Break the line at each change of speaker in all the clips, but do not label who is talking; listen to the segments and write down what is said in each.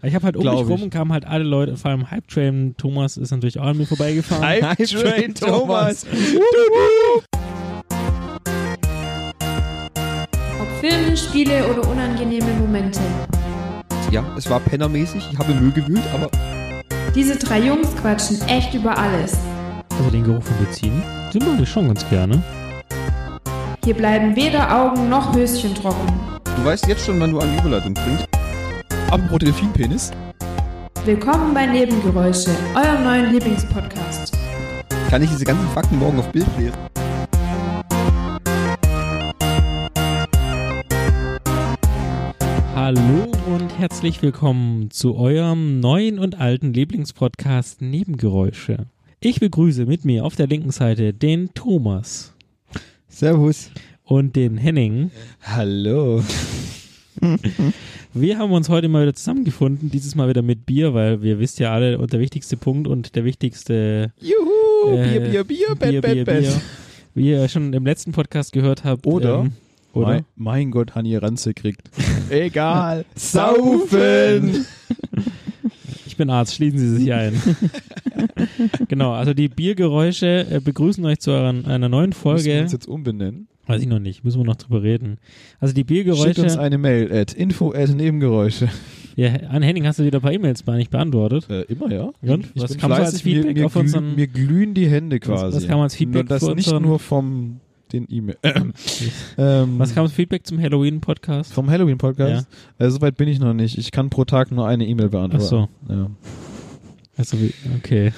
Weil ich habe halt um mich
Glaub ich.
rum und kamen halt alle Leute, vor allem Hype Train Thomas ist natürlich auch an mir vorbeigefahren.
Hype Train Thomas.
Ob Filme, Spiele oder unangenehme Momente.
Ja, es war pennermäßig. Ich habe Müll gewühlt, aber
Diese drei Jungs quatschen echt über alles.
Also den Geruch von Benzin, den mag ich schon ganz gerne.
Hier bleiben weder Augen noch Höschen trocken.
du weißt jetzt schon, wann du eine Überleitung bringst.
Apropos Delfinpenis.
Willkommen bei Nebengeräusche, eurem neuen Lieblingspodcast.
Kann ich diese ganzen Fakten morgen auf Bild lesen?
Hallo und herzlich willkommen zu eurem neuen und alten Lieblingspodcast Nebengeräusche. Ich begrüße mit mir auf der linken Seite den Thomas
Servus.
und den Henning.
Hallo.
Wir haben uns heute mal wieder zusammengefunden, dieses Mal wieder mit Bier, weil wir wisst ja alle, und der wichtigste Punkt und der wichtigste
Juhu,
Äh,
Bier, Bier, Bier, Bett,
Bier,
Bett,
Bier,
Bett.
Bier, wie ihr schon im letzten Podcast gehört habt.
Oder?
Ähm, oder?
Mein, mein Gott, Hanni Ranze kriegt. Egal. Saufen!
Ich bin Arzt, schließen Sie sich ein. genau, also die Biergeräusche äh, begrüßen euch zu euren, einer neuen
Müssen wir
Folge.
uns jetzt umbenennen.
Weiß ich noch nicht, müssen wir noch drüber reden. Also die
Schickt uns
Biergeräusche.
eine Mail at info at Nebengeräusche.
Ja, an Henning hast du wieder ein paar E-Mails mal nicht beantwortet.
Äh, immer, ja.
Und?
Ich
Was
bin
kam so als
fleißig,
Feedback
mir, mir
auf unseren-
glühen- Mir glühen die Hände quasi.
was kam als Feedback
Nur das
für
nicht
unseren-
nur vom den E-Mail. ähm,
Was kam das Feedback zum Halloween-Podcast?
Vom Halloween-Podcast? Äh, Soweit bin ich noch nicht. Ich kann pro Tag nur eine E-Mail
Ach
beantworten.
so,
Ja.
also, wie- okay.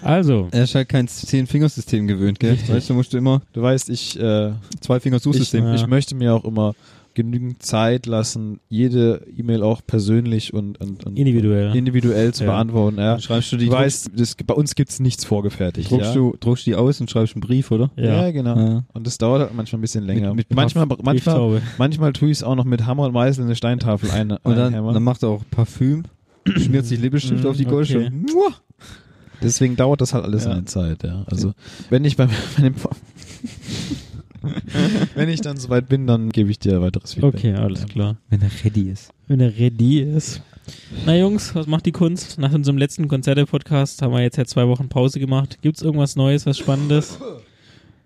Also,
Ähm,
Er ist halt kein Zehn-Fingersystem gewöhnt, gell?
Richtig.
Weißt du, musst du immer
Du weißt, ich, äh, ich,
Zwei-Finger-Suchsystem.
Ja.
ich möchte mir auch immer genügend Zeit lassen, jede E-Mail auch persönlich und, und, und
individuell.
individuell zu
Ja.
beantworten. Ja.
Dann schreibst du die,
Du weißt, das, bei uns gibt's nichts vorgefertigt.
druckst,
ja?
du, druckst du die aus und schreibst einen Brief, oder?
ja,
ja, genau.
Ja.
Und das dauert halt manchmal ein bisschen länger.
Mit- mit
manchmal,
ich
manchmal,
glaube.
manchmal tue ich es auch noch mit Hammer und Meißel in eine Steintafel ein,
Und dann,
einhämmern.
dann macht er auch Parfüm, schmiert sich Lippenstift
Mm,
auf die Goldschirm.
okay.
Mua!
Deswegen dauert das halt alles
Ja.
eine Zeit, ja. Also, wenn ich bei meinem Wenn ich dann soweit bin, dann gebe ich dir weiteres Feedback.
Okay, alles klar.
Wenn er ready ist.
Wenn er ready ist. Na Jungs, was macht die Kunst? Nach unserem letzten Konzerte-Podcast haben wir jetzt ja zwei Wochen Pause gemacht. Gibt's irgendwas Neues, was Spannendes?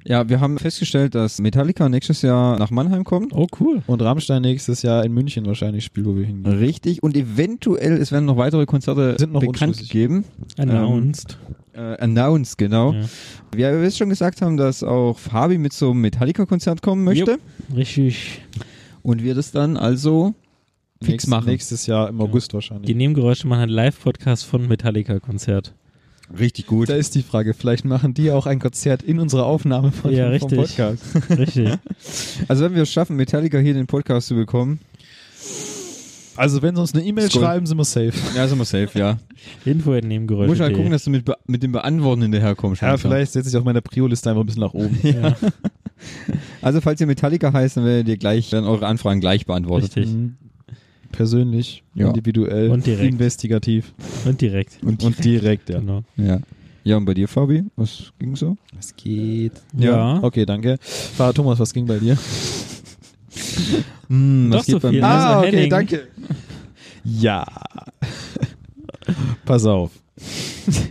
Ja, wir haben festgestellt, dass Metallica nächstes Jahr nach Mannheim kommt.
Oh, cool.
Und Rammstein nächstes Jahr in München wahrscheinlich spielt, wo wir hingehen.
Richtig. Und eventuell, es werden noch weitere Konzerte
Sind noch
bekannt
unschlüssig.
gegeben.
Announced.
Äh, announced, genau.
Ja.
Wir haben schon gesagt haben, dass auch Fabi mit so einem Metallica-Konzert kommen möchte.
Jupp. Richtig.
Und wir das dann also fix
Nächst-
machen.
Nächstes Jahr im August
Die
wahrscheinlich.
Nebengeräusche machen einen Live-Podcast von Metallica-Konzert.
richtig gut.
Da ist die Frage, vielleicht machen die auch ein Konzert in unserer Aufnahme von
Ja,
vom
richtig.
Podcast.
Richtig.
Also wenn wir es schaffen, Metallica hier in den Podcast zu bekommen.
Also wenn sie uns eine E-Mail
Scroll.
schreiben, sind wir safe.
Ja, sind wir safe, ja.
Info at Nebengeräusche.
Muss halt gucken, dass du mit, Be- mit dem Beantworten hinterher kommst.
Ja, vielleicht setze ich auf meiner Prio-Liste einfach ein bisschen nach oben.
Also falls ihr Metallica heißt, dann werdet ihr gleich, dann eure Anfragen gleich beantwortet.
Richtig.
Mhm. Persönlich,
Ja.
individuell,
Und direkt.
investigativ
Und direkt.
und, direkt, ja.
Genau.
Ja. Ja, und bei dir, Fabi? Was ging so?
Es geht.
Ja.
Okay, danke. Fahrer Thomas, was ging bei dir?
Hm,
Doch so
bei
viel.
mir?
Ah, Also okay, Henning.
danke. Ja. Pass auf.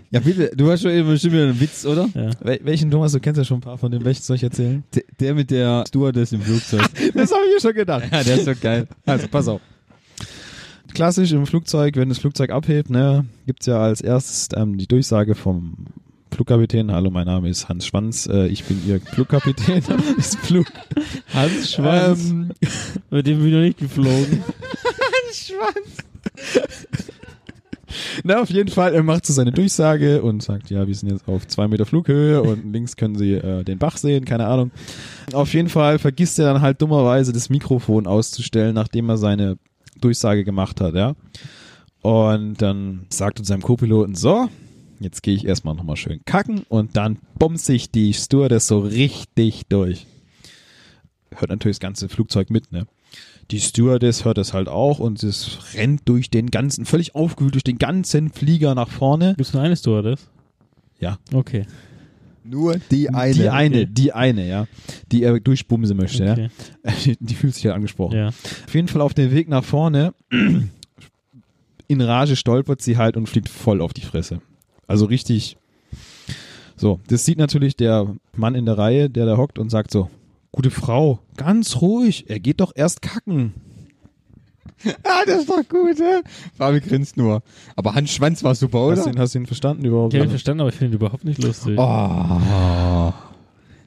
Ja, bitte, du hast schon eben bestimmt wieder einen Witz, oder?
Ja.
Wel welchen Thomas, du kennst ja schon ein paar von dem, welchen soll ich erzählen?
D der mit der Stewardess im Flugzeug.
Das habe ich mir schon gedacht.
ja, der ist so geil.
Also, pass auf. Klassisch im Flugzeug, wenn das Flugzeug abhebt, ne, gibt's ja als erstes ähm, die Durchsage vom Flugkapitän. Hallo, mein Name ist Hans Schwanz, äh, ich bin Ihr Flugkapitän des Flug.
Hans Schwanz.
Ähm,
Mit dem bin ich noch nicht geflogen.
Na, auf jeden Fall, er macht so seine Durchsage und sagt, ja, wir sind jetzt auf zwei Meter Flughöhe und links können sie äh, den Bach sehen, keine Ahnung. Auf jeden Fall vergisst er dann halt dummerweise das Mikrofon auszustellen, nachdem er seine Durchsage gemacht hat, ja. Und dann sagt uns seinem Co-Piloten, so, jetzt gehe ich erstmal nochmal schön kacken und dann bumse ich die Stewardess so richtig durch. Hört natürlich das ganze Flugzeug mit, ne? Die Stewardess hört das halt auch und es rennt durch den ganzen, völlig aufgewühlt durch den ganzen Flieger nach vorne.
Gibt's nur eines Tor, das?
Ja.
Okay.
Nur die
Die
okay.
eine, die eine, ja. Die er durchbumsen möchte,
okay.
Oh. ja. Die, die fühlt sich halt angesprochen.
Ja.
Auf jeden Fall auf dem Weg nach vorne in Rage stolpert sie halt und fliegt voll auf die Fresse. Also richtig. So, das sieht natürlich der Mann in der Reihe, der da hockt und sagt so, gute Frau, ganz ruhig, er geht doch erst kacken.
Ah, das ist doch gut, ne? Fabi grinst nur. Aber Hans Schwanz war super,
Hast
oder?
du ihn, hast du ihn verstanden überhaupt?
Ich habe ihn verstanden, aber ich finde ihn überhaupt nicht lustig.
Oh.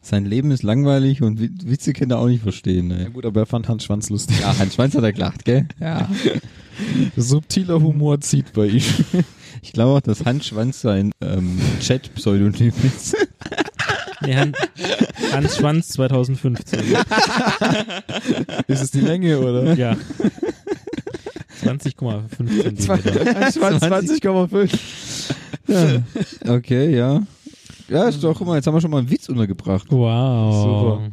Sein Leben ist langweilig und Wi- Witze kann er auch nicht verstehen,
ja
ne?
gut, aber er fand Hans Schwanz lustig.
Ja, Hans Schwanz hat er gelacht, gell? Ja.
Subtiler Humor zieht bei ihm.
Ich glaube auch, dass Hans Schwanz sein ähm, Chat-Pseudonym ist.
Nee, Han Hans Schwanz 2015.
Ist es die Länge, oder?
Ja. 20,5 Zentimeter.
Hans Schwanz 20,5.
Okay, ja. Ja, ist doch, guck mal, jetzt haben wir schon mal einen Witz untergebracht.
Wow.
Super.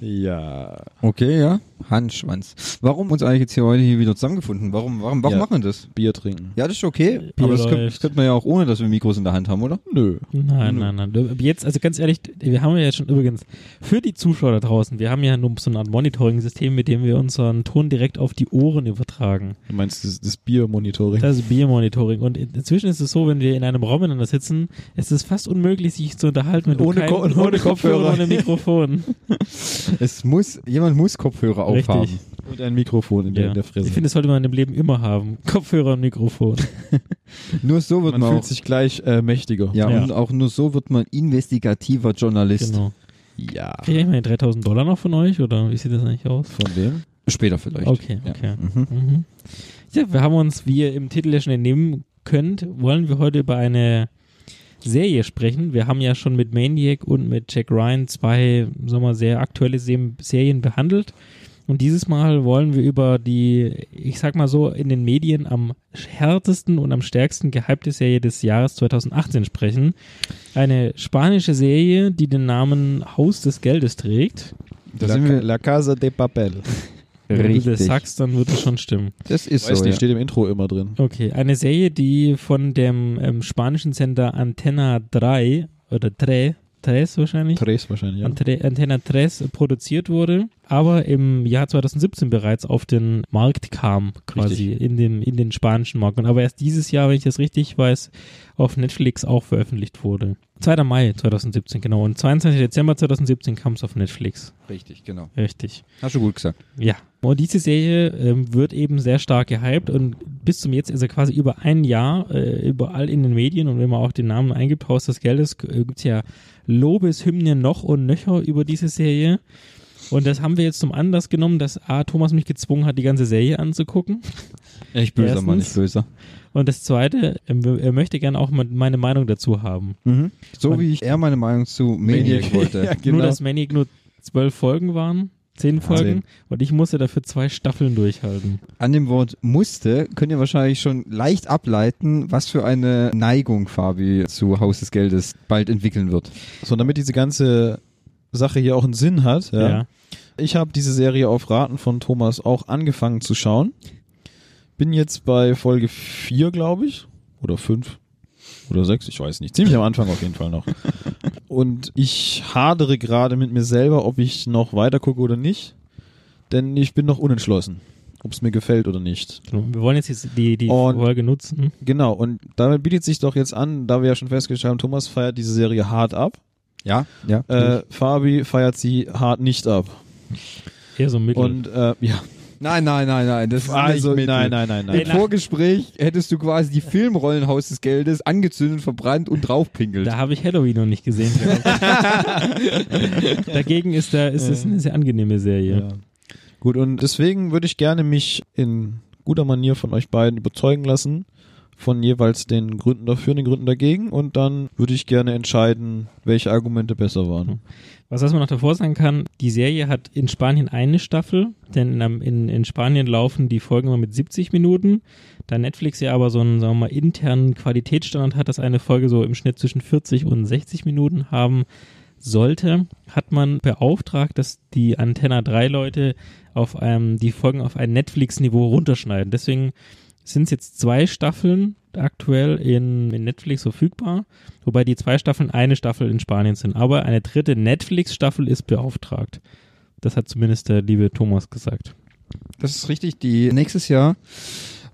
Ja.
Okay, ja. Handschwanz. Warum uns eigentlich jetzt hier heute hier wieder zusammengefunden? Warum, warum, warum
Ja.
machen wir das?
Bier trinken.
Ja, das ist okay.
Bier
aber das könnte,
Äh, läuft.
das könnte man ja auch ohne, dass wir Mikros in der Hand haben, oder?
Nö.
Nein,
Hm.
nein, nein. Ab Jetzt, also ganz ehrlich, wir haben ja jetzt schon übrigens für die Zuschauer da draußen, wir haben ja nur so eine Art Monitoring-System, mit dem wir unseren Ton direkt auf die Ohren übertragen.
Du meinst das, das Biermonitoring?
Das ist Biermonitoring. Und in- inzwischen ist es so, wenn wir in einem Raum miteinander sitzen, es ist fast unmöglich, sich zu unterhalten, wenn du
Ohne
kein,
Ko- ohne Kopfhörer.
ohne Mikrofon.
Es muss, jemand muss Kopfhörer aufhaben.
Richtig.
Und ein Mikrofon in, der,
Ja.
in der Fresse.
Ich finde, das sollte man im Leben immer haben. Kopfhörer und Mikrofon.
Nur so wird
man
man,
fühlt
auch,
sich gleich äh, mächtiger.
ja,
Ja.
und auch nur so wird man investigativer Journalist.
Genau.
ja.
Kriege ich meine 3000 Dollar noch von euch oder wie sieht das eigentlich aus?
Von wem?
Später vielleicht.
Okay,
Ja.
okay.
Mhm.
Mhm. Ja, wir haben uns, wie ihr im Titel ja schon entnehmen könnt, wollen wir heute über eine Serie sprechen. Wir haben ja schon mit Maniac und mit Jack Ryan zwei, sagen wir mal, sehr aktuelle Se- Serien behandelt. Und dieses Mal wollen wir über die, ich sag mal so, in den Medien am härtesten und am stärksten gehypte Serie des Jahres 2018 sprechen. Eine spanische Serie, die den Namen Haus des Geldes trägt.
Da
La,
sind wir
La Casa de Papel.
Wenn du
richtig.
das sagst, dann wird es schon stimmen.
Das ist
Weiß
so.
nicht,
ja.
steht im Intro immer drin.
Okay, eine Serie, die von dem ähm, spanischen Sender Antena 3 oder 3, 3 wahrscheinlich,
Tres wahrscheinlich, ja.
Antre- Antena 3 produziert wurde, aber im Jahr 2017 bereits auf den Markt kam, quasi in, dem, in den spanischen Markt. Und aber erst dieses Jahr, wenn ich das richtig weiß, auf Netflix auch veröffentlicht wurde. 2. Mai 2017, genau. Und 22. Dezember 2017 kam es auf Netflix.
Richtig, genau.
Richtig.
Hast du gut gesagt.
Ja. Und diese Serie ähm, wird eben sehr stark gehypt und bis zum jetzt ist er quasi über ein Jahr äh, überall in den Medien und wenn man auch den Namen eingibt, Haus des Geldes, äh, gibt's ja Lobeshymnen noch und nöcher über diese Serie. Und das haben wir jetzt zum Anlass genommen, dass A, Thomas mich gezwungen hat, die ganze Serie anzugucken.
Ich böser
Erstens.
Mann, ich böser.
Und das Zweite, ähm, er möchte gerne auch mal meine Meinung dazu haben.
Mhm. So
Man-
wie ich eher meine Meinung zu Maniac wollte.
ja, genau.
Nur, dass Maniac nur zwölf Folgen waren, zehn Folgen und ich musste dafür zwei Staffeln durchhalten.
An dem Wort musste könnt ihr wahrscheinlich schon leicht ableiten, was für eine Neigung Fabi zu Haus des Geldes bald entwickeln wird.
so, damit diese ganze Sache hier auch einen Sinn hat. Ja. Ich habe diese Serie auf Raten von Thomas auch angefangen zu schauen. Bin jetzt bei Folge 4, glaube ich. Oder 5. Oder 6, ich weiß nicht. Ziemlich am Anfang auf jeden Fall noch. Und ich hadere gerade mit mir selber, ob ich noch weiter gucke oder nicht. Denn ich bin noch unentschlossen, ob es mir gefällt oder nicht.
Genau. Wir wollen jetzt die- die, die
Und-
Folge nutzen.
Genau, und damit bietet sich doch jetzt an, da wir ja schon festgestellt haben, Thomas feiert diese Serie hart ab.
Ja, ja.
Äh, Fabi feiert sie hart nicht ab.
Eher so mittel.
Und äh, ja,
nein, nein, nein, nein. Das
also,
ist nicht Mittel.
nein, nein, nein, nein.
Im Vorgespräch hättest du quasi die Filmrollen Haus des Geldes angezündet, verbrannt und draufpinkelt.
da habe ich Halloween noch nicht gesehen. Dagegen ist, da, ist es eine sehr angenehme Serie.
Ja. Gut, und deswegen würde ich gerne mich in guter Manier von euch beiden überzeugen lassen, von jeweils den Gründen dafür und den Gründen dagegen. Und dann würde ich gerne entscheiden, welche Argumente besser waren.
Was, was man noch davor sagen kann, die Serie hat in Spanien eine Staffel, denn in, einem- in, in Spanien laufen die Folgen immer mit 70 Minuten. Da Netflix ja aber so einen, sagen wir mal, internen Qualitätsstandard hat, dass eine Folge so im Schnitt zwischen 40 und 60 Minuten haben sollte, hat man beauftragt, dass die Antenna 3 Leute auf einem, die Folgen auf ein Netflix-Niveau runterschneiden. Deswegen sind es jetzt zwei Staffeln aktuell in, in Netflix verfügbar, wobei die zwei Staffeln eine Staffel in Spanien sind. Aber eine dritte Netflix-Staffel ist beauftragt. Das hat zumindest der liebe Thomas gesagt.
Das ist richtig. Die nächstes Jahr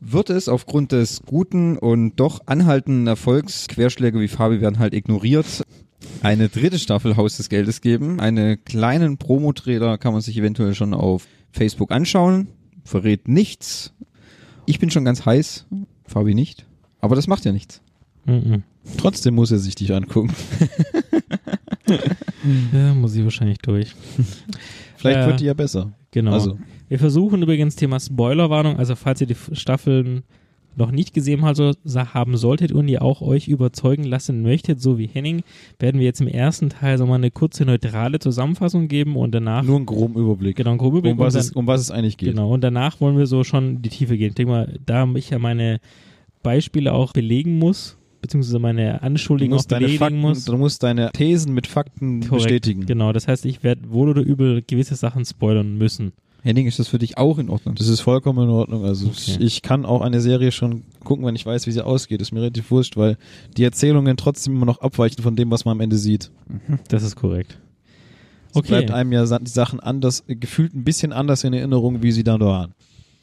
wird es aufgrund des guten und doch anhaltenden Erfolgs, Querschläge wie Fabi werden halt ignoriert, eine dritte Staffel Haus des Geldes geben. Einen kleinen Promotrailer kann man sich eventuell schon auf Facebook anschauen. Verrät nichts. Ich bin schon ganz heiß, Fabi nicht. Aber das macht ja nichts.
Mhm.
Trotzdem muss er sich dich angucken.
Ja, muss ich wahrscheinlich durch.
Vielleicht
Äh,
wird die ja besser.
Genau.
Also,
Wir versuchen übrigens Thema Spoilerwarnung, also falls ihr die F- Staffeln noch nicht gesehen habt, so- sa- haben solltet und ihr auch euch überzeugen lassen möchtet, so wie Henning, werden wir jetzt im ersten Teil so mal eine kurze neutrale Zusammenfassung geben und danach
nur einen groben Überblick,
genau einen groben Überblick
um, was
und
es, um was es eigentlich geht.
Genau, und danach wollen wir so schon in die Tiefe gehen. Ich denke mal, da ich ja meine Beispiele auch belegen muss, beziehungsweise meine
Du
Anschuldigungen auch
musst, deine
belegen
Fakten,
muss.
du musst deine Thesen mit Fakten
Korrekt,
bestätigen.
Genau, das heißt, ich werde wohl oder übel gewisse Sachen spoilern müssen.
Henning, ist das für dich auch in Ordnung?
Das ist vollkommen in Ordnung. Also
Okay.
ich kann auch eine Serie schon gucken, wenn ich weiß, wie sie ausgeht. Ist mir relativ wurscht, weil die Erzählungen trotzdem immer noch abweichen von dem, was man am Ende sieht.
Das ist korrekt.
Es
Okay,
bleibt einem ja sa- die Sachen anders, gefühlt ein bisschen anders in Erinnerung, wie sie dann waren.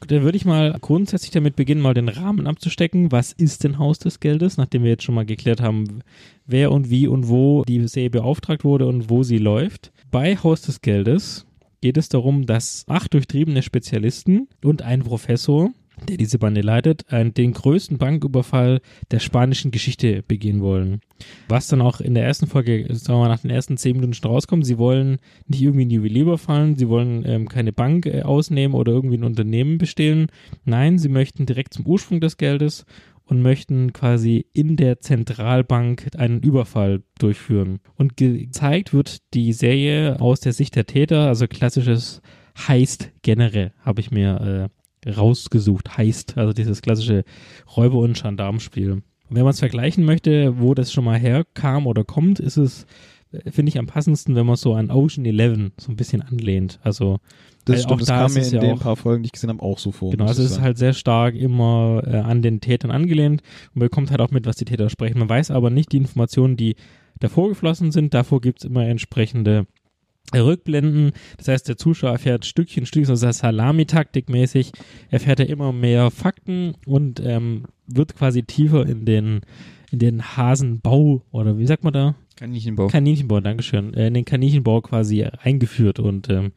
dann würde ich mal grundsätzlich damit beginnen, mal den Rahmen abzustecken. Was ist denn Haus des Geldes? Nachdem wir jetzt schon mal geklärt haben, wer und wie und wo die Serie beauftragt wurde und wo sie läuft. Bei Haus des Geldes geht es darum, dass acht durchtriebene Spezialisten und ein Professor, der diese Bande leitet, einen- den größten Banküberfall der spanischen Geschichte begehen wollen. Was dann auch in der ersten Folge, sagen wir mal, nach den ersten zehn Minuten schon rauskommt, sie wollen nicht irgendwie in die Juwelier überfallen, sie wollen ähm, keine Bank äh, ausnehmen oder irgendwie ein Unternehmen bestehlen. Nein, sie möchten direkt zum Ursprung des Geldes und möchten quasi in der Zentralbank einen Überfall durchführen. Und ge- gezeigt wird die Serie aus der Sicht der Täter, also klassisches Heist-Genre habe ich mir äh, rausgesucht. Heist, also dieses klassische Räuber- und Gendarmspiel. Und wenn man es vergleichen möchte, wo das schon mal herkam oder kommt, ist es, äh, finde ich, am passendsten, wenn man so an Ocean Eleven so ein bisschen anlehnt. Also
Das,
Äh,
stimmt,
auch
das
da
kam
ist
mir
es
in
ja
den
auch-
paar Folgen, die ich gesehen habe, auch so vor.
Genau,
muss
also
ich
es ist
sagen.
halt sehr stark immer äh, an den Tätern angelehnt und bekommt halt auch mit, was die Täter sprechen. Man weiß aber nicht die Informationen, die davor geflossen sind. Davor gibt es immer entsprechende äh, Rückblenden. Das heißt, der Zuschauer erfährt Stückchen, Stückchen, also Salami-Taktik-mäßig, erfährt er immer mehr Fakten und ähm, wird quasi tiefer in den, in den Hasenbau oder wie sagt man da?
Kann ich den Bauch.
Kaninchenbau, Dankeschön. Äh, in den Kaninchenbau quasi eingeführt und ähm,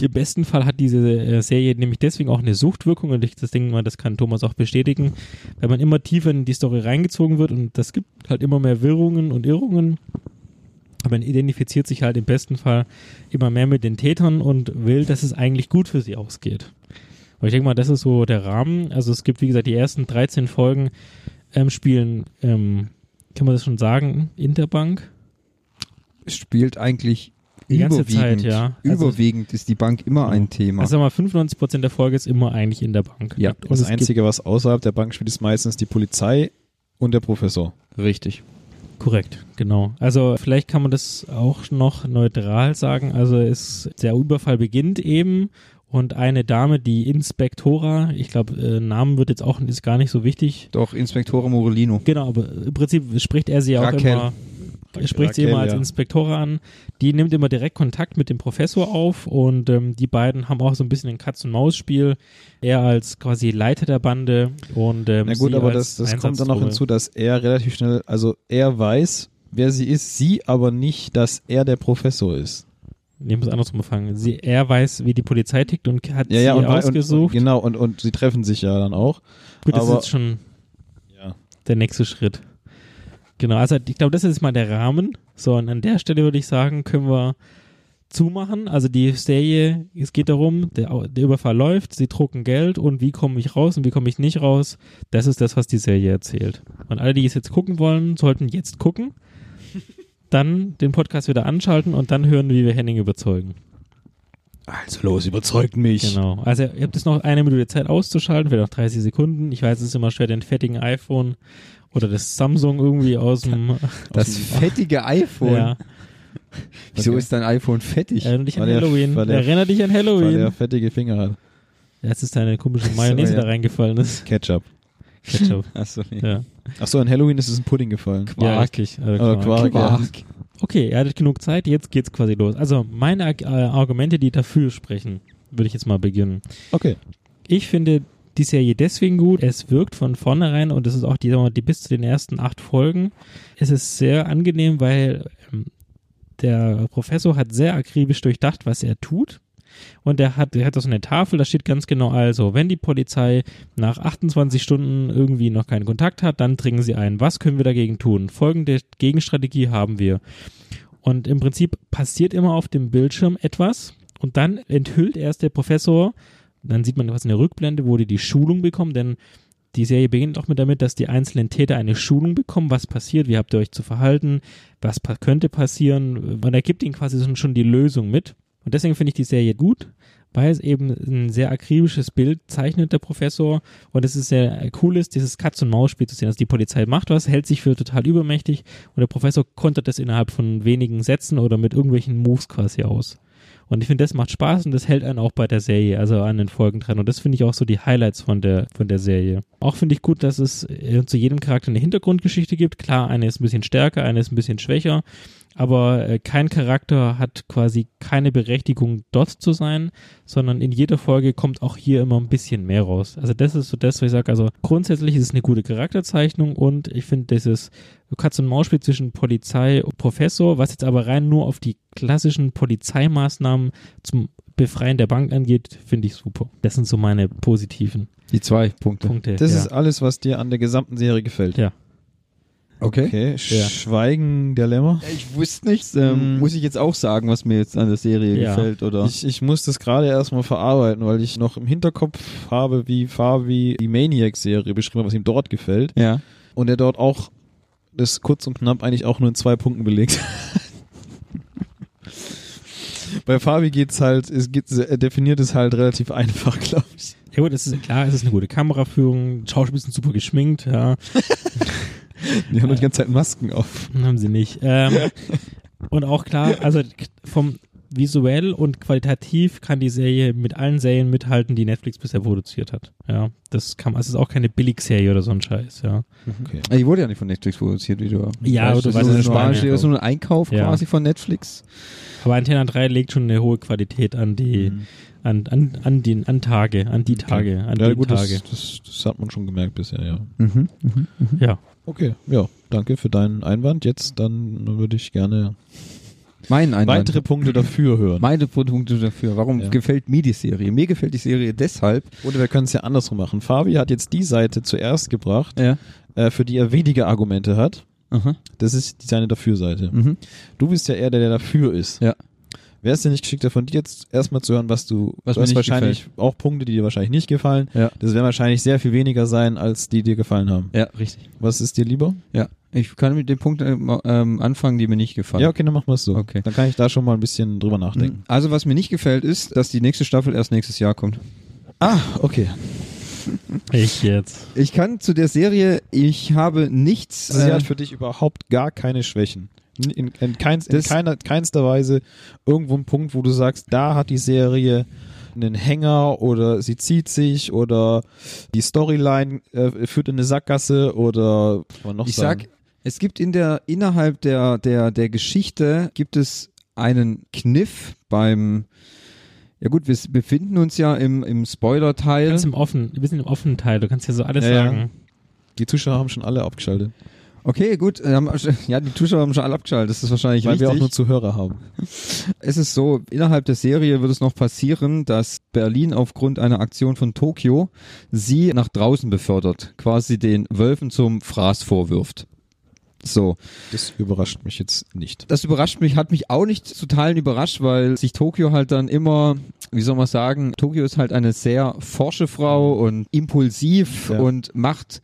im besten Fall hat diese äh, Serie nämlich deswegen auch eine Suchtwirkung und ich das denke mal, das kann Thomas auch bestätigen, weil man immer tiefer in die Story reingezogen wird und das gibt halt immer mehr Wirrungen und Irrungen. Aber man identifiziert sich halt im besten Fall immer mehr mit den Tätern und will, dass es eigentlich gut für sie ausgeht. Und ich denke mal, das ist so der Rahmen. Also es gibt, wie gesagt, die ersten 13 Folgen ähm, spielen, ähm, kann man das schon sagen, Interbank.
Spielt eigentlich
Die ganze Zeit,
überwiegend.
ja. Also-
überwiegend ist die Bank immer ein Thema.
Also sag mal, 95% der Folge ist immer eigentlich in der Bank.
Ja,
und
das
es gibt,
Einzige, was außerhalb der Bank spielt, ist meistens die Polizei und der Professor.
Richtig.
korrekt, genau. Also vielleicht kann man das auch noch neutral sagen. Also es, der Überfall beginnt eben und eine Dame, die Inspektora, ich glaube, äh, Namen wird jetzt auch ist gar nicht so wichtig.
Doch, Inspektore Morellino.
Genau, aber im Prinzip spricht er sie auch
Raquel.
immer. Er spricht sie
Raquel,
immer als
ja.
Inspektora an. Die nimmt immer direkt Kontakt mit dem Professor auf und ähm, die beiden haben auch so ein bisschen ein Katz-und-Maus-Spiel. Er als quasi Leiter der Bande und ähm,
Na gut,
sie
aber
als
das, das kommt dann noch
Einsatztruppe.
hinzu, dass er relativ schnell, also er weiß, wer sie ist, sie aber nicht, dass er der Professor ist.
Ich muss andersrum fangen. Sie, er weiß, wie die Polizei tickt und hat
Ja,
sie
ja, und, wei- und
ausgesucht.
genau, und, und sie treffen sich ja dann auch.
Gut, das
aber-
ist jetzt schon
Ja.
der nächste Schritt. Genau, also ich glaube, das ist jetzt mal der Rahmen. So, und an der Stelle würde ich sagen, können wir zumachen. Also die Serie, es geht darum, der, Au- der Überfall läuft, sie drucken Geld und wie komme ich raus und wie komme ich nicht raus. Das ist das, was die Serie erzählt. Und alle, die es jetzt gucken wollen, sollten jetzt gucken, dann den Podcast wieder anschalten und dann hören, wie wir Henning überzeugen.
Also los, überzeugt mich.
Genau. Also ihr habt jetzt noch eine Minute Zeit auszuschalten, vielleicht noch 30 Sekunden. Ich weiß, es ist immer schwer, den fettigen iPhone oder das Samsung irgendwie aus dem...
Das fettige iPhone.
ja.
Wieso
Okay.
ist dein iPhone fettig?
Erinnere dich an
Weil der-
Halloween.
weil der-
Erinnere dich an
Weil er
Halloween.
fettige Finger hat.
Jetzt ist deine komische Mayonnaise
Sorry, ja.
da reingefallen. ist.
Ketchup.
Ketchup.
Achso, nee.
ja.
Achso, an Halloween ist es ein Pudding gefallen.
ja, richtig. Also
Oder
Quark.
Äh, Quark, ja.
Quark.
Okay, ihr hattet genug Zeit, jetzt geht's quasi los. Also meine Ar- äh, Argumente, die dafür sprechen, würde ich jetzt mal beginnen.
Okay.
Ich finde, die Serie deswegen gut. Es wirkt von vornherein und das ist auch die, sagen wir mal, die bis zu den ersten acht Folgen. Es ist sehr angenehm, weil ähm, der Professor hat sehr akribisch durchdacht, was er tut. Und er hat, er hat da so eine Tafel, da steht ganz genau also, wenn die Polizei nach 28 Stunden irgendwie noch keinen Kontakt hat, dann dringen sie ein. Was können wir dagegen tun? Folgende Gegenstrategie haben wir. Und im Prinzip passiert immer auf dem Bildschirm etwas und dann enthüllt erst der Professor, dann sieht man was in der Rückblende, wo die die Schulung bekommen, denn die Serie beginnt auch mit damit, dass die einzelnen Täter eine Schulung bekommen, was passiert, wie habt ihr euch zu verhalten, was pa könnte passieren. Man ergibt ihnen quasi so- schon die Lösung mit. Und deswegen finde ich die Serie gut, weil es eben ein sehr akribisches Bild zeichnet, der Professor. Und es ist sehr äh, cool ist, dieses Katz-und-Maus-Spiel zu sehen. Also die Polizei macht was, hält sich für total übermächtig und der Professor kontert das innerhalb von wenigen Sätzen oder mit irgendwelchen Moves quasi aus. Und ich finde, das macht Spaß und das hält einen auch bei der Serie, also an den Folgen dran. Und das finde ich auch so die Highlights von der, von der Serie. Auch finde ich gut, dass es äh, zu jedem Charakter eine Hintergrundgeschichte gibt. Klar, eine ist ein bisschen stärker, eine ist ein bisschen schwächer. Aber äh, kein Charakter hat quasi keine Berechtigung, dort zu sein, sondern in jeder Folge kommt auch hier immer ein bisschen mehr raus. Also das ist so das, was ich sage. Also grundsätzlich ist es eine gute Charakterzeichnung und ich finde dieses Katz-und-Maus-Spiel zwischen Polizei und Professor, was jetzt aber rein nur auf die klassischen Polizeimaßnahmen zum Befreien der Bank angeht, finde ich super. Das sind so meine positiven
Die zwei Punkte.
Punkte.
Das
ja.
ist alles, was dir an der gesamten Serie gefällt.
Ja.
Okay.
Okay, Schweigen der Lämmer.
Ich wusste nichts. Ähm,
Mhm.
Muss ich jetzt auch sagen, was mir jetzt an der Serie
Ja.
gefällt, oder?
Ich, ich muss das gerade erstmal verarbeiten, weil ich noch im Hinterkopf habe, wie Fabi die Maniac-Serie beschrieben hat, was ihm dort gefällt.
ja.
Und er dort auch das kurz und knapp eigentlich auch nur in zwei Punkten belegt. Bei Fabi geht's halt, es geht, er definiert es halt relativ einfach, glaube ich.
ja gut, es ist klar, es ist eine gute Kameraführung, Schauspieler sind super geschminkt, ja.
Die haben nur die ganze Zeit Masken auf.
Haben sie nicht. Ähm, und auch klar, also k- vom visuell und qualitativ kann die Serie mit allen Serien mithalten, die Netflix bisher produziert hat. Ja, das kann, es ist auch keine Billigserie oder so ein Scheiß, ja.
Okay.
Die wurde ja nicht von Netflix produziert, wie du
Ja, aber du weißt,
das ist
was ich
nur eine spanische,
meine.
das ist nur ein Einkauf
Ja.
quasi von Netflix.
Aber Antenna 3 legt schon eine hohe Qualität an die,
Mhm.
an, an, an den, an Tage, an die Tage, an
ja,
die
gut,
Tage.
Das, das, das hat man schon gemerkt bisher, ja.
Mhm. Mhm.
Ja.
Okay, ja, danke für deinen Einwand. Jetzt dann würde ich gerne
Mein Einwand.
weitere Punkte dafür hören.
meine Punkte dafür. Warum
Ja.
gefällt mir die Serie? Mir gefällt die Serie deshalb.
Oder wir können es ja andersrum machen. Fabi hat jetzt die Seite zuerst gebracht,
Ja.
äh, für die er weniger Argumente hat.
Aha.
Das ist die seine Dafür-Seite.
Mhm.
Du bist ja eher der, der dafür ist.
Ja.
Wäre es denn nicht geschickter von dir jetzt erstmal zu hören, was du,
Was
du
mir
hast
nicht
wahrscheinlich auch Punkte, die dir wahrscheinlich nicht gefallen.
Ja.
Das werden wahrscheinlich sehr viel weniger sein, als die dir gefallen haben.
Ja, richtig.
Was ist dir lieber?
Ja. Ich kann mit den Punkten ähm, anfangen, die mir nicht gefallen.
Ja, okay, dann machen wir es so.
Okay.
Dann kann ich da schon mal ein bisschen drüber nachdenken.
Also was mir nicht gefällt ist, dass die nächste Staffel erst nächstes Jahr kommt. Mhm.
Ah, okay.
Ich jetzt.
Ich kann zu der Serie, ich habe nichts.
Also sie
äh,
hat für dich überhaupt gar keine Schwächen. In, in, in, keins, in
Das-
keiner, keinster Weise irgendwo ein Punkt, wo du sagst, da hat die Serie einen Hänger oder sie zieht sich oder die Storyline äh, führt in eine Sackgasse oder was kann man noch
ich
sagen?
sag, es gibt in der innerhalb der der der Geschichte gibt es einen Kniff beim. Ja gut, wir s- befinden uns ja im im
Du
Spoiler-Teil.
kannst im offenen, wir sind im offenen Teil, du kannst ja so alles
Ja, ja.
sagen.
die Zuschauer haben schon alle abgeschaltet,
Okay, gut. äh, haben- Ja, die Zuschauer haben schon alle abgeschaltet. Das ist wahrscheinlich
weil
richtig.
wir auch nur Zuhörer haben.
Es ist so, innerhalb der Serie wird es noch passieren, dass Berlin aufgrund einer Aktion von Tokio sie nach draußen befördert, quasi den Wölfen zum Fraß vorwirft. So,
Das überrascht mich jetzt nicht.
das überrascht mich, hat mich auch nicht zu Teilen überrascht, weil sich Tokio halt dann immer, wie soll man sagen, Tokio ist halt eine sehr forsche Frau und impulsiv
Ja.
und macht,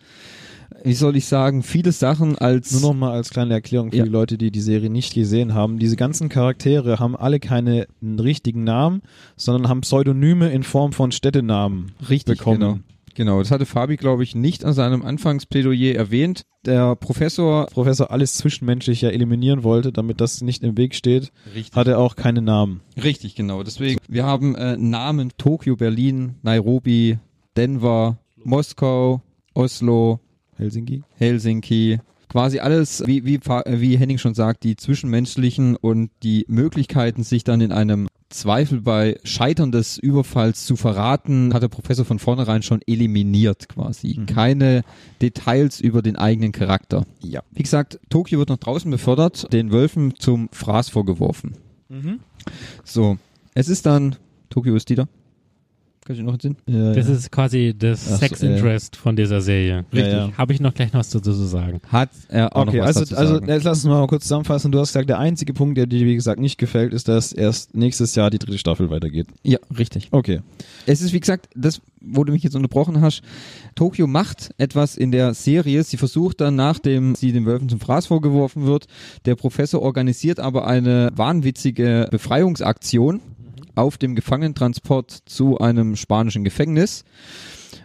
wie soll ich sagen, viele Sachen als
Nur nochmal als kleine Erklärung für
Ja.
die Leute, die die Serie nicht gesehen haben. Diese ganzen Charaktere haben alle keine richtigen Namen, sondern haben Pseudonyme in Form von Städtenamen
Richtig,
bekommen.
genau. Genau, das hatte Fabi, glaube ich, nicht an seinem Anfangsplädoyer erwähnt. Der Professor
Professor alles Zwischenmenschliche ja eliminieren wollte, damit das nicht im Weg steht,
Richtig.
hat er auch keine Namen.
Richtig, genau. Deswegen, wir haben äh, Namen Tokio, Berlin, Nairobi, Denver, Moskau, Oslo,
Helsinki?
Helsinki. Quasi alles, wie, wie, Fa- äh, wie Henning schon sagt, die zwischenmenschlichen und die Möglichkeiten, sich dann in einem Zweifel bei Scheitern des Überfalls zu verraten, hat der Professor von vornherein schon eliminiert quasi.
Mhm.
Keine Details über den eigenen Charakter.
Ja.
Wie gesagt, Tokio wird nach draußen befördert, den Wölfen zum Fraß vorgeworfen.
Mhm.
So, es ist dann, Tokio ist die da. Kannst du dich noch entsinnen?
Das ist quasi das
Ach so,
Sex
äh.
Interest von dieser Serie.
Richtig.
Ja, ja. Habe ich noch gleich noch was dazu zu sagen.
Hat er auch
Okay,
noch was
also,
dazu
also
sagen.
jetzt lass uns mal kurz zusammenfassen. Du hast gesagt, der einzige Punkt, der dir, wie gesagt, nicht gefällt, ist, dass erst nächstes Jahr die dritte Staffel weitergeht.
ja, richtig.
Okay.
Es ist, wie gesagt, das, wo du mich jetzt unterbrochen hast, Tokio macht etwas in der Serie. Sie versucht dann, nachdem sie den Wölfen zum Fraß vorgeworfen wird, der Professor organisiert aber eine wahnwitzige Befreiungsaktion auf dem Gefangenentransport zu einem spanischen Gefängnis.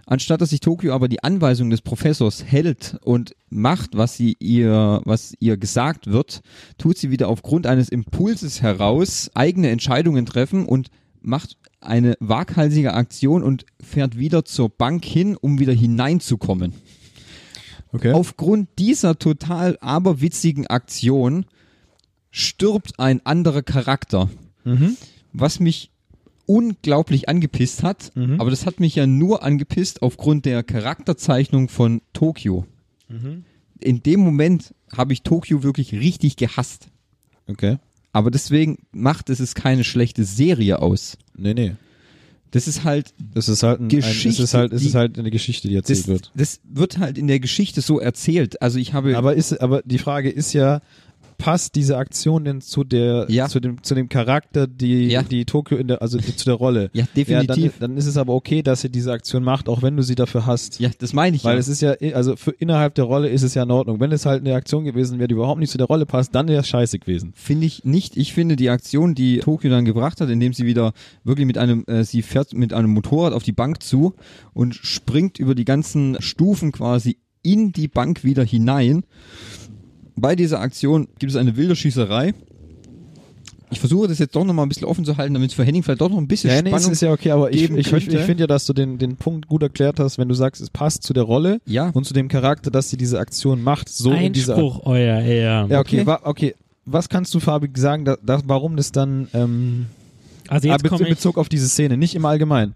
Anstatt dass sich Tokio aber die Anweisung des Professors hält und macht, was sie ihr, was ihr gesagt wird, tut sie wieder aufgrund eines Impulses heraus eigene Entscheidungen treffen und macht eine waghalsige Aktion und fährt wieder zur Bank hin, um wieder hineinzukommen.
Okay.
Aufgrund dieser total aberwitzigen Aktion stirbt ein anderer Charakter,
Mhm.
was mich unglaublich angepisst hat,
Mhm.
aber das hat mich ja nur angepisst aufgrund der Charakterzeichnung von Tokio.
Mhm.
In dem Moment habe ich Tokio wirklich richtig gehasst.
Okay.
Aber deswegen macht es es keine schlechte Serie aus.
Nee, nee.
Das ist halt
Das ist halt, ein, ein, es
Geschichte,
ist halt, es
die-
ist halt eine Geschichte, die erzählt
das,
wird.
das wird halt in der Geschichte so erzählt. Also ich habe
Aber ist, aber die Frage ist ja, passt diese Aktion denn zu der,
Ja.
zu dem, zu dem Charakter, die,
Ja.
die Tokio in der, also die, zu der Rolle?
Ja, definitiv.
dann, dann ist es aber okay, dass sie diese Aktion macht, auch wenn du sie dafür hast.
ja, das meine ich.
Weil
ja.
es ist ja, also für innerhalb der Rolle ist es ja in Ordnung. Wenn es halt eine Aktion gewesen wäre, die überhaupt nicht zu der Rolle passt, dann wäre es scheiße gewesen.
Finde ich nicht. Ich finde die Aktion, die Tokio dann gebracht hat, indem sie wieder wirklich mit einem, äh, sie fährt mit einem Motorrad auf die Bank zu und springt über die ganzen Stufen quasi in die Bank wieder hinein. Bei dieser Aktion gibt es eine wilde Schießerei. Ich versuche das jetzt doch nochmal ein bisschen offen zu halten, damit es für Henning vielleicht doch noch ein bisschen
Ja, nee, es
Spannung
ist ja okay, aber ich,
geben
ich, ich, ich
könnte.
finde ja, dass du den, den Punkt gut erklärt hast, wenn du sagst, es passt zu der Rolle
Ja.
und zu dem Charakter, dass sie diese Aktion macht, so in dieser
Einspruch, euer Ehr.
Ja, okay,
Okay.
wa okay. Was kannst du, Fabi, sagen, da, da, warum das dann ähm,
Also
ah,
jetzt
bez
komme
in
ich,
Bezug auf diese Szene, nicht im Allgemeinen?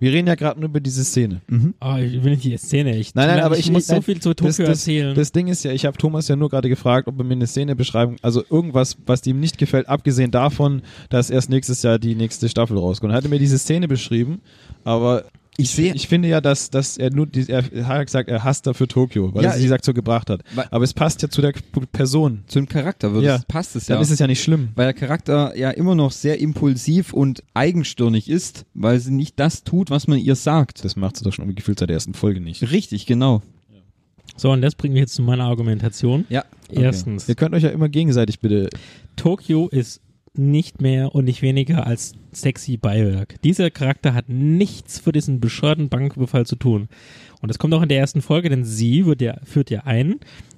Wir reden ja gerade nur über diese Szene.
oh, ich will nicht die Szene. Ich,
Nein, nein, aber ich,
muss
nein,
so viel zu Tokio
das, das,
erzählen.
Das Ding ist ja, ich habe Thomas ja nur gerade gefragt, ob er mir eine Szenebeschreibung, also irgendwas, was ihm nicht gefällt, abgesehen davon, dass erst nächstes Jahr die nächste Staffel rauskommt. Er hatte mir diese Szene beschrieben, aber
Ich sehe
ich finde ja, dass, dass er nur, die, er hat gesagt, er hasst dafür Tokio, weil
Ja,
er sie, wie
ich-
gesagt, so gebracht hat.
Weil-
Aber es passt ja zu der Person.
zu dem Charakter, würde
Ja.
es, passt es
Dann
ja.
ist es ja nicht schlimm.
weil der Charakter ja immer noch sehr impulsiv und eigenstirnig ist, weil sie nicht das tut, was man ihr sagt.
Das macht sie doch schon gefühlt seit der ersten Folge nicht.
Richtig, genau.
so, und das bringt mich jetzt zu meiner Argumentation.
Ja.
Erstens,
Ihr könnt euch ja immer gegenseitig bitte.
Tokio ist nicht mehr und nicht weniger als sexy Beiwerk. Dieser Charakter hat nichts für diesen bescheuerten Banküberfall zu tun. Und das kommt auch in der ersten Folge, denn sie wird ja, führt ja ein,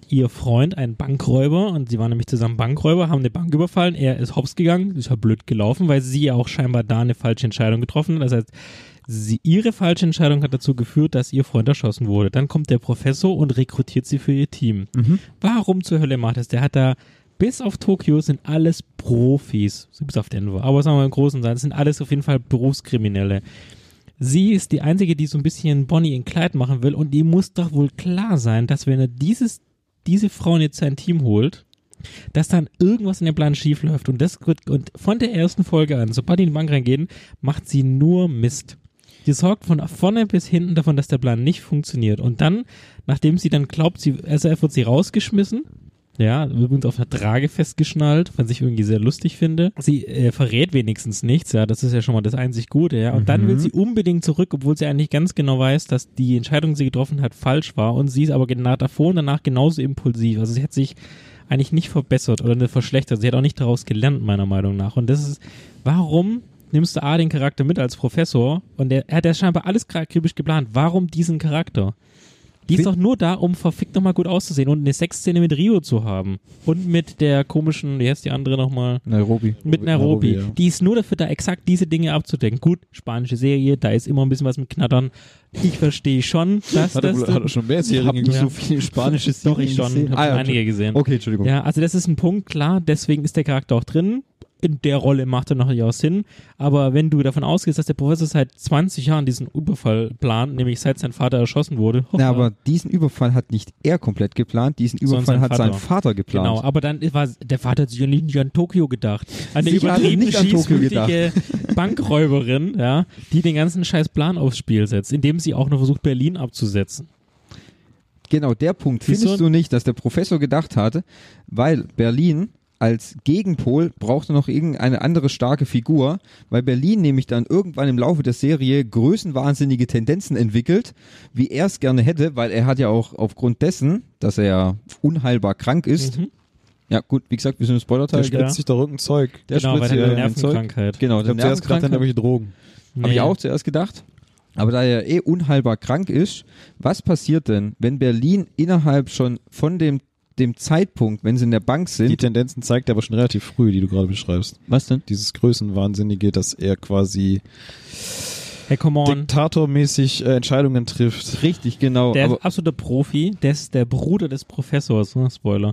ihr Freund, ein Bankräuber, und sie waren nämlich zusammen Bankräuber, haben eine Bank überfallen, er ist hops gegangen, ist ja blöd gelaufen, weil sie ja auch scheinbar da eine falsche Entscheidung getroffen hat. Das heißt, sie, ihre falsche Entscheidung hat dazu geführt, dass ihr Freund erschossen wurde. Dann kommt der Professor und rekrutiert sie für ihr Team. Warum zur Hölle macht das? Der hat da bis auf Tokio sind alles Profis, so bis auf Denver, aber sagen wir mal im Großen und Ganzen, sind alles auf jeden Fall Berufskriminelle. Sie ist die Einzige, die so ein bisschen Bonnie in Kleid machen will und die muss doch wohl klar sein, dass wenn er dieses, diese Frauen jetzt sein Team holt, dass dann irgendwas in dem Plan schief läuft und das wird, und von der ersten Folge an, sobald die in die Bank reingehen, macht sie nur Mist. Die sorgt von vorne bis hinten davon, dass der Plan nicht funktioniert und dann, nachdem sie dann glaubt, sie, SRF wird sie rausgeschmissen, ja, übrigens auf einer Trage festgeschnallt, was ich irgendwie sehr lustig finde. Sie äh, verrät wenigstens nichts, ja, das ist ja schon mal das einzig Gute, ja. Und dann will sie unbedingt zurück, obwohl sie eigentlich ganz genau weiß, dass die Entscheidung, die sie getroffen hat, falsch war. Und sie ist aber genau davor und danach genauso impulsiv. Also sie hat sich eigentlich nicht verbessert oder nicht verschlechtert. Sie hat auch nicht daraus gelernt, meiner Meinung nach. Und das ist, warum nimmst du A den Charakter mit als Professor und der, er hat ja scheinbar alles akribisch geplant. Warum diesen Charakter? Die ist
Fin-
doch nur da, um verfickt nochmal gut auszusehen und eine Sexszene mit Rio zu haben. Und mit der komischen, wie heißt die andere nochmal?
Nairobi.
Mit Nairobi.
Nairobi, ja.
Die ist nur dafür da, exakt diese Dinge abzudecken. Gut, spanische Serie, da ist immer ein bisschen was mit Knattern. Ich verstehe schon, dass
Hat er,
das...
wohl- hat er schon mehrjährige
nicht Ja. so
viele
spanische Doch, ich schon. Hab schon einige gesehen.
Ah, Okay, Entschuldigung.
Ja, also das ist ein Punkt, klar, deswegen ist der Charakter auch drin. in der Rolle macht er noch durchaus Sinn. Aber wenn du davon ausgehst, dass der Professor seit 20 Jahren diesen Überfall plant, nämlich seit sein Vater erschossen wurde.
Na, aber diesen Überfall hat nicht er komplett geplant, diesen
Sondern
Überfall
sein
hat sein
Vater.
Vater geplant.
Genau, aber dann war der Vater hat sich ja nicht an Tokio gedacht. An eine
Sicher hat er
übertrieben
nicht an Tokio
schießmütige Bankräuberin, ja, die den ganzen scheiß Plan aufs Spiel setzt, indem sie auch noch versucht, Berlin abzusetzen.
Genau, der Punkt
Siehst
findest
du?
du nicht, dass der Professor gedacht hatte, weil Berlin als Gegenpol brauchte noch irgendeine andere starke Figur, weil Berlin nämlich dann irgendwann im Laufe der Serie größenwahnsinnige Tendenzen entwickelt, wie er es gerne hätte, weil er hat ja auch aufgrund dessen, dass er ja unheilbar krank ist.
Mhm.
Ja, gut, wie gesagt, wir sind im
Der
Spoilerteil.
Ja.
spritzt sich da irgendein Zeug.
Der
genau, weil
spritzt
er
ihr
eine
ein äh, Zeug.
Nervenkrankheit.
Genau,
Ich habe zuerst gedacht, dann
Nervenkranke.
habe ich Drogen.
Habe ich
Nee.
auch zuerst gedacht. Aber da er eh unheilbar krank ist, was passiert denn, wenn Berlin innerhalb schon von dem, dem Zeitpunkt, wenn sie in der Bank
Die
sind,
Tendenzen zeigt er aber schon relativ früh, die du gerade beschreibst.
was denn?
Dieses Größenwahnsinnige, dass er quasi
Hey, come on.
diktatormäßig äh, Entscheidungen trifft.
Richtig, genau.
Der
aber
ist absoluter Profi, der ist der Bruder des Professors, ne? Spoiler.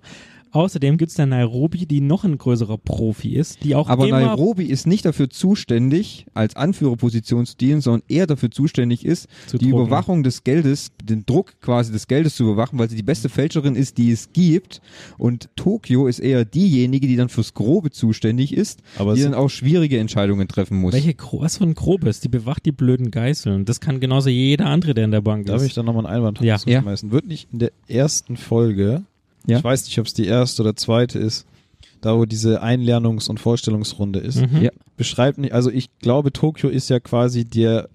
Außerdem gibt es da Nairobi, die noch ein größerer Profi ist, die auch
aber
immer
Nairobi ist nicht dafür zuständig, als Anführerposition zu dienen, sondern eher dafür zuständig ist,
Zu
die
drucken.
Überwachung des Geldes, den Druck quasi des Geldes zu überwachen, weil sie die beste Fälscherin ist, die es gibt. Und Tokio ist eher diejenige, die dann fürs Grobe zuständig ist,
Aber
die
es-
dann auch schwierige Entscheidungen treffen muss.
Welche Gro was für ein Grobes? Die bewacht die blöden Geißeln. Das kann genauso jeder andere, der in der Bank
Darf ich
ist.
da nochmal einen Einwand
Ja.
Ja.
schmeißen? Wird nicht in der ersten Folge,
Ja.
ich weiß nicht, ob es die erste oder zweite ist, da wo diese Einlernungs- und Vorstellungsrunde ist,
Mhm.
Ja.
beschreibt nicht, also ich glaube, Tokio ist ja quasi der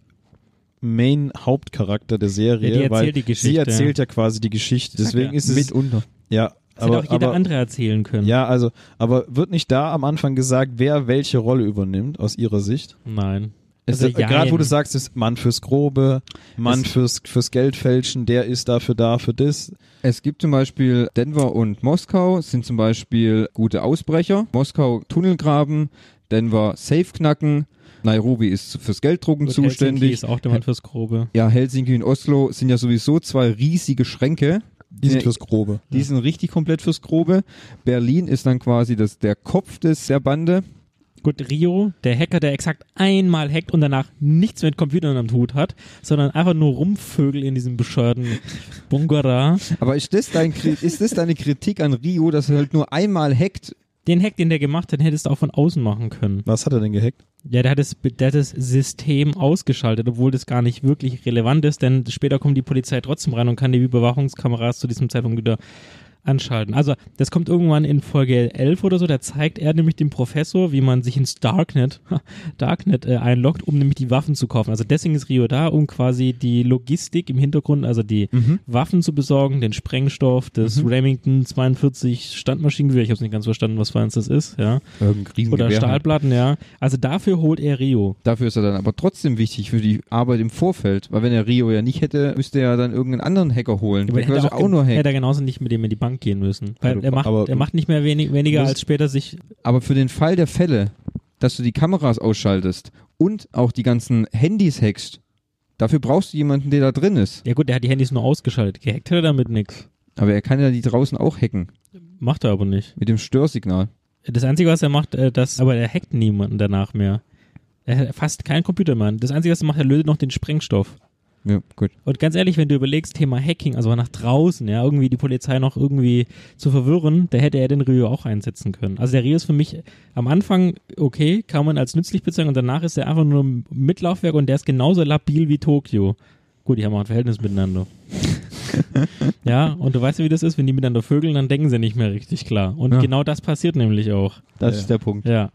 Main-Hauptcharakter der Serie,
Ja, die erzählt
weil
die Geschichte.
sie erzählt ja quasi die Geschichte. Deswegen
ja.
ist es
Mitunter.
ja,
Das hätte
aber,
auch jeder
aber
andere erzählen können.
ja, also, aber wird nicht da am Anfang gesagt, wer welche Rolle übernimmt aus ihrer Sicht?
Nein.
Also
Also
Gerade wo
jein.
du sagst, ist Mann fürs Grobe, Mann
Es-
fürs, fürs Geldfälschen, der ist dafür da, für das.
Es gibt zum Beispiel Denver und Moskau sind zum Beispiel gute Ausbrecher. Moskau Tunnelgraben, Denver Safe knacken, Nairobi ist fürs Gelddrucken
Gut, Helsinki
zuständig.
ist auch jemand fürs Grobe.
Ja, Helsinki und Oslo sind ja sowieso zwei riesige Schränke.
Die sind fürs Grobe.
Die sind richtig komplett fürs Grobe. Berlin ist dann quasi das, der Kopf des, der Bande.
Gut, Rio, der Hacker, der exakt einmal hackt und danach nichts mit Computern am Hut hat, sondern einfach nur rumvögel in diesem bescheuerten Bungara.
Aber ist das, dein, Kri- ist das deine Kritik an Rio, dass er halt nur einmal hackt?
Den Hack, den der gemacht hat, hättest du auch von außen machen können.
Was hat er denn gehackt?
Ja, der hat, das, der hat das System ausgeschaltet, obwohl das gar nicht wirklich relevant ist, denn später kommt die Polizei trotzdem rein und kann die Überwachungskameras zu diesem Zeitpunkt wieder anschalten. Also, das kommt irgendwann in Folge 11 oder so, da zeigt er nämlich dem Professor, wie man sich ins Darknet, Darknet äh, einloggt, um nämlich die Waffen zu kaufen. Also deswegen ist Rio da, um quasi die Logistik im Hintergrund, also die Waffen zu besorgen, den Sprengstoff, das Remington 42 Standmaschinengewehr, ich habe es nicht ganz verstanden, was für eins das ist, ja.
Irgendein Riesengewehr.
Oder
halt.
Stahlplatten, ja. Also dafür holt er Rio.
Dafür ist er dann aber trotzdem wichtig für die Arbeit im Vorfeld, weil wenn er Rio ja nicht hätte, müsste er dann irgendeinen anderen Hacker holen.
Aber
Der
hätte
könnte auch, nur
hätte
hacken.
er genauso nicht mit dem in die Bank gehen müssen. Weil
Ja, du-
er, macht,
aber
er
du-
macht nicht mehr wenig, weniger,
musst-
als später sich.
Aber für den Fall der Fälle, dass du die Kameras ausschaltest und auch die ganzen Handys hackst, dafür brauchst du jemanden, der da drin ist.
Ja, gut, er hat die Handys nur ausgeschaltet. Gehackt hat er damit nichts.
Aber er kann ja die draußen auch hacken
Macht er aber nicht.
mit dem Störsignal.
Das Einzige, was er macht, äh, das. Aber er hackt niemanden danach mehr. Er hat fast keinen Computer mehr. Das Einzige, was er macht, er lötet noch den Sprengstoff.
Ja, gut.
Und ganz ehrlich, wenn du überlegst, Thema Hacking, also nach draußen, ja, irgendwie die Polizei noch irgendwie zu verwirren, da hätte er den Rio auch einsetzen können. Also der Rio ist für mich am Anfang okay, kann man als nützlich bezeichnen und danach ist er einfach nur ein Mitlaufwerk und der ist genauso labil wie Tokio. Gut, die haben auch ein Verhältnis miteinander. ja, und du weißt ja, wie das ist, wenn die miteinander vögeln, dann denken sie nicht mehr richtig klar. Und
Ja.
genau das passiert nämlich auch.
Das
Ja.
ist der Punkt.
Ja.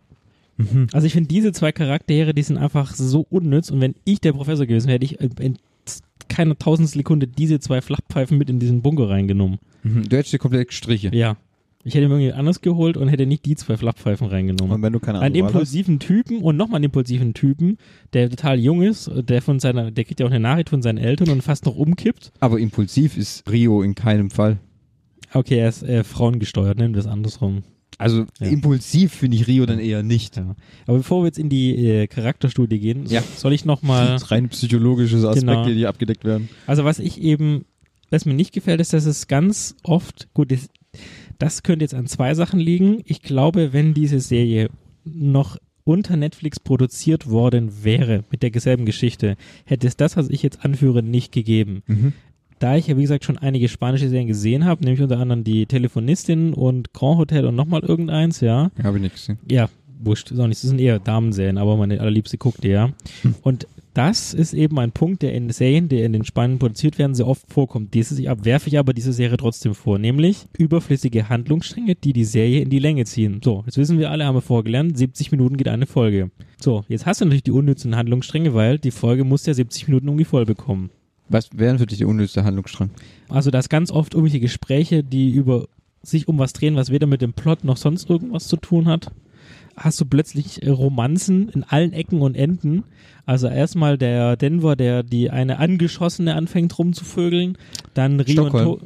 Also ich finde diese zwei Charaktere, die sind einfach so unnütz und wenn ich der Professor gewesen wäre, hätte ich äh, in- in keiner Tausendsekunde diese zwei Flachpfeifen mit in diesen Bunker reingenommen.
Mhm. Du hättest dir komplett Striche.
Ja. Ich hätte mir irgendwie anders geholt und hätte nicht die zwei Flachpfeifen reingenommen.
Und wenn du keine
Einen
andere Wahl hast,
impulsiven Typen und nochmal einen impulsiven Typen, der total jung ist, der von seiner, der kriegt ja auch eine Nachricht von seinen Eltern und fast noch umkippt.
Aber impulsiv ist Rio in keinem Fall.
Okay, er ist äh, frauengesteuert, nennen wir es andersrum.
Also
Ja.
impulsiv finde ich Rio dann eher nicht.
Ja. Aber bevor wir jetzt in die äh, Charakterstudie gehen,
Ja.
soll ich nochmal
das rein psychologische Aspekte,
Genau.
die abgedeckt werden.
Also was ich eben, was mir nicht gefällt, ist, dass es ganz oft, gut, das, das könnte jetzt an zwei Sachen liegen. Ich glaube, wenn diese Serie noch unter Netflix produziert worden wäre mit der selben Geschichte, hätte es das, was ich jetzt anführe, nicht gegeben. Da ich ja, wie gesagt, schon einige spanische Serien gesehen habe, nämlich unter anderem die Telefonistin und Grand Hotel und nochmal irgendeins, ja.
Habe ich nicht gesehen.
Ja, wurscht, ist auch nicht. Das sind eher Damenserien, aber meine allerliebste guckt die, ja. Und das ist eben ein Punkt, der in Serien, die in den Spanien produziert werden, sehr oft vorkommt. Dieses ab- werfe ich aber diese Serie trotzdem vor, nämlich überflüssige Handlungsstränge, die die Serie in die Länge ziehen. So, jetzt wissen wir alle, haben wir vorgelernt, 70 Minuten geht eine Folge. So, jetzt hast du natürlich die unnützen Handlungsstränge, weil die Folge muss ja 70 Minuten um irgendwie voll bekommen.
Was wären für dich der unnützte Handlungsstrang?
Also da ist ganz oft irgendwelche Gespräche, die über sich um was drehen, was weder mit dem Plot noch sonst irgendwas zu tun hat. Hast du plötzlich äh, Romanzen in allen Ecken und Enden. Also erstmal der Denver, der die eine angeschossene anfängt rumzuvögeln, dann Rio
Stockholm.
und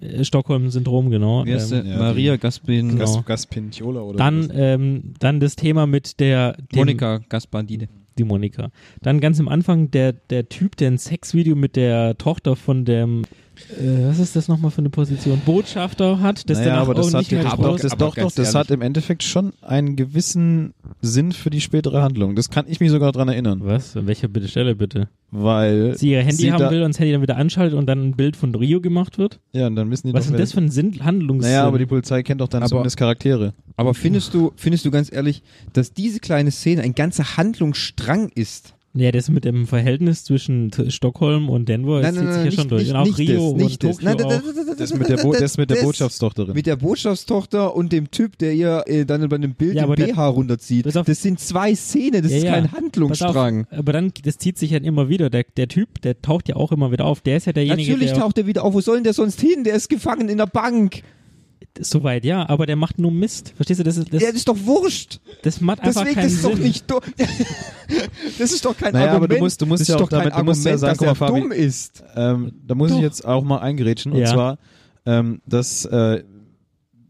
to äh, Stockholm-Syndrom, genau.
Wie heißt
Ähm,
sie?
ja,
Maria Gaspin,
Genau.
Gas, Gaspinola oder
dann, ähm, dann das Thema mit der dem-
Monika Gaspardine.
die Monika. Dann ganz am Anfang der, der Typ, der ein Sexvideo mit der Tochter von dem, äh, was ist das nochmal für eine Position, Botschafter hat, das
naja,
danach
aber das
auch
hat
nicht mehr
ja-
aber-
doch,
raus.
das,
aber
doch,
ganz
doch, das hat
ehrlich.
im Endeffekt schon einen gewissen Sinn für die spätere Handlung. Das kann ich mich sogar dran erinnern,
Was? An welcher bitte Stelle bitte?
weil
Sie ihr Handy
sie
haben
da-
will und das Handy dann wieder anschaltet und dann ein Bild von Rio gemacht wird?
ja, und dann wissen die
Was ist
doch,
denn
wer-
das für ein Sinn, Handlungssinn?
Naja, aber die Polizei kennt doch dann
Aber-
zumindest Charaktere.
Aber findest du, findest du ganz ehrlich, dass diese kleine Szene ein ganzer Handlungsstrang ist?
ja, das mit dem Verhältnis zwischen T- Stockholm und Denver, das zieht sich ja
nicht-
schon durch.
nicht-
und auch
nicht
Rio
das, nicht
und
das. Nein,
Tokio auch.
Das mit der, Bo das mit der
das-
Botschaftstochterin.
Mit der Botschaftstochter und dem Typ, der ihr äh, dann bei einem Bild
Ja,
den
aber der-
BH runterzieht.
Pass auf.
Das sind zwei Szenen, das
Ja,
ist
ja.
kein
Pass auf.
Handlungsstrang.
Aber dann, das zieht sich ja immer wieder. Der, der Typ, der taucht ja auch immer wieder auf. Der ist ja derjenige,
Natürlich
der...
taucht er wieder auf. Wo soll denn der sonst hin? Der ist gefangen in der Bank.
Soweit, ja, aber der macht nur Mist. Verstehst du, das, ist, das,
Ja, das ist doch wurscht.
das macht einfach
Deswegen
keinen
das ist
Sinn.
doch nicht dumm. das ist doch kein
Naja, aber
Argument.
du musst- du musst
das
ja
ist
auch
doch kein
damit- du musst ja
Argument, dass
sagen,
er
guck mal, Fabi-
dumm ist.
Ähm, da muss
Doch.
ich jetzt auch mal eingrätschen. Und
Ja.
zwar, ähm, dass äh,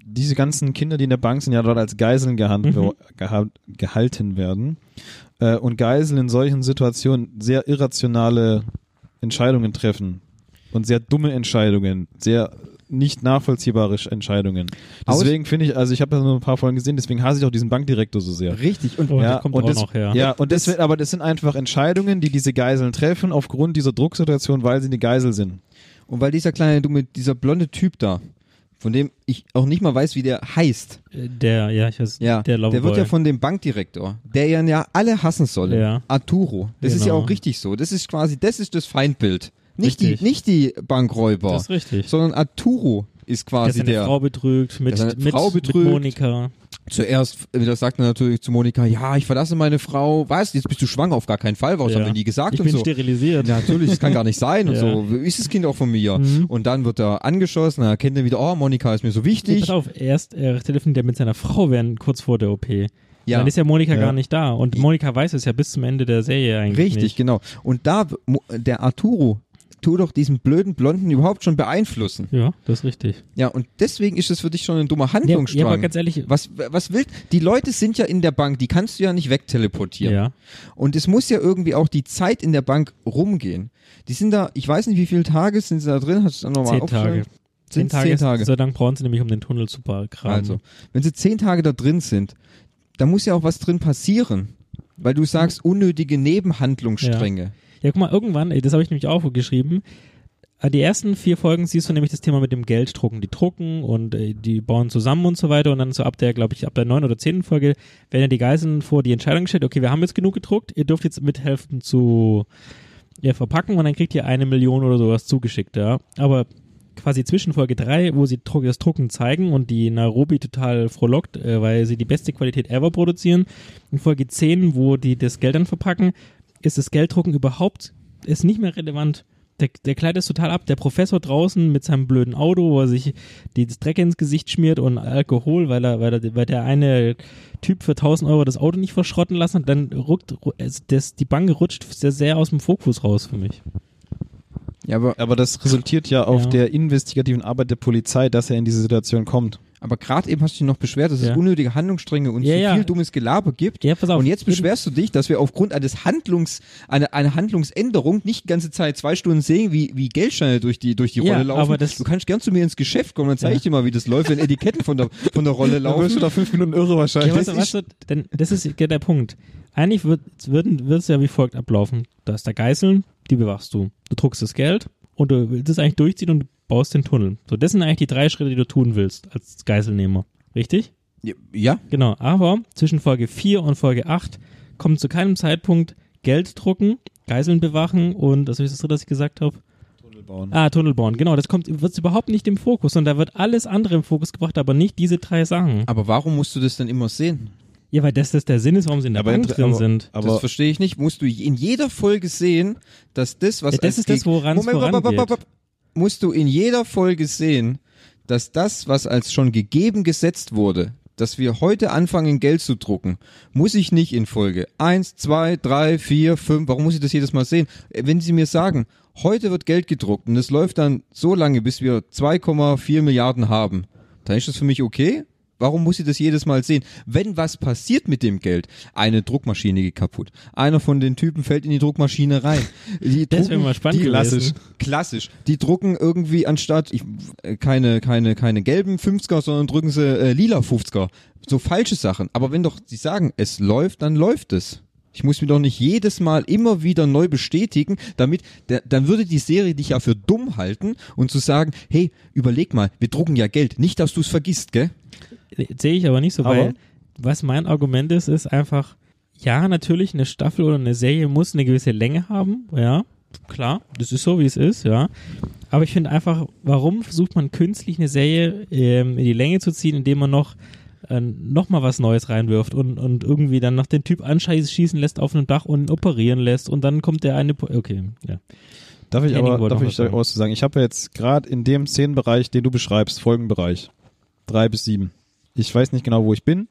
diese ganzen Kinder, die in der Bank sind, ja dort als Geiseln gehand-
Mhm.
geha gehalten werden. Äh, und Geiseln in solchen Situationen sehr irrationale Entscheidungen treffen. Und sehr dumme Entscheidungen. Sehr nicht nachvollziehbare Sch- Entscheidungen.
Aus-
Deswegen finde ich, also ich habe ja nur ein paar Folgen gesehen, deswegen hasse ich auch diesen Bankdirektor so sehr.
Richtig. Und
Oh,
ja,
das kommt
und
auch
das-
noch her.
Ja, und das, wird- aber das sind einfach Entscheidungen, die diese Geiseln treffen aufgrund dieser Drucksituation, weil sie eine Geisel sind.
Und weil dieser kleine dumme, dieser blonde Typ da, von dem ich auch nicht mal weiß, wie der heißt,
Der, ja, ich weiß,
ja,
der
der,
Loverboy.
wird ja von dem Bankdirektor, der ihn ja alle hassen soll,
Ja.
Arturo. Das ist ja
Genau.
auch richtig so. Das ist quasi, das ist das Feindbild. Nicht, die,
Richtig.
nicht die Bankräuber,
Das ist richtig.
sondern Arturo ist
der
quasi
seine
der.
Frau betrügt, mit,
Der seine
mit,
Frau
mit
betrügt.
Monika.
Zuerst, äh, das sagt er natürlich zu Monika, ja, ich verlasse meine Frau. Was? Jetzt bist du schwanger auf gar keinen Fall. Was
ja.
haben wir nie gesagt
Ich
und
bin
so?
sterilisiert.
Ja, natürlich, das kann gar nicht sein und
Ja.
so. Ist das Kind auch von mir?
Mhm.
Und dann wird er angeschossen, dann erkennt er wieder, oh, Monika ist mir so
Nee,
wichtig.
pass auf, erst äh, telefoniert er mit seiner Frau während kurz vor der OP.
Ja.
Dann ist ja Monika
Ja.
gar nicht da. Und Monika weiß es ja bis zum Ende der Serie eigentlich.
Richtig,
Nicht.
genau. Und da, Mo- der Arturo, tu doch diesen blöden Blonden überhaupt schon beeinflussen.
Ja, das ist richtig.
Ja, und deswegen ist es für dich schon ein dummer
Ja,
Handlungsstrang.
ja, aber ganz ehrlich,
was, was will, die Leute sind ja in der Bank, die kannst du ja nicht wegteleportieren.
ja.
Und es muss ja irgendwie auch die Zeit in der Bank rumgehen. Die sind da, ich weiß nicht, wie viele Tage sind sie da drin, hast du dann nochmal
Zehn Tage.
aufgeschrieben? Sind zehn
ist-
Tage.
Gott sei Dank brauchen sie nämlich, um den Tunnel zu kramen.
Also, wenn sie zehn Tage da drin sind, da muss ja auch was drin passieren. Weil du sagst, unnötige Nebenhandlungsstränge.
Ja, guck mal, irgendwann, ey, das habe ich nämlich auch geschrieben. äh, Die ersten vier Folgen siehst du nämlich das Thema mit dem Geld drucken. Die drucken und äh, die bauen zusammen und so weiter. Und dann so ab der, glaube ich, ab der neun oder zehnten Folge werden ja die Geiseln vor die Entscheidung gestellt, okay, wir haben jetzt genug gedruckt, ihr dürft jetzt mithelfen zu ja, verpacken und dann kriegt ihr eine Million oder sowas zugeschickt, ja. Aber quasi zwischen Folge drei, wo sie Druck- das Drucken zeigen und die Nairobi total frohlockt, äh, weil sie die beste Qualität ever produzieren, in Folge 10, wo die das Geld dann verpacken, ist das Gelddrucken überhaupt ist nicht mehr relevant. Der, der kleidet es total ab. Der Professor draußen mit seinem blöden Auto, wo er sich die das Dreck ins Gesicht schmiert und Alkohol, weil er, weil, er, weil der eine Typ für 1000 Euro das Auto nicht verschrotten lassen hat, dann ruckt ru- es- das, die Bank rutscht sehr, sehr aus dem Fokus raus für mich.
Ja, aber
Aber das resultiert ja auf
Ja.
der investigativen Arbeit der Polizei, dass er in diese Situation kommt.
Aber gerade eben hast du dich noch beschwert, dass
Ja.
es unnötige Handlungsstränge und
Ja,
so
ja.
viel dummes Gelaber gibt.
Ja, pass auf.
und jetzt
Eben-
beschwerst du dich, dass wir aufgrund eines Handlungs, einer, einer Handlungsänderung nicht die ganze Zeit zwei Stunden sehen, wie, wie Geldscheine durch die, durch die
Ja,
Rolle laufen.
aber das-
du kannst gern zu mir ins Geschäft kommen, dann zeige
Ja.
ich dir mal, wie das läuft, wenn Etiketten von der, von der Rolle
Dann wirst
laufen.
du da fünf Minuten irre wahrscheinlich.
Ja, weißt du, weißt du, denn das ist ja der Punkt. Eigentlich wird es ja wie folgt ablaufen. Du hast da Geißeln, die bewachst du. Du druckst das Geld und du willst es eigentlich durchziehen und du baust den Tunnel. So, das sind eigentlich die drei Schritte, die du tun willst als Geiselnehmer. Richtig?
Ja,
Genau. Aber zwischen Folge 4 und Folge 8 kommt zu keinem Zeitpunkt Geld drucken, Geiseln bewachen und das ist das dritte, was ich gesagt habe.
bauen.
Ah, Tunnel bauen, genau. Das kommt, wird überhaupt nicht im Fokus und da wird alles andere im Fokus gebracht, aber nicht diese drei Sachen.
aber warum musst du das dann immer sehen?
Ja, weil das, das der Sinn ist, warum sie in der
Aber
Bank
inter-
drin
aber-
sind.
das
Aber
verstehe ich nicht. Musst du in jeder Folge sehen, dass das, was
Ja, das
als
ist das,
Geg-
woran's
Moment, wop, wop, wop,
vorangeht.
wop. musst du in jeder Folge sehen, dass das, was als schon gegeben gesetzt wurde, dass wir heute anfangen, Geld zu drucken, muss ich nicht in Folge 1, 2, 3, 4, 5, warum muss ich das jedes Mal sehen? Äh, Wenn Sie mir sagen, heute wird Geld gedruckt und es läuft dann so lange, bis wir 2,4 Milliarden haben, dann ist das für mich okay. Warum muss ich das jedes Mal sehen? Wenn was passiert mit dem Geld, eine Druckmaschine geht kaputt. Einer von den Typen fällt in die Druckmaschine rein. Die
Das wäre
drucken-
mal spannend
die-
gewesen.
Klassisch. Die drucken irgendwie anstatt ich, äh, keine, keine, keine gelben 50er, sondern drücken sie äh, lila 50er. So falsche Sachen. Aber wenn doch sie sagen, es läuft, dann läuft es. Ich muss mir doch nicht jedes Mal immer wieder neu bestätigen, damit, da- dann würde die Serie dich ja für dumm halten und zu sagen, hey, überleg mal, wir drucken ja Geld. Nicht, dass du es vergisst, gell?
Sehe ich aber nicht so,
Aber-
weil was mein Argument ist, ist einfach, ja, natürlich, eine Staffel oder eine Serie muss eine gewisse Länge haben, ja, klar, das ist so, wie es ist, ja. Aber ich finde einfach, warum versucht man künstlich eine Serie ähm, in die Länge zu ziehen, indem man noch äh, noch mal was Neues reinwirft und, und irgendwie dann noch den Typ anscheißen schießen lässt auf einem Dach und ihn operieren lässt und dann kommt der eine po okay ja
darf ich
Henning
aber
wollte
darf
noch
ich
was
da
sagen.
was zu sagen? Ich habe ja jetzt gerade in dem Szenenbereich, den du beschreibst, Folgenbereich drei bis sieben. Ich weiß nicht genau, wo ich bin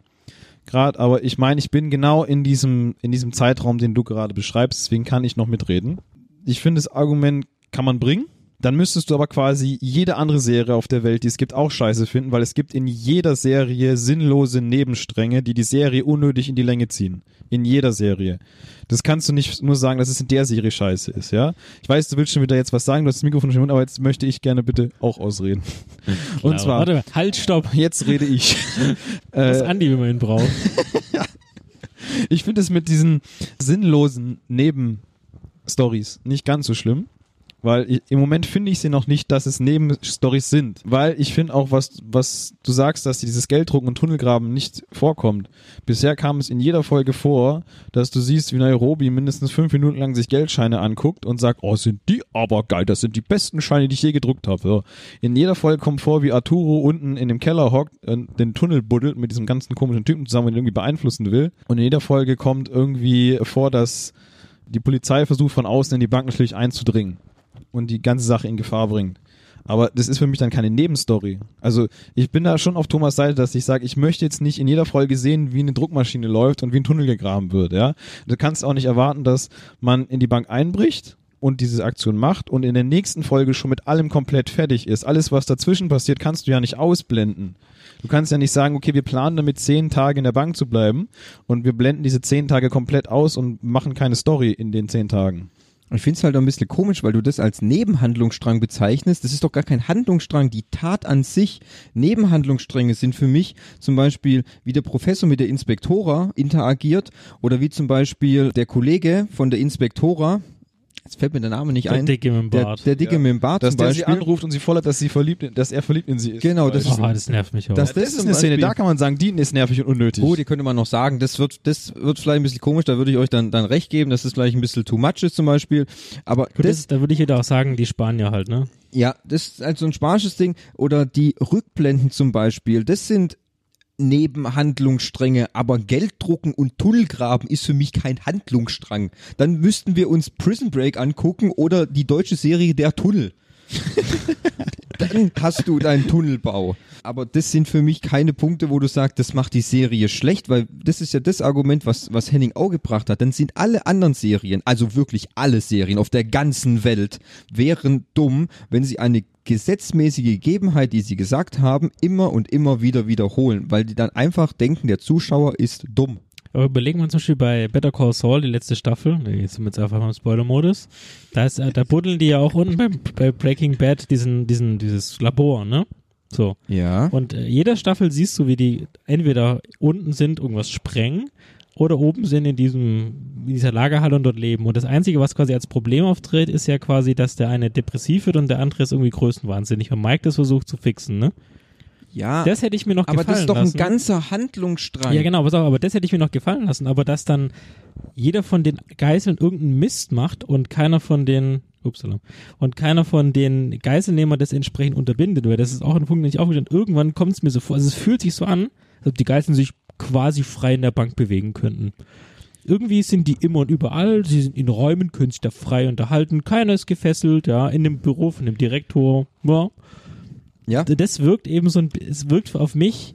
gerade, aber ich meine, ich bin genau in diesem in diesem Zeitraum, den du gerade beschreibst. Deswegen kann ich noch mitreden. Ich finde, das Argument kann man bringen. Dann müsstest du aber quasi jede andere Serie auf der Welt, die es gibt, auch scheiße finden, weil es gibt in jeder Serie sinnlose Nebenstränge, die die Serie unnötig in die Länge ziehen. In jeder Serie. Das kannst du nicht nur sagen, dass es in der Serie scheiße ist, ja? Ich weiß, du willst schon wieder jetzt was sagen, du hast das Mikrofon schon im Mund, aber jetzt möchte ich gerne bitte auch ausreden. Und zwar,
warte mal. halt stopp
jetzt rede ich.
das
Äh,
Andi wenn man ihn braucht
ich finde es mit diesen sinnlosen Nebenstories nicht ganz so schlimm. Weil i- im Moment finde ich sie noch nicht, dass es Nebenstories sind. Weil ich finde auch, was, was du sagst, dass dieses Gelddrucken und Tunnelgraben nicht vorkommt. Bisher kam es in jeder Folge vor, dass du siehst, wie Nairobi mindestens fünf Minuten lang sich Geldscheine anguckt und sagt, oh, sind die aber geil, das sind die besten Scheine, die ich je gedruckt habe. So. In jeder Folge kommt vor, wie Arturo unten in dem Keller hockt, äh, den Tunnel buddelt mit diesem ganzen komischen Typen zusammen, den er irgendwie beeinflussen will. Und in jeder Folge kommt irgendwie vor, dass die Polizei versucht von außen in die Bank natürlich einzudringen und die ganze Sache in Gefahr bringt. Aber das ist für mich dann keine Nebenstory. Also ich bin da schon auf Thomas Seite, dass ich sage, ich möchte jetzt nicht in jeder Folge sehen, wie eine Druckmaschine läuft und wie ein Tunnel gegraben wird. Ja, du kannst auch nicht erwarten, dass man in die Bank einbricht und diese Aktion macht und in der nächsten Folge schon mit allem komplett fertig ist. Alles, was dazwischen passiert, kannst du ja nicht ausblenden. Du kannst ja nicht sagen, okay, wir planen damit zehn Tage in der Bank zu bleiben und wir blenden diese zehn Tage komplett aus und machen keine Story in den zehn Tagen.
Ich finde es halt auch ein bisschen komisch, weil du das als Nebenhandlungsstrang bezeichnest. Das ist doch gar kein Handlungsstrang, die Tat an sich. Nebenhandlungsstränge sind für mich zum Beispiel, wie der Professor mit der Inspektora interagiert oder wie zum Beispiel der Kollege von der Inspektora, jetzt fällt mir der Name nicht
Der
ein,
Dicke mit dem
der,
Bart.
der Dicke
Ja.
mit dem Bart
Dass
zum
der sie
Beispiel.
anruft und sie voll hat, dass sie verliebt, in- dass er verliebt in sie ist.
Genau, das
Weil-
ist-
oh, das nervt mich auch
Das-
das, ist eine Szene, da kann man sagen, die ist nervig und unnötig.
Gut, Oh, die könnte man noch sagen, das wird, das wird vielleicht ein bisschen komisch, da würde ich euch dann, dann recht geben, dass das vielleicht ein bisschen too much ist zum Beispiel. Aber
Gut,
das,
das, da würde ich wieder auch sagen, die Spanier halt, ne?
Ja, das ist halt so ein spanisches Ding. Oder die Rückblenden zum Beispiel. Das sind Nebenhandlungsstränge, aber Gelddrucken und Tunnelgraben ist für mich kein Handlungsstrang. Dann müssten wir uns Prison Break angucken oder die deutsche Serie Der Tunnel. Dann hast du deinen Tunnelbau. Aber das sind für mich keine Punkte, wo du sagst, das macht die Serie schlecht, weil das ist ja das Argument, was, was Henning auch gebracht hat. Dann sind alle anderen Serien, also wirklich alle Serien auf der ganzen Welt, wären dumm, wenn sie eine gesetzmäßige Gegebenheit, die sie gesagt haben, immer und immer wieder wiederholen, weil die dann einfach denken, der Zuschauer ist dumm.
Aber überlegen wir uns zum Beispiel bei Better Call Saul, die letzte Staffel, nee, jetzt sind wir jetzt einfach mal im Spoiler-Modus, da, ist, äh, da buddeln die ja auch unten bei, bei Breaking Bad diesen, diesen, dieses Labor, ne? So.
Ja.
Und äh, jeder Staffel siehst du, wie die entweder unten sind, irgendwas sprengen, oder oben sind in diesem, in dieser Lagerhalle und dort leben. Und das Einzige, was quasi als Problem auftritt, ist ja quasi, dass der eine depressiv wird und der andere ist irgendwie größenwahnsinnig. Und Mike das versucht zu fixen, ne?
Ja.
Das hätte ich mir noch
aber
gefallen
das ist doch
lassen.
ein ganzer Handlungsstrang.
Ja, genau, pass auf, aber das hätte ich mir noch gefallen lassen. Aber dass dann jeder von den Geiseln irgendeinen Mist macht und keiner von den, upsala, und keiner von den Geiselnehmern das entsprechend unterbindet, weil das ist auch ein Punkt, den ich aufgestellt habe. Irgendwann kommt es mir so vor, also es fühlt sich so an, als ob die Geiseln sich quasi frei in der Bank bewegen könnten. Irgendwie sind die immer und überall, sie sind in Räumen, können sich da frei unterhalten, keiner ist gefesselt, ja, in dem Büro von dem Direktor, ja,
Ja.
das wirkt eben so ein, es wirkt auf mich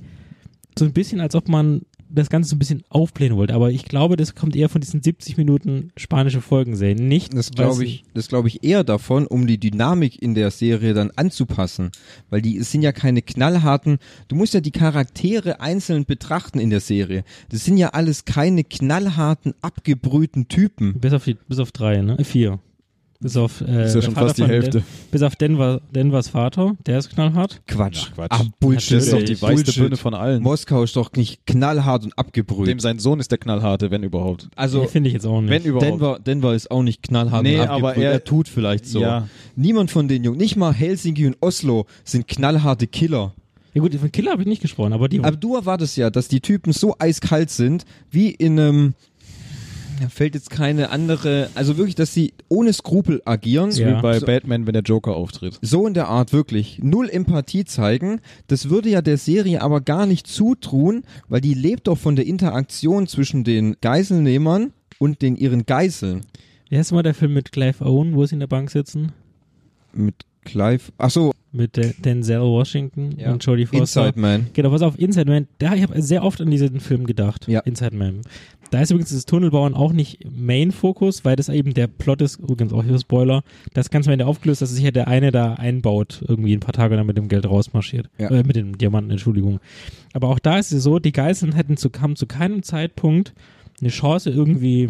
so ein bisschen, als ob man das Ganze so ein bisschen aufblähen wollte. Aber ich glaube, das kommt eher von diesen 70 Minuten spanische Folgen sehen. Nicht,
Das
weil
glaube
sie-
ich, das glaube ich eher davon, um die Dynamik in der Serie dann anzupassen, weil die es sind ja keine knallharten. Du musst ja die Charaktere einzeln betrachten in der Serie. Das sind ja alles keine knallharten abgebrühten Typen.
Bis auf, die, bis auf drei, ne? Äh, Vier. Bis auf, äh,
Ist ja
der
schon
Vater
fast die
von
Hälfte.
Den, bis auf Denver, Denvers Vater, der ist knallhart.
Quatsch.
Ach, Quatsch.
Ah, Bullshit.
Das ist doch die weiße
Bullshit.
Birne von allen.
Moskau ist doch nicht knallhart und abgebrüht.
Dem sein Sohn ist der Knallharte, wenn überhaupt.
also
Nee, Finde ich jetzt auch nicht.
Wenn überhaupt.
Denver, Denver ist auch nicht knallhart
Nee,
und abgebrüht.
aber er-
tut vielleicht so.
Ja.
Niemand von den Jungen, nicht mal Helsinki und Oslo sind knallharte Killer.
ja gut, von Killer habe ich nicht gesprochen, aber die
Also,
Aber du erwartest ja, dass die Typen so eiskalt sind, wie in einem. Da fällt jetzt keine andere. Also wirklich, dass sie ohne Skrupel agieren.
Ja.
Wie bei
So-
Batman, wenn der Joker auftritt.
So in der Art, wirklich. Null Empathie zeigen. Das würde ja der Serie aber gar nicht zutun, weil die lebt doch von der Interaktion zwischen den Geiselnehmern und den ihren Geiseln.
Wie heißt mal der Film mit Clive Owen, wo sie in der Bank sitzen?
Mit Clive. Ach so,
Mit De Denzel Washington
Ja.
und Jodie Foster.
Inside Man.
Genau, pass auf, Inside Man, da, ich habe sehr oft an diesen Film gedacht,
Ja.
Inside Man. Da ist übrigens das Tunnelbauen auch nicht Main-Fokus, weil das eben der Plot ist, übrigens auch hier Spoiler, das Ganze am Ende aufgelöst, dass sich ja der eine da einbaut, irgendwie ein paar Tage dann mit dem Geld rausmarschiert.
Ja.
Äh, mit dem Diamanten, Entschuldigung. Aber auch da ist es so, die Geiseln hätten zu, haben zu keinem Zeitpunkt eine Chance, irgendwie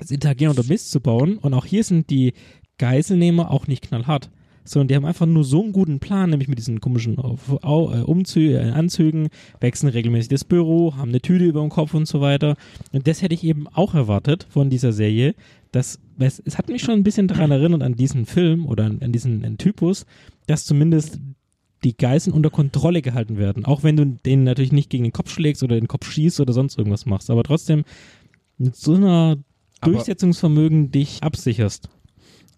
das Interagieren oder Mist zu bauen. Und auch hier sind die Geiselnehmer auch nicht knallhart. Sondern die haben einfach nur so einen guten Plan, nämlich mit diesen komischen Auf- Au- äh, Umzü äh, Anzügen, wechseln regelmäßig das Büro, haben eine Tüte über dem Kopf und so weiter. Und das hätte ich eben auch erwartet von dieser Serie. Dass, es, es hat mich schon ein bisschen daran erinnert, an diesen Film oder an, an diesen an Typus, dass zumindest die Geißeln unter Kontrolle gehalten werden. Auch wenn du denen natürlich nicht gegen den Kopf schlägst oder den Kopf schießt oder sonst irgendwas machst. Aber trotzdem mit so einer
Aber-
Durchsetzungsvermögen dich absicherst.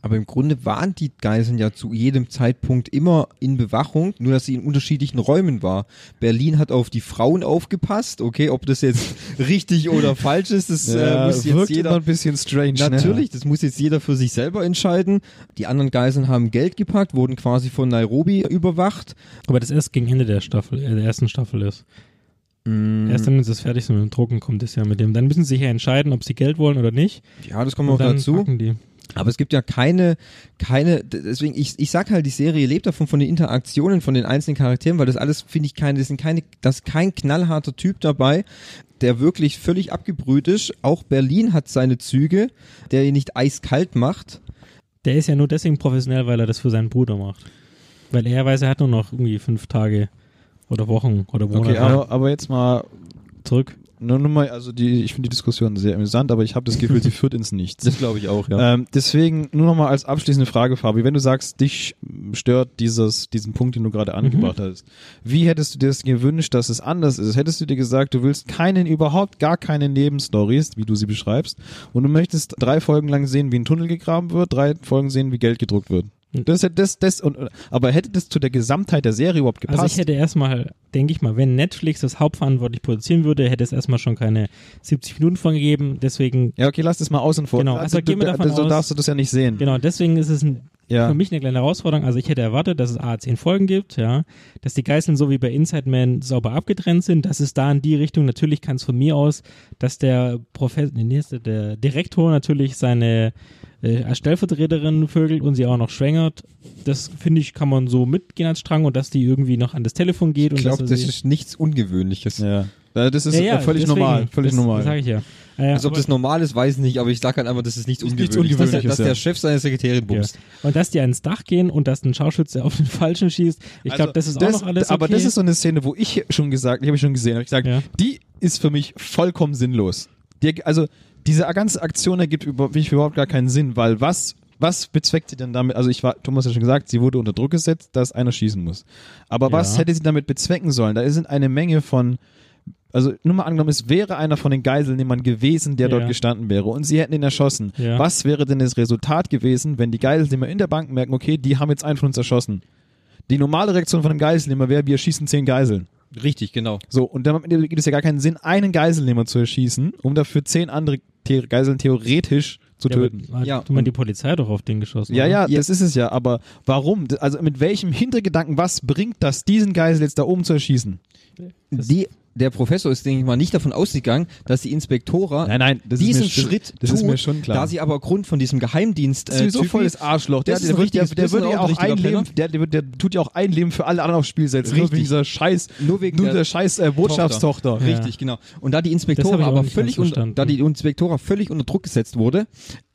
Aber im Grunde waren die Geiseln ja zu jedem Zeitpunkt immer in Bewachung, nur dass sie in unterschiedlichen Räumen war. Berlin hat auf die Frauen aufgepasst, okay, ob das jetzt richtig oder falsch ist, das äh, muss jetzt
wirkt immer
jeder.
ein bisschen strange. ne?
Natürlich, das muss jetzt jeder für sich selber entscheiden. Die anderen Geiseln haben Geld gepackt, wurden quasi von Nairobi überwacht.
Aber das erst gegen Ende der Staffel, äh, der ersten Staffel ist. Erst wenn sie es fertig sind mit dem Drucken, kommt es ja mit dem. Dann müssen sie sich ja entscheiden, ob sie Geld wollen oder nicht.
Ja, das kommt noch
und dann
dazu.
packen die.
Aber es gibt ja keine, keine, d- deswegen, ich, ich sag halt, die Serie lebt davon, von den Interaktionen, von den einzelnen Charakteren, weil das alles, finde ich, keine, das sind keine, das ist kein knallharter Typ dabei, der wirklich völlig abgebrüht ist. Auch Berlin hat seine Züge, der ihn nicht eiskalt macht.
Der ist ja nur deswegen professionell, weil er das für seinen Bruder macht. Weil er weiß, er hat nur noch irgendwie fünf Tage oder Wochen oder Monate
Okay, aber, aber jetzt mal
zurück.
Nur, nur mal, also die, ich finde die Diskussion sehr amüsant, aber ich habe das Gefühl, sie führt ins Nichts.
glaube ich auch,
Ähm, deswegen nur nochmal als abschließende Frage, Fabi, wenn du sagst, dich mh, stört dieses, diesen Punkt, den du
Mhm.
gerade angebracht hast, wie hättest du dir das gewünscht, dass es anders ist? Hättest du dir gesagt, du willst keinen, überhaupt gar keine Nebenstories, wie du sie beschreibst, und du möchtest drei Folgen lang sehen, wie ein Tunnel gegraben wird, drei Folgen sehen, wie Geld gedruckt wird?
Hm.
Das, hätte- das, das, und, aber hätte das zu der Gesamtheit der Serie überhaupt gepasst?
Also ich hätte erstmal, denke ich mal, wenn Netflix das hauptverantwortlich produzieren würde, hätte es erstmal schon keine 70 Minuten von gegeben. Deswegen
ja, okay, lass das mal außen vor.
Genau, also
du,
gehen wir davon
so
aus-
darfst du das ja nicht sehen.
Genau, deswegen ist es ein
Hm. Ja.
Für mich eine kleine Herausforderung. Also ich hätte erwartet, dass es A, zehn Folgen gibt, ja, dass die Geißeln so wie bei Inside Man sauber abgetrennt sind. Das ist da in die Richtung. Natürlich kann es von mir aus, dass der Professor, nee, nee, ist der- der Direktor natürlich seine äh, als Stellvertreterin vögelt und sie auch noch schwängert. Das finde ich, kann man so mitgehen als Strang und dass die irgendwie noch an das Telefon geht.
Ich
und
glaube,
dass er
das
sie-
ist nichts Ungewöhnliches.
Ja. Äh, Das ist
Ja, ja,
äh, völlig
deswegen.
normal. Völlig
das,
normal.
Das sage ich ja. Äh,
Also ob
aber-
das normal ist, weiß ich nicht, aber ich sag halt einfach, das ist nichts
Ist
Ungewöhnliches.
nichts
dass der,
Ungewöhnliches,
dass der
ja.
Chef seine Sekretärin
Ja.
bumst.
Und dass die ans Dach gehen und dass ein Scharfschütze auf den Falschen schießt. Ich glaube,
Also,
das ist auch noch alles okay.
Aber das ist so eine Szene, wo ich schon gesagt, die habe ich schon gesehen, habe ich gesagt,
Ja.
die ist für mich vollkommen sinnlos. Die, also diese ganze Aktion ergibt über mich überhaupt gar keinen Sinn, weil was was bezweckt sie denn damit? Also ich war, Thomas hat schon gesagt, sie wurde unter Druck gesetzt, dass einer schießen muss. Aber was
Ja.
hätte sie damit bezwecken sollen? Da sind eine Menge von also nur mal angenommen, es wäre einer von den Geiselnehmern gewesen, der
Ja.
dort gestanden wäre und sie hätten ihn erschossen.
Ja.
Was wäre denn das Resultat gewesen, wenn die Geiselnehmer in der Bank merken, okay, die haben jetzt einen von uns erschossen? Die normale Reaktion von einem Geiselnehmer wäre, wir schießen zehn Geiseln.
Richtig, genau.
So, und dann gibt es ja gar keinen Sinn, einen Geiselnehmer zu erschießen, um dafür zehn andere The Geiseln theoretisch zu
ja,
töten.
aber Hat
Ja.
ja. man die Polizei doch auf den geschossen.
Ja,
oder?
ja, das ist es ja. Aber warum? D- Also mit welchem Hintergedanken, was bringt das, diesen Geisel jetzt da oben zu erschießen?
Das-
Die, der Professor ist, denke ich mal, nicht davon ausgegangen, dass die Inspektora
Nein, nein, das ist
diesen
mir schon-
Schritt
das
tut,
ist mir schon klar.
da sie aber aufgrund von diesem Geheimdienst
Das ist sowieso
Typen-
volles Arschloch. Der,
Das Äh, ist
der,
ein
wird, der,
richtiges
der würde
Pisser und
ja auch
ein richtiger
ein Leben,
Penner.
der, der, wird- der tut ja auch ein Leben für alle anderen aufs Spiel setzen. Nur
Richtig.
wegen dieser scheiß,
Nur wegen der
dieser scheiß äh, Botschaftstochter.
Ja.
Richtig, genau. Und da
Das
die
hab
Inspektora
ich auch
aber
nicht
völlig
ganz
unter,
verstanden.
da die Inspektora völlig unter Druck gesetzt wurde,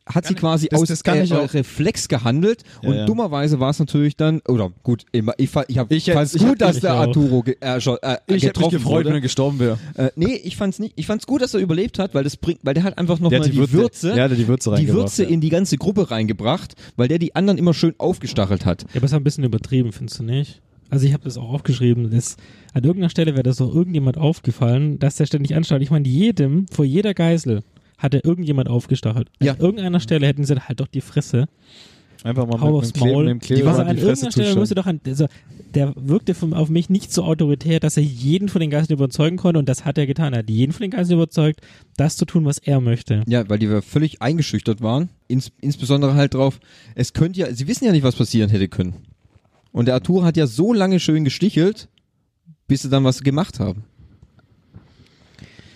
hat sie quasi
das-
aus
das kann
äh,
ich auch.
Reflex gehandelt
Ja,
und
ja.
dummerweise war es natürlich dann oder gut, ich, ich, fa- ich, hab-
Ich hätt-
fand's
ich
gut,
hätt-
dass
ich
der
auch.
Arturo ge, äh, scho- äh,
Ich hätte mich
getroffen
gefreut, wenn
wurde.
er gestorben wäre.
Äh, nee, ich fand's nicht. Ich fand's gut, dass er überlebt hat, weil das bringt, weil der hat einfach noch mal die, Würze,
ja, der hat die Würze
die
reingebracht,
Würze
ja.
in die ganze Gruppe reingebracht, weil der die anderen immer schön aufgestachelt hat.
Ja, aber es war ein bisschen übertrieben, findest du nicht? Also ich habe das auch aufgeschrieben. Das, an irgendeiner Stelle wäre das doch irgendjemand aufgefallen, dass der ständig anstarrt. Ich meine, jedem, vor jeder Geißel hat er irgendjemand aufgestachelt.
Ja.
An irgendeiner Stelle hätten sie gesagt, halt doch die Fresse.
Einfach mal
Hau
mit
aufs
einem Kleber,
Maul.
mit einem Kleber
also
an
an
die Fresse
irgendeiner Stelle
zuschauen.
musste doch an, also der wirkte von, auf mich nicht so autoritär, dass er jeden von den Geiseln überzeugen konnte und das hat er getan. Er hat jeden von den Geiseln überzeugt, das zu tun, was er möchte.
Ja, weil die wir völlig eingeschüchtert waren. Ins, insbesondere halt drauf, es könnte ja, sie wissen ja nicht, was passieren hätte können. Und der Arthur hat ja so lange schön gestichelt, bis sie dann was gemacht haben.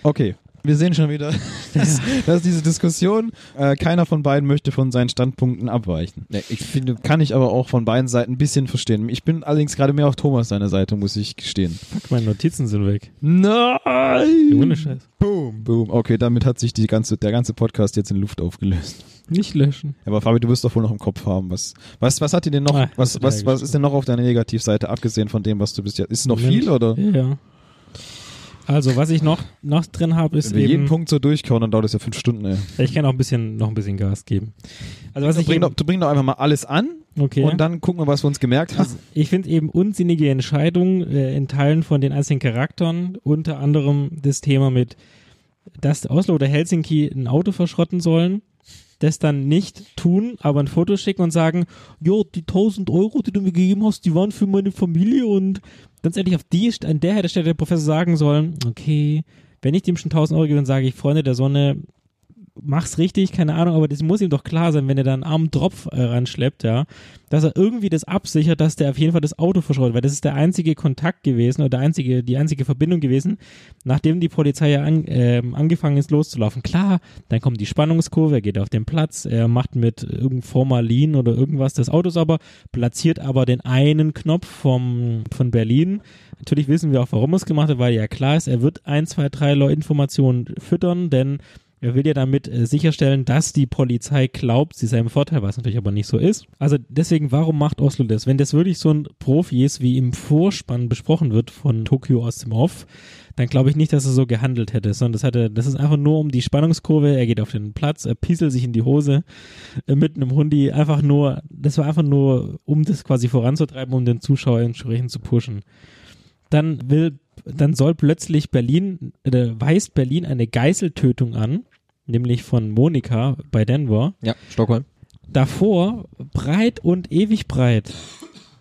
Okay, wir sehen schon wieder, dass, dass diese Diskussion, äh, keiner von beiden möchte von seinen Standpunkten abweichen.
Nee, ich finde,
Kann ich aber auch von beiden Seiten ein bisschen verstehen. Ich bin allerdings gerade mehr auf Thomas seiner Seite, muss ich gestehen.
Fuck, meine Notizen sind weg. Ja,
Nein!
Ohne Scheiß.
Boom. Okay, damit hat sich die ganze, der ganze Podcast jetzt in Luft aufgelöst.
Nicht löschen.
Aber Fabi, du wirst doch wohl noch im Kopf haben. Was, was, was hat dir denn noch,
Ah,
was,
das
was,
hat er
was ist denn noch auf deiner Negativseite, abgesehen von dem, was du bist? Ist noch
Moment.
viel oder?
Ja. Also, was ich noch, noch drin habe, ist
Wenn wir jeden
eben,
Punkt so durchkauen, dann dauert es ja fünf Stunden, ey.
ich kann auch ein bisschen, noch ein bisschen Gas geben. Also, was
Du
ich
bring,
eben,
doch, du bring doch einfach mal alles an
okay. Also,
und dann gucken wir, was wir uns gemerkt haben. Also,
ich finde eben unsinnige Entscheidungen äh, in Teilen von den einzelnen Charakteren, unter anderem das Thema mit, dass Oslo oder Helsinki ein Auto verschrotten sollen, das dann nicht tun, aber ein Foto schicken und sagen, jo, die 1000 Euro, die du mir gegeben hast, die waren für meine Familie und ganz ehrlich, auf die, St- an der hätte Stelle der Professor sagen sollen, okay, wenn ich dem schon 1000 Euro gebe, dann sage ich, Freunde der Sonne, mach's richtig, keine Ahnung, aber das muss ihm doch klar sein, wenn er da einen armen Tropf äh, ranschleppt, ja, dass er irgendwie das absichert, dass der auf jeden Fall das Auto verschrottet, weil das ist der einzige Kontakt gewesen oder der einzige, die einzige Verbindung gewesen, nachdem die Polizei ja an, ähm, angefangen ist loszulaufen. Klar, dann kommt die Spannungskurve, er geht auf den Platz, er macht mit irgendeinem Formalin oder irgendwas das Auto sauber, platziert aber den einen Knopf vom, von Berlin. Natürlich wissen wir auch, warum er es gemacht hat, weil ja klar ist, er wird ein, zwei, drei Leute Informationen füttern, denn er will ja damit äh, sicherstellen, dass die Polizei glaubt, sie sei im Vorteil, was natürlich aber nicht so ist. Also deswegen, warum macht Oslo das? Wenn das wirklich so ein Profi ist, wie im Vorspann besprochen wird von Tokio aus dem Off, dann glaube ich nicht, dass er so gehandelt hätte, sondern das, hatte, das ist einfach nur um die Spannungskurve, er geht auf den Platz, er pieselt sich in die Hose äh, mit einem Hundi, einfach nur, das war einfach nur, um das quasi voranzutreiben, um den Zuschauer entsprechend zu pushen dann will, dann soll plötzlich Berlin, äh, weist Berlin eine Geißeltötung an, nämlich von Monika bei Denver.
ja, Stockholm.
Davor, breit und ewig breit,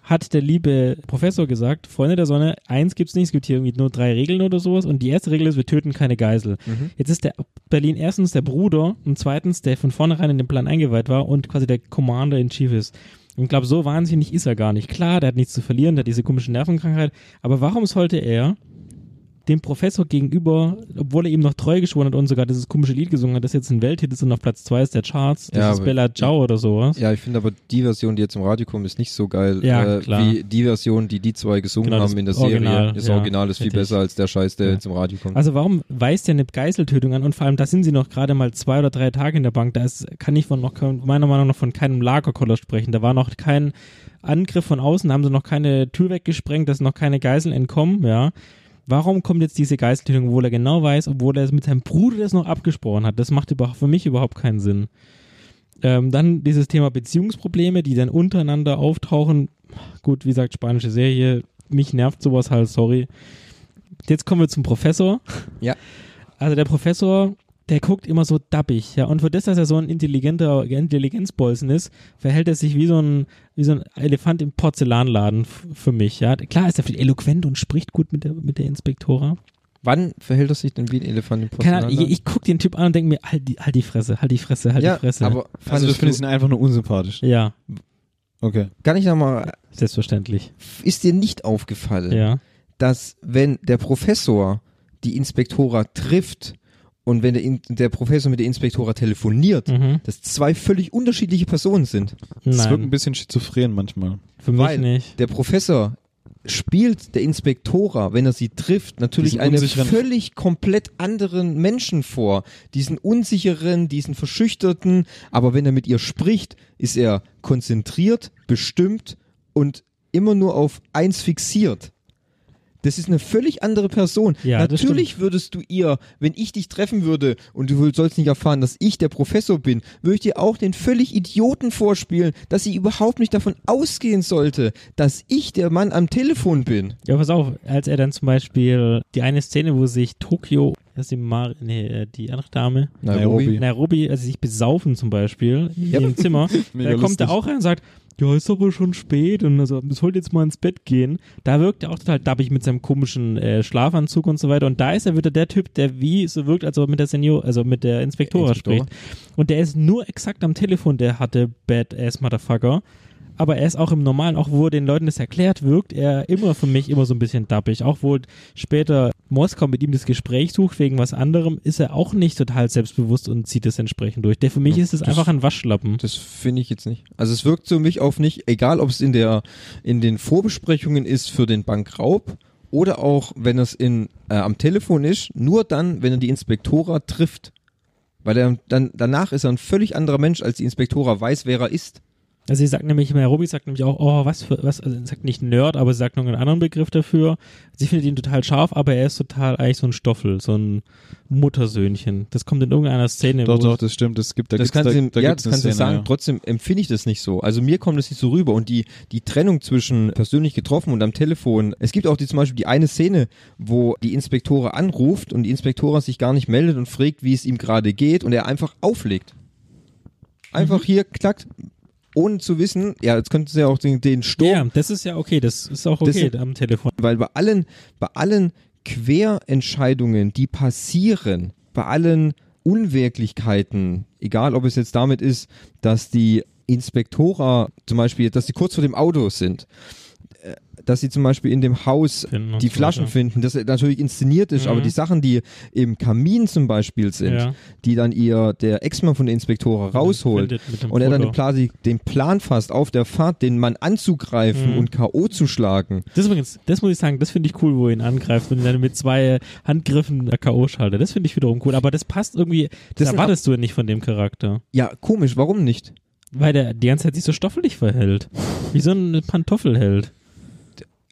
hat der liebe Professor gesagt, Freunde der Sonne, eins gibt's nicht, es gibt hier irgendwie nur drei Regeln oder sowas und die erste Regel ist, wir töten keine Geisel.
Mhm.
Jetzt ist der Berlin erstens der Bruder und zweitens der von vornherein in den Plan eingeweiht war und quasi der Commander in Chief ist. Und glaube, so wahnsinnig ist er gar nicht. Klar, der hat nichts zu verlieren, der hat diese komische Nervenkrankheit. Aber warum sollte er dem Professor gegenüber, obwohl er ihm noch treu geschworen hat und sogar dieses komische Lied gesungen hat, das jetzt ein Welthit ist und auf Platz 2 ist der Charts, das
Ja,
ist
aber-
Bella Ciao oder sowas.
Ja, ich finde aber die Version, die jetzt im Radio kommt, ist nicht so geil
Ja,
äh,
klar.
wie die Version, die die zwei gesungen
Genau, das
haben in der
Original,
Serie. Das
ja,
Original ist viel
richtig.
besser als der Scheiß, der
Ja.
jetzt im Radio kommt.
Also warum weist der eine Geiseltötung an? Und vor allem, da sind sie noch gerade mal zwei oder drei Tage in der Bank. Da ist, kann ich von noch kein- meiner Meinung nach von keinem Lagerkoller sprechen. Da war noch kein Angriff von außen, da haben sie noch keine Tür weggesprengt, da sind noch keine Geiseln entkommen, ja. Warum kommt jetzt diese Geiseltötung, obwohl er genau weiß, obwohl er es mit seinem Bruder das noch abgesprochen hat? Das macht überhaupt für mich überhaupt keinen Sinn. Ähm, dann dieses Thema Beziehungsprobleme, die dann untereinander auftauchen. Gut, wie gesagt, spanische Serie. Mich nervt sowas halt, sorry. Jetzt kommen wir zum Professor.
Ja.
Also der Professor, der guckt immer so dappig, ja. Und für das, dass er so ein intelligenter Intelligenzbolzen ist, verhält er sich wie so ein, wie so ein Elefant im Porzellanladen f- für mich, ja. Klar ist er viel eloquent und spricht gut mit der, mit der Inspektora.
Wann verhält er sich denn wie ein Elefant im
Keine Ahnung,
Porzellan?
ich, ich guck den Typ an und denke mir, halt die, halt die Fresse, halt die Fresse, halt
ja,
die Fresse.
aber
Also, du
fandest
findest ihn einfach nur unsympathisch.
du, ja,
Okay.
du, kann ich nochmal,
selbstverständlich.
ist dir nicht aufgefallen,
Ja.
dass wenn der Professor die Inspektora trifft und wenn der, In der Professor mit der Inspektora telefoniert,
Mhm.
dass zwei völlig unterschiedliche Personen sind.
Das wirkt ein
Nein,
bisschen schizophren manchmal.
für mich
weil-
nicht.
Der Professor spielt der Inspektora, wenn er sie trifft, natürlich
Diesen
einen
unsicheren-
völlig komplett anderen Menschen vor. Diesen unsicheren, diesen verschüchterten. Aber wenn er mit ihr spricht, ist er konzentriert, bestimmt und immer nur auf eins fixiert. Das ist eine völlig andere Person.
Ja, das
Natürlich würdest du ihr, wenn ich dich treffen würde und du sollst nicht erfahren, dass ich der Professor bin, würde ich dir auch den völlig Idioten vorspielen, dass sie überhaupt nicht davon ausgehen sollte, dass ich der Mann am Telefon bin.
Ja, pass auf, als er dann zum Beispiel die eine Szene, wo sich Tokio, das ist die Mar nee, äh, die andere Dame,
Nairobi.
Nairobi, also sich besaufen zum Beispiel in ihrem Zimmer,
Mega
da kommt
lustig.
er auch rein und sagt, ja, ist aber schon spät und also, ich sollte jetzt mal ins Bett gehen. Da wirkt er auch total dappig mit seinem komischen äh, Schlafanzug und so weiter. Und da ist er wieder der Typ, der wie so wirkt, als ob er mit der Senior, also mit der Inspektora
Inspektora.
spricht. Und der ist nur exakt am Telefon, der hatte Badass Motherfucker. Aber er ist auch im Normalen, auch wo er den Leuten das erklärt, wirkt er immer für mich immer so ein bisschen dappig. Auch wo später Moskau mit ihm das Gespräch sucht wegen was anderem, ist er auch nicht total selbstbewusst und zieht es entsprechend durch. Der für mich
Ja,
ist es
das-
einfach ein Waschlappen.
Das finde ich jetzt nicht. Also es wirkt so mich auf nicht, egal ob es in der in den Vorbesprechungen ist für den Bankraub oder auch wenn es in äh, am Telefon ist, nur dann, wenn er die Inspektora trifft. Weil er dann danach ist er ein völlig anderer Mensch, als die Inspektora weiß, wer er ist.
Also sie sagt nämlich, Nairobi sagt nämlich auch, oh, was für, was, also sie sagt nicht Nerd, aber sie sagt noch einen anderen Begriff dafür. Sie findet ihn total scharf, aber er ist total eigentlich so ein Stoffel, so ein Muttersöhnchen. Das kommt in irgendeiner Szene.
Doch,
wo
doch, das stimmt. Das gibt, da
das
gibt's,
kannst
da,
du,
da
ja,
gibt's
das
eine
kannst du
Szene,
sagen.
ja.
Trotzdem empfinde ich das nicht so. Also mir kommt das nicht so rüber. Und die, die Trennung zwischen persönlich getroffen und am Telefon. Es gibt auch die, zum Beispiel die eine Szene, wo die Inspektora anruft und die Inspektora sich gar nicht meldet und fragt, wie es ihm gerade geht und er einfach auflegt. Einfach
Mhm.
hier klackt, ohne zu wissen. Ja, jetzt könnten sie ja auch den, den Sturm
Ja, das ist ja okay, das ist auch
Das
okay
sind-
am Telefon.
weil bei allen, bei allen Querentscheidungen, die passieren, bei allen Unwirklichkeiten, egal ob es jetzt damit ist, dass die Inspektora zum Beispiel, dass sie kurz vor dem Auto sind, äh, dass sie zum Beispiel in dem Haus
Finden und
die
so
Flaschen
weiter.
finden, das natürlich inszeniert ist,
Mhm.
aber die Sachen, die im Kamin zum Beispiel sind,
Ja.
die dann ihr der Ex-Mann von der Inspektora rausholt,
Findet mit dem
und er dann
Foto.
den Plan, den Plan fasst, auf der Fahrt den Mann anzugreifen
Mhm.
und K.O. zu schlagen.
Das übrigens, das muss ich sagen, das finde ich cool, wo er ihn angreift und ihn dann mit zwei Handgriffen K.O. schaltet. Das finde ich wiederum cool, aber das passt irgendwie, das,
Das sind
erwartest du ja nicht von dem Charakter.
Ja, komisch, warum nicht?
Weil der die ganze Zeit sich so stoffelig verhält. Wie so ein Pantoffelheld.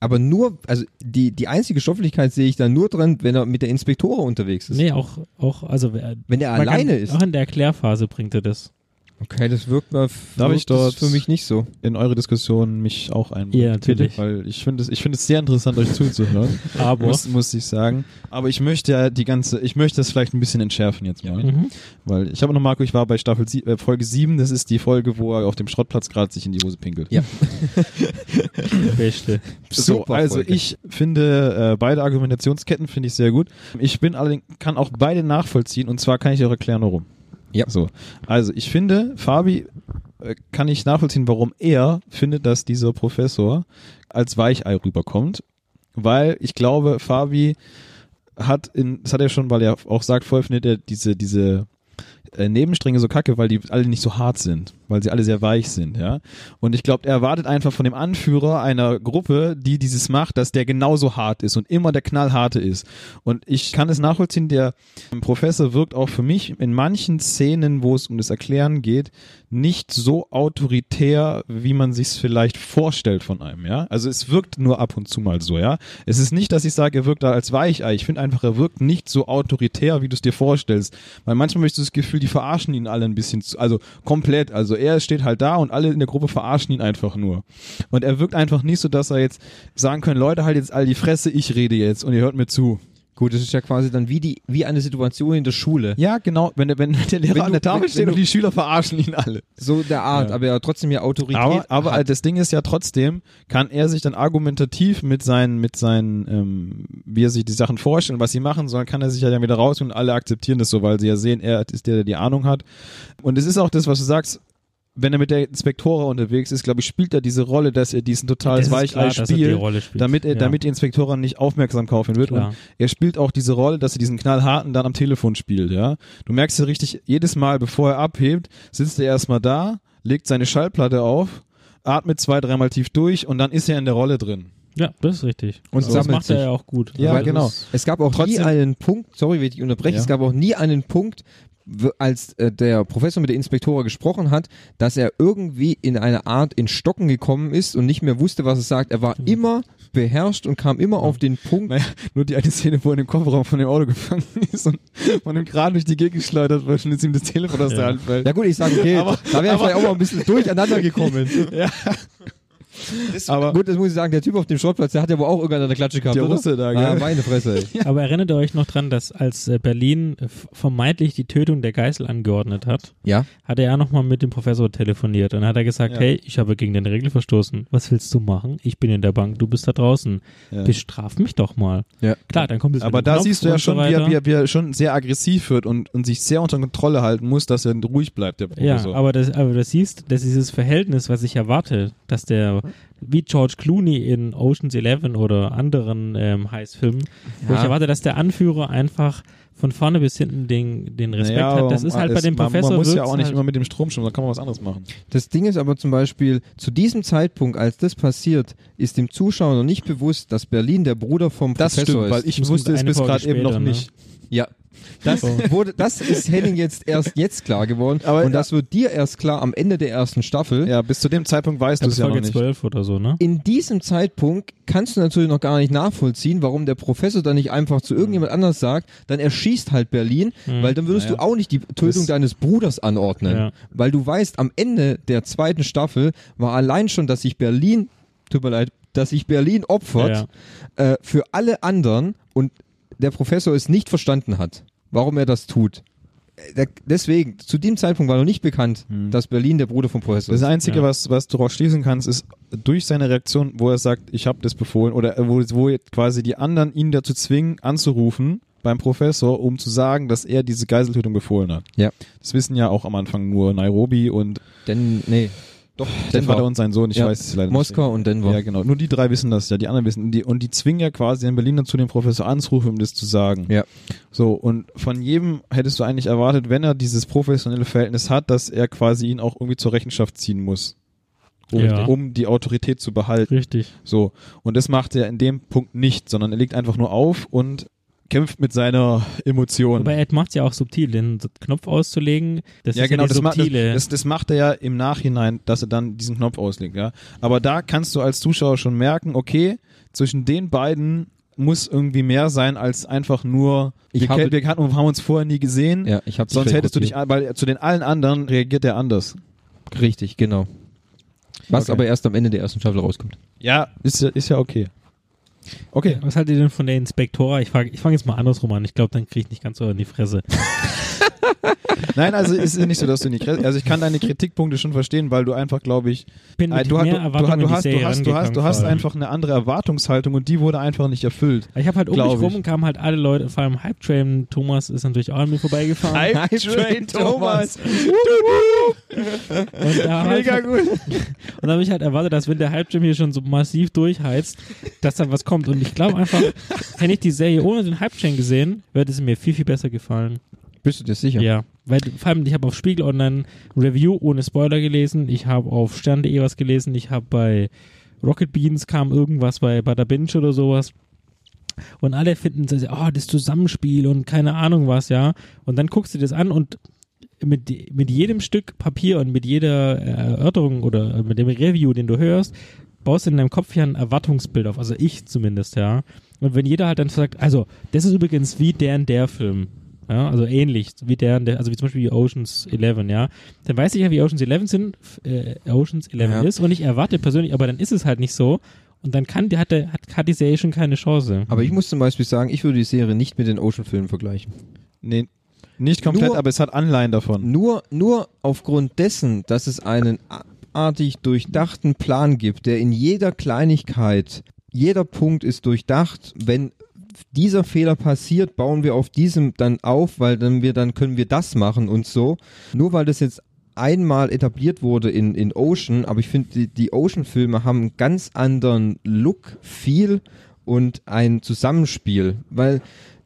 Aber nur, also die, die einzige Stoffeligkeit sehe ich da nur drin, wenn er mit der Inspektora unterwegs ist.
Nee, auch, auch also wer-
Wenn er
man
alleine
kann,
ist.
Auch in der Erklärphase bringt er das.
Okay, das wirkt mir
Darf ich
wirkt das
dort-
für mich nicht so.
In eure Diskussion mich auch einbringen.
Ja, natürlich.
Weil ich finde es, ich finde es sehr interessant, euch zuzuhören.
Aber.
muss, muss ich sagen. Aber ich möchte ja die ganze, ich möchte das vielleicht ein bisschen entschärfen jetzt mal.
Mhm.
Weil ich habe noch Marco, ich war bei Staffel sie, äh, Folge 7, das ist die Folge, wo er auf dem Schrottplatz gerade sich in die Hose pinkelt.
Ja.
Beste.
So,
Super
also
Folge.
ich finde äh, beide Argumentationsketten finde ich sehr gut. Ich bin allerdings kann auch beide nachvollziehen und zwar kann ich auch erklären warum.
Ja.
So. Also ich finde, Fabi äh, kann ich nachvollziehen, warum er findet, dass dieser Professor als Weichei rüberkommt. Weil ich glaube, Fabi hat in, das hat er schon, weil er auch sagt, vorher findet er diese, diese äh, Nebenstränge so kacke, weil die alle nicht so hart sind, weil sie alle sehr weich sind, ja. Und ich glaube, er erwartet einfach von dem Anführer einer Gruppe, die dieses macht, dass der genauso hart ist und immer der knallharte ist. Und ich kann es nachvollziehen, der Professor wirkt auch für mich in manchen Szenen, wo es um das Erklären geht, nicht so autoritär, wie man sich es vielleicht vorstellt von einem, ja. Also es wirkt nur ab und zu mal so, ja. Es ist nicht, dass ich sage, er wirkt da als Weichei. Ich finde einfach, er wirkt nicht so autoritär, wie du es dir vorstellst. Weil manchmal habe ich so das Gefühl, die verarschen ihn alle ein bisschen, zu, also komplett. Also er steht halt da und alle in der Gruppe verarschen ihn einfach nur. Und er wirkt einfach nicht so, dass er jetzt sagen können, Leute, halt jetzt all die Fresse, ich rede jetzt und ihr hört mir zu.
Gut, das ist ja quasi dann wie, die, wie eine Situation in der Schule.
Ja, genau. Wenn, der- wenn der Lehrer
Wenn
an
du-
der Tafel
wenn-
steht
wenn
und die Schüler verarschen ihn alle. halt.
So der Art, aber ja trotzdem ja Autorität.
Aber, aber
hat.
das Ding ist ja trotzdem, kann er sich dann argumentativ mit seinen, mit seinen, ähm, wie er sich die Sachen vorstellt und was sie machen sollen, kann er sich ja dann wieder raus und alle akzeptieren das so, weil sie ja sehen, er ist der, der die Ahnung hat. Und es ist auch das, was du sagst, wenn er mit der Inspektora unterwegs ist, glaube ich, spielt er diese Rolle, dass er diesen
Das
totales
ist
Weichei
klar, dass er die
spielt,
Rolle spielt.
damit er,
Ja.
damit die Inspektora nicht aufmerksam kaufen wird.
Klar.
Und er spielt auch diese Rolle, dass er diesen knallharten dann am Telefon spielt, ja. Du merkst ja richtig, jedes Mal, bevor er abhebt, sitzt er erstmal da, legt seine Schallplatte auf, atmet zwei, dreimal tief durch und dann ist er in der Rolle drin.
Ja, das ist richtig. Also
Und
das
sammelt
macht er
sich.
ja auch gut.
Ja,
Also
genau.
das-
Es gab auch nie
Trotzdem-
einen Punkt, sorry, wenn ich dich unterbreche,
Ja.
es gab auch nie einen Punkt, w- als äh, der Professor mit der Inspektora gesprochen hat, dass er irgendwie in einer Art in Stocken gekommen ist und nicht mehr wusste, was er sagt. Er war immer beherrscht und kam immer auf den Punkt.
Naja, nur die eine Szene, wo er in dem Kofferraum von dem Auto gefangen ist und von dem Kran durch die Gegend geschleudert wird und jetzt ihm das Telefon aus der
Ja.
Hand fällt.
Ja gut, ich sage, okay,
Aber-
da wäre ich
aber-
vielleicht auch mal ein bisschen durcheinander gekommen.
Ja. Aber
gut, das muss ich sagen, der Typ auf dem Schrottplatz, der hat ja wohl auch irgendeine an der Klatsche gehabt,
Der
oder?
Russe da,
Ah,
gell?
meine Fresse. ey.
Aber erinnert ihr euch noch dran, dass als äh, Berlin äh, f- vermeintlich die Tötung der Geißel angeordnet hat,
Ja.
hat er ja nochmal mit dem Professor telefoniert und hat er gesagt,
Ja.
hey, ich habe gegen deine Regel verstoßen. Was willst du machen? Ich bin in der Bank, du bist da draußen.
Ja.
Bestraf mich doch mal.
Ja.
Klar, dann kommt es mit
Aber
dem
da
Knopf
siehst du
und
ja schon,
so
wie,
weiter.
er, wie, er, wie er schon sehr aggressiv wird und, und sich sehr unter Kontrolle halten muss, dass er ruhig bleibt, der
Ja,
Professor.
aber das, aber das siehst, dass dieses Verhältnis, was ich erwarte, dass der, wie George Clooney in Ocean's Eleven oder anderen ähm, Heißfilmen, wo
Ja.
ich erwarte, dass der Anführer einfach von vorne bis hinten den, den Respekt
Naja, aber
hat. Das ist halt bei
es-
dem
um man,
Professor
Man muss ja
wirkt's
auch nicht
halt,
immer mit dem Strom schwimmen, da kann man was anderes machen.
Das Ding ist aber zum Beispiel, zu diesem Zeitpunkt, als das passiert, ist dem Zuschauer noch nicht bewusst, dass Berlin der Bruder vom Professor ist.
weil ich
Das
wusste
kommt
es
eine
bis
Folge
gerade eben
später,
noch
ne?
nicht.
Ja. Das,
Oh.
wurde, das ist Henning jetzt erst jetzt klar geworden.
Aber-
und das wird dir erst klar am Ende der ersten Staffel.
Ja, bis zu dem Zeitpunkt weißt du es ja noch
Folge
nicht.
12 oder so, ne?
In diesem Zeitpunkt kannst du natürlich noch gar nicht nachvollziehen, warum der Professor dann nicht einfach zu irgendjemand anders sagt, dann erschießt halt Berlin, weil dann würdest
Naja.
du auch nicht die Tötung
Das-
deines Bruders anordnen.
Ja.
Weil du weißt, am Ende der zweiten Staffel war allein schon, dass sich Berlin, tut mir leid, dass sich Berlin opfert Äh, für alle anderen und der Professor es nicht verstanden hat, warum er das tut. Äh, da- Deswegen, zu dem Zeitpunkt war noch nicht bekannt, dass Berlin der Bruder vom Professor
Das
ist.
Einzige,
Ja.
was, was du daraus schließen kannst, ist durch seine Reaktion, wo er sagt, ich habe das befohlen, oder äh, wo, wo jetzt quasi die anderen ihn dazu zwingen, anzurufen beim Professor, um zu sagen, dass er diese Geiseltötung befohlen hat.
Ja.
Das wissen ja auch am Anfang nur Nairobi und
Denn, nee, doch,
der Vater
Denver.
und sein Sohn, ich
Ja.
weiß es leider nicht.
Moskau und Denver.
Ja, genau. Nur die drei wissen das ja, die anderen wissen. Die, und die zwingen ja quasi in Berlin dazu, den Professor anzurufen, um das zu sagen.
Ja.
So, und von jedem hättest du eigentlich erwartet, wenn er dieses professionelle Verhältnis hat, dass er quasi ihn auch irgendwie zur Rechenschaft ziehen muss. Um,
Ja.
um die Autorität zu behalten.
Richtig.
So. Und das macht er in dem Punkt nicht, sondern er legt einfach nur auf und kämpft mit seiner Emotion.
Aber Ed macht ja auch subtil, den Knopf auszulegen. Das
ja,
ist
genau,
ja die
das, macht,
subtile.
das, das macht er ja im Nachhinein, dass er dann diesen Knopf auslegt, ja. Aber da kannst du als Zuschauer schon merken, okay, zwischen den beiden muss irgendwie mehr sein als einfach nur,
Ich
wir,
habe-
ke- wir hatten- haben uns vorher nie gesehen,
Ja, ich habe
sonst hättest du dich, an- weil zu den allen anderen reagiert er anders.
richtig, genau. Was
Okay.
aber erst am Ende der ersten Staffel rauskommt.
Ja, ist ja, ist ja okay. Okay.
Was haltet ihr denn von der Inspektora? Ich fange ich fang jetzt mal andersrum an. Ich glaube, dann kriege ich nicht ganz so in die Fresse.
Nein, also es ist nicht so, dass du nicht. Also ich kann deine Kritikpunkte schon verstehen, weil du einfach, glaube ich,
Bin
äh,
mit
du, hat-
mehr
du, du,
Erwartungen
du,
in die
hast, du,
Serie
hast, du hast, du
rangegangen,
hast
vor allem.
einfach eine andere Erwartungshaltung und die wurde einfach nicht erfüllt.
Ich habe halt um
Glaub
mich
ich.
rum und kamen halt alle Leute, vor allem Hype Train, Thomas ist natürlich auch an mir vorbeigefahren.
Hype Train Thomas.
und da hab ich
Also,
halt,
gut.
und da habe ich halt erwartet, dass wenn der Hype Train hier schon so massiv durchheizt, dass dann was kommt. Und ich glaube einfach, hätte ich die Serie ohne den Hype Train gesehen, wäre es mir viel, viel besser gefallen.
Bist du dir sicher?
Ja. Weil, vor allem, ich habe auf Spiegel Online ein Review ohne Spoiler gelesen, ich habe auf Stern.de was gelesen, ich habe bei Rocket Beans kam irgendwas bei Bada Binge oder sowas. Und alle finden so, oh, das Zusammenspiel und keine Ahnung was, ja. Und dann guckst du dir das an und mit, mit jedem Stück Papier und mit jeder Erörterung oder mit dem Review, den du hörst, baust du in deinem Kopf ja ein Erwartungsbild auf. Also ich zumindest, ja. Und wenn jeder halt dann sagt, also, das ist übrigens wie der und der Film. Ja, also ähnlich wie der, und der, also wie zum Beispiel wie Oceans 11, ja. Dann weiß ich ja, wie Oceans 11 sind, äh, Oceans 11
Ja.
ist und ich erwarte persönlich, aber dann ist es halt nicht so und dann kann die, hat, der, hat, hat die Serie schon keine Chance.
Aber ich muss zum Beispiel sagen, ich würde die Serie nicht mit den Ocean-Filmen vergleichen.
Nee, nicht komplett,
Nur-
aber es hat Anleihen davon.
Nur, nur aufgrund dessen, dass es einen abartig durchdachten Plan gibt, der in jeder Kleinigkeit, jeder Punkt ist durchdacht, wenn dieser Fehler passiert, bauen wir auf diesem dann auf, weil dann wir dann können wir das machen und so. Nur weil das jetzt einmal etabliert wurde in, in Ocean, aber ich finde, die, die Ocean-Filme haben einen ganz anderen Look, Feel und ein Zusammenspiel, weil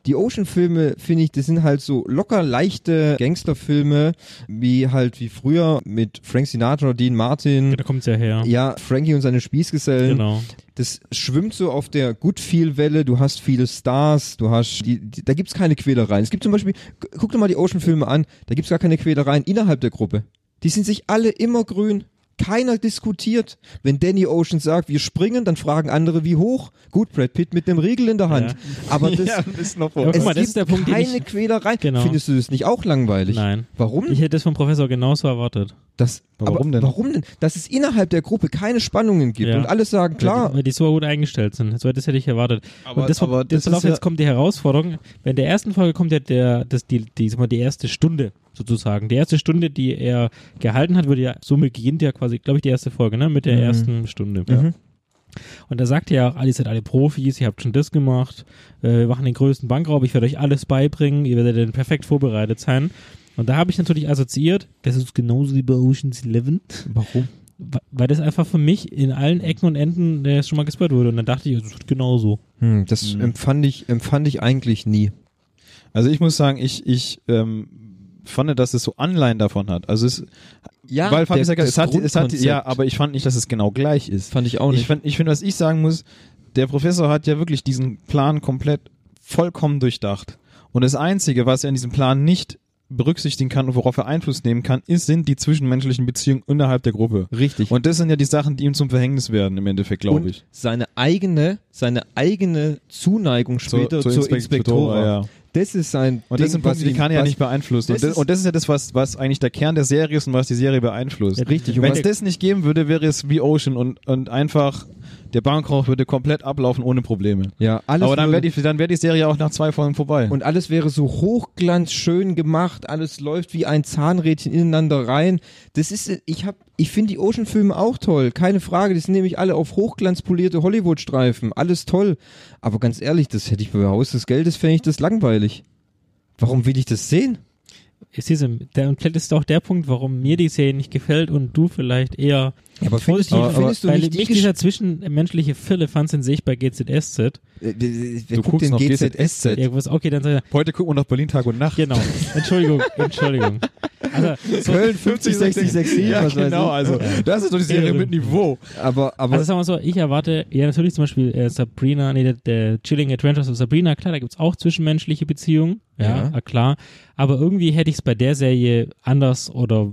die Ocean-Filme, finde ich, das sind halt so locker leichte Gangsterfilme, wie halt wie früher mit Frank Sinatra, Dean Martin,
Da kommt es ja her.
ja, Frankie und seine Spießgesellen
Genau.
das schwimmt so auf der gut viel Welle, du hast viele Stars, du hast, die, die, da gibt's keine Quälereien. Es gibt zum Beispiel, gu- guck dir mal die Ocean-Filme an, da gibt's gar keine Quälereien innerhalb der Gruppe. Die sind sich alle immer grün. Keiner diskutiert. Wenn Danny Ocean sagt, wir springen, dann fragen andere, wie hoch. Gut, Brad Pitt mit einem Riegel in der Hand. Aber das,
ja, ist noch
Ja,
vor.
guck
es
mal, das
gibt
ist der Punkt, den
keine
ich-
Quälereien.
Genau.
Findest du das nicht auch langweilig?
Nein.
Warum?
Ich hätte das vom Professor genauso erwartet.
das,
Warum
aber,
denn?
Warum denn? Dass es innerhalb der Gruppe keine Spannungen gibt
Ja.
und alle sagen, klar,
Weil die so gut eingestellt sind. So das hätte ich erwartet.
Aber-
und das,
aber
das,
das
pass auf,
ist ja-
jetzt kommt die Herausforderung. Bei der ersten Folge kommt ja der, das, die, die, sag mal, die erste Stunde sozusagen. Die erste Stunde, die er gehalten hat, würde ja, somit beginnt ja quasi, glaube ich, die erste Folge, ne? Mit
Mhm.
der ersten Stunde. Ja. Und da sagt er ja, ah, ihr seid alle Profis, ihr habt schon das gemacht, äh, wir machen den größten Bankraub, ich werde euch alles beibringen, ihr werdet dann perfekt vorbereitet sein. Und da habe ich natürlich assoziiert, das ist genauso wie bei Ocean's Eleven. Warum? Weil das einfach für mich in allen Ecken und Enden äh, schon mal gesperrt wurde. Und dann dachte ich, es wird genauso.
Hm, das
Mhm.
empfand, ich, empfand ich eigentlich nie.
Also ich muss sagen, ich, ich ähm, fand, dass es so Anleihen davon hat. Also es,
Ja,
weil fand ich ja, es hat, es hat, ja, aber ich fand nicht, dass es genau gleich ist.
fand ich auch
Ich finde, ich find, was ich sagen muss, der Professor hat ja wirklich diesen Plan komplett vollkommen durchdacht. Und das Einzige, was er in diesem Plan nicht berücksichtigen kann und worauf er Einfluss nehmen kann, ist, sind die zwischenmenschlichen Beziehungen innerhalb der Gruppe.
Richtig.
Und das sind ja die Sachen, die ihm zum Verhängnis werden im Endeffekt, glaube
Und
ich.
seine eigene, seine eigene Zuneigung später zur,
Inspek-
Inspektora.
Dora, ja.
Das ist sein
Und
Ding,
das sind
was
Punkte, die
ihn-
kann er ja
was-
nicht beeinflussen.
das
und, das,
ist-
und das ist ja das, was, was eigentlich der Kern der Serie ist und was die Serie beeinflusst.
Ja, richtig. Und
Wenn
was-
es das nicht geben würde, wäre es wie Ocean und, und einfach der Bankraub würde komplett ablaufen ohne Probleme.
Ja, alles
Aber dann
würde-
wäre die, dann wär die Serie auch nach zwei Folgen vorbei.
Und alles wäre so hochglanz schön gemacht, alles läuft wie ein Zahnrädchen ineinander rein. Das ist, ich hab, ich finde die Ocean-Filme auch toll, keine Frage. Die sind nämlich alle auf hochglanz polierte Hollywood-Streifen, alles toll. Aber ganz ehrlich, das hätte ich bei Haus des Geldes, fände ich das langweilig. Warum will ich das sehen?
Ist diese, der, und vielleicht ist auch der Punkt, warum mir die Serie nicht gefällt und du vielleicht eher
Ja, aber findest du,
positiv-
findest du
weil
nicht die
mich
Gesch-
dieser zwischenmenschliche Firlefanz den sehe ich bei GZSZ.
Äh, äh, Wer
Du
guckt
guckst
denn
noch
GZSZ?
Irgendwas, okay, dann sag ich,
Heute gucken wir noch Berlin Tag und Nacht.
genau, Entschuldigung, Entschuldigung. Also, so,
Köln 50, 60, 60,
ja,
was
genau,
weiß
also das ist doch die Serie
Irre.
mit Niveau.
ich. Aber, aber
Also sagen wir so, ich erwarte, ja natürlich zum Beispiel äh, Sabrina, nee, der, der Chilling Adventures of Sabrina, klar, da gibt's auch zwischenmenschliche Beziehungen, ja,
Ja.
ah, klar, aber irgendwie hätte ich's bei der Serie anders oder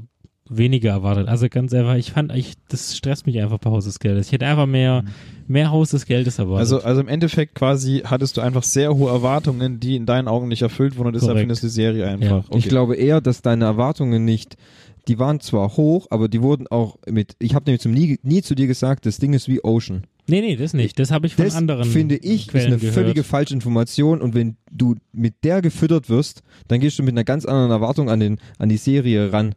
weniger erwartet. Also ganz einfach, ich fand, ich, das stresst mich einfach bei Haus des Geldes. Ich hätte einfach
Mhm.
mehr, mehr Haus des Geldes erwartet.
Also, also im Endeffekt quasi hattest du einfach sehr hohe Erwartungen, die in deinen Augen nicht erfüllt wurden und deshalb
Korrekt.
findest du die Serie einfach.
Ich glaube eher, dass deine Erwartungen nicht, die waren zwar hoch, aber die wurden auch mit, ich habe nämlich zum nie, nie zu dir gesagt, das Ding ist wie Ocean.
Nee, nee, das nicht. Das habe ich von
das
anderen.
finde ich ist
Quellen
eine
gehört.
völlige Falschinformation und wenn du mit der gefüttert wirst, dann gehst du mit einer ganz anderen Erwartung an den an die Serie ran.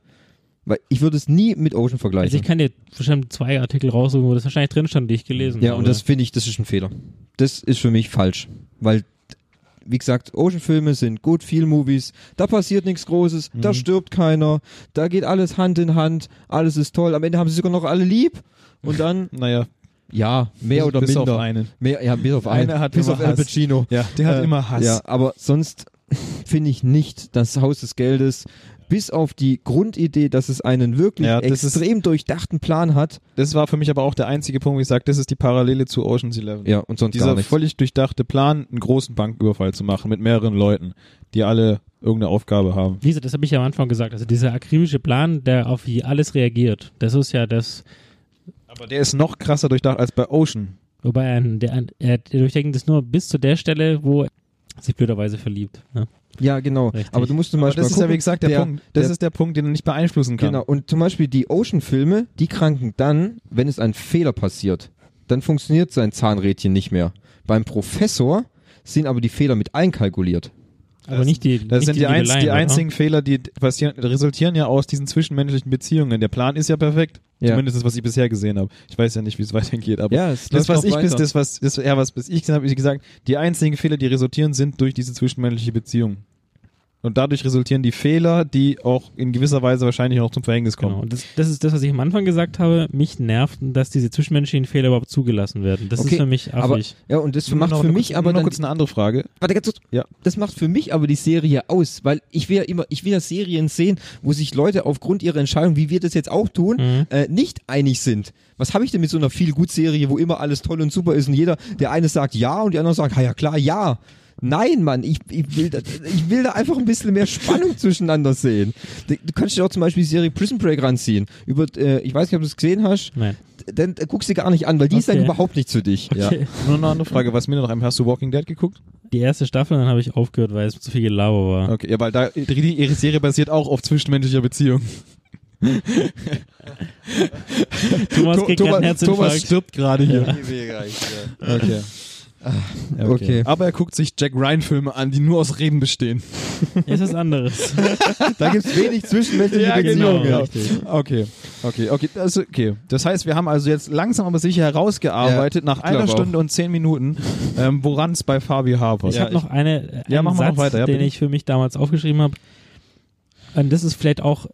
Weil ich würde es nie mit Ocean vergleichen.
Also ich kann dir bestimmt zwei Artikel raussuchen, wo das wahrscheinlich drin stand, die ich gelesen
ja,
habe.
und das finde ich, das ist ein Fehler. Das ist für mich falsch, weil wie gesagt, Ocean-Filme sind gut, viel Movies, da passiert nichts Großes,
Mhm.
da stirbt keiner, da geht alles Hand in Hand, alles ist toll, am Ende haben sie sogar noch alle lieb und dann,
Naja,
ja, mehr
bis,
oder
bis
minder.
auf einen.
Mehr, ja, bis auf einen.
Einer hat
bis
immer
auf Al
Hass.
Pacino.
Ja, der hat
Äh,
immer Hass.
Ja, aber sonst finde ich nicht das Haus des Geldes, bis auf die Grundidee, dass es einen wirklich
Ja, das ist-
extrem durchdachten Plan hat.
Das war für mich aber auch der einzige Punkt, wo ich sage, das ist die Parallele zu Ocean's Eleven.
Ja, und sonst gar
Dieser
nichts.
völlig durchdachte Plan, einen großen Banküberfall zu machen mit mehreren Leuten, die alle irgendeine Aufgabe haben.
Wie gesagt, das habe ich ja am Anfang gesagt. Also dieser akribische Plan, der auf je- alles reagiert, das ist ja das,
Aber der ist noch krasser durchdacht als bei Ocean.
wobei ein, der, ein, er der durchdenkt das nur bis zu der Stelle, wo er sich blöderweise verliebt. Ne?
Ja, genau.
Richtig.
Aber du musst zum
Aber
Beispiel
das ist
mal
ja
gucken,
wie gesagt der,
der
Punkt. Das
der-
ist der Punkt, den er nicht beeinflussen kann.
Genau, und zum Beispiel die Ocean-Filme, die kranken dann, wenn es ein Fehler passiert. Dann funktioniert sein Zahnrädchen nicht mehr. Beim Professor sind aber die Fehler mit einkalkuliert.
Aber nicht die.
Das
nicht
sind
die,
die, einz
Liebeleien,
die
oder?
einzigen Fehler, die passieren, resultieren ja aus diesen zwischenmenschlichen Beziehungen. Der Plan ist ja perfekt.
Ja.
Zumindest das, was ich bisher gesehen habe. Ich weiß ja nicht, wie es weitergeht, aber
Ja, es
das,
läuft
was
noch
ich bis,
weiter.
das, was, das, ja, was bis ich gesagt habe, ich gesagt, die einzigen Fehler, die resultieren, sind durch diese zwischenmenschliche Beziehung. Und dadurch resultieren die Fehler, die auch in gewisser Weise wahrscheinlich auch zum Verhängnis kommen.
Genau. Und Das, das ist das, was ich am Anfang gesagt habe. Mich nervt, dass diese zwischenmenschlichen Fehler überhaupt zugelassen werden. Das
Okay,
ist für mich
aber,
affig.
ja, und das
Nur
macht
noch
für
eine
mich
kurz,
aber
nur noch
dann
kurz eine andere Frage.
Warte ganz kurz.
Ja.
Das macht für mich aber die Serie aus, weil ich will ja immer, ich will ja Serien sehen, wo sich Leute aufgrund ihrer Entscheidung, wie wir das jetzt auch tun,
Mhm.
äh, nicht einig sind. Was habe ich denn mit so einer viel gut Serie, wo immer alles toll und super ist und jeder, der eine sagt ja und die andere sagt, "Ah ja klar, ja. Nein, Mann, ich, ich, will da, ich will da einfach ein bisschen mehr Spannung zwischeneinander sehen. Du du kannst dir auch zum Beispiel die Serie Prison Break ranziehen. Über, äh, ich weiß nicht, ob du es gesehen hast.
Nein.
Dann äh, guckst du gar nicht an, weil die ist dann
Okay.
überhaupt nicht zu dich. Ja.
Okay.
Nur noch eine andere Frage, was mir noch einmal, hast du Walking Dead geguckt?
Die erste Staffel, dann habe ich aufgehört, weil es zu viel Gelaber war.
Okay, ja, weil da, die, die ihre Serie basiert auch auf zwischenmenschlicher Beziehung.
Thomas kriegt gerade einen
Thomas, Thomas
Herzinfarkt.
stirbt gerade hier. Okay.
Ah, okay.
Aber er guckt sich Jack Ryan-Filme an, die nur aus Reden bestehen.
Es ist anderes.
Da gibt's wenig zwischenmenschliche
Ja,
Beziehungen.
genau.
Okay, okay, okay. Das, ist okay. das heißt, wir haben also jetzt langsam aber sicher herausgearbeitet,
Ja,
nach
ich
einer
glaub auch.
Stunde und zehn Minuten, ähm, woran es bei Fabi hapert.
Ich habe noch eine, äh,
Ja,
einen
mach mal noch
Satz,
weiter, ja,
den
bitte.
ich für mich damals aufgeschrieben habe. Und das ist vielleicht auch,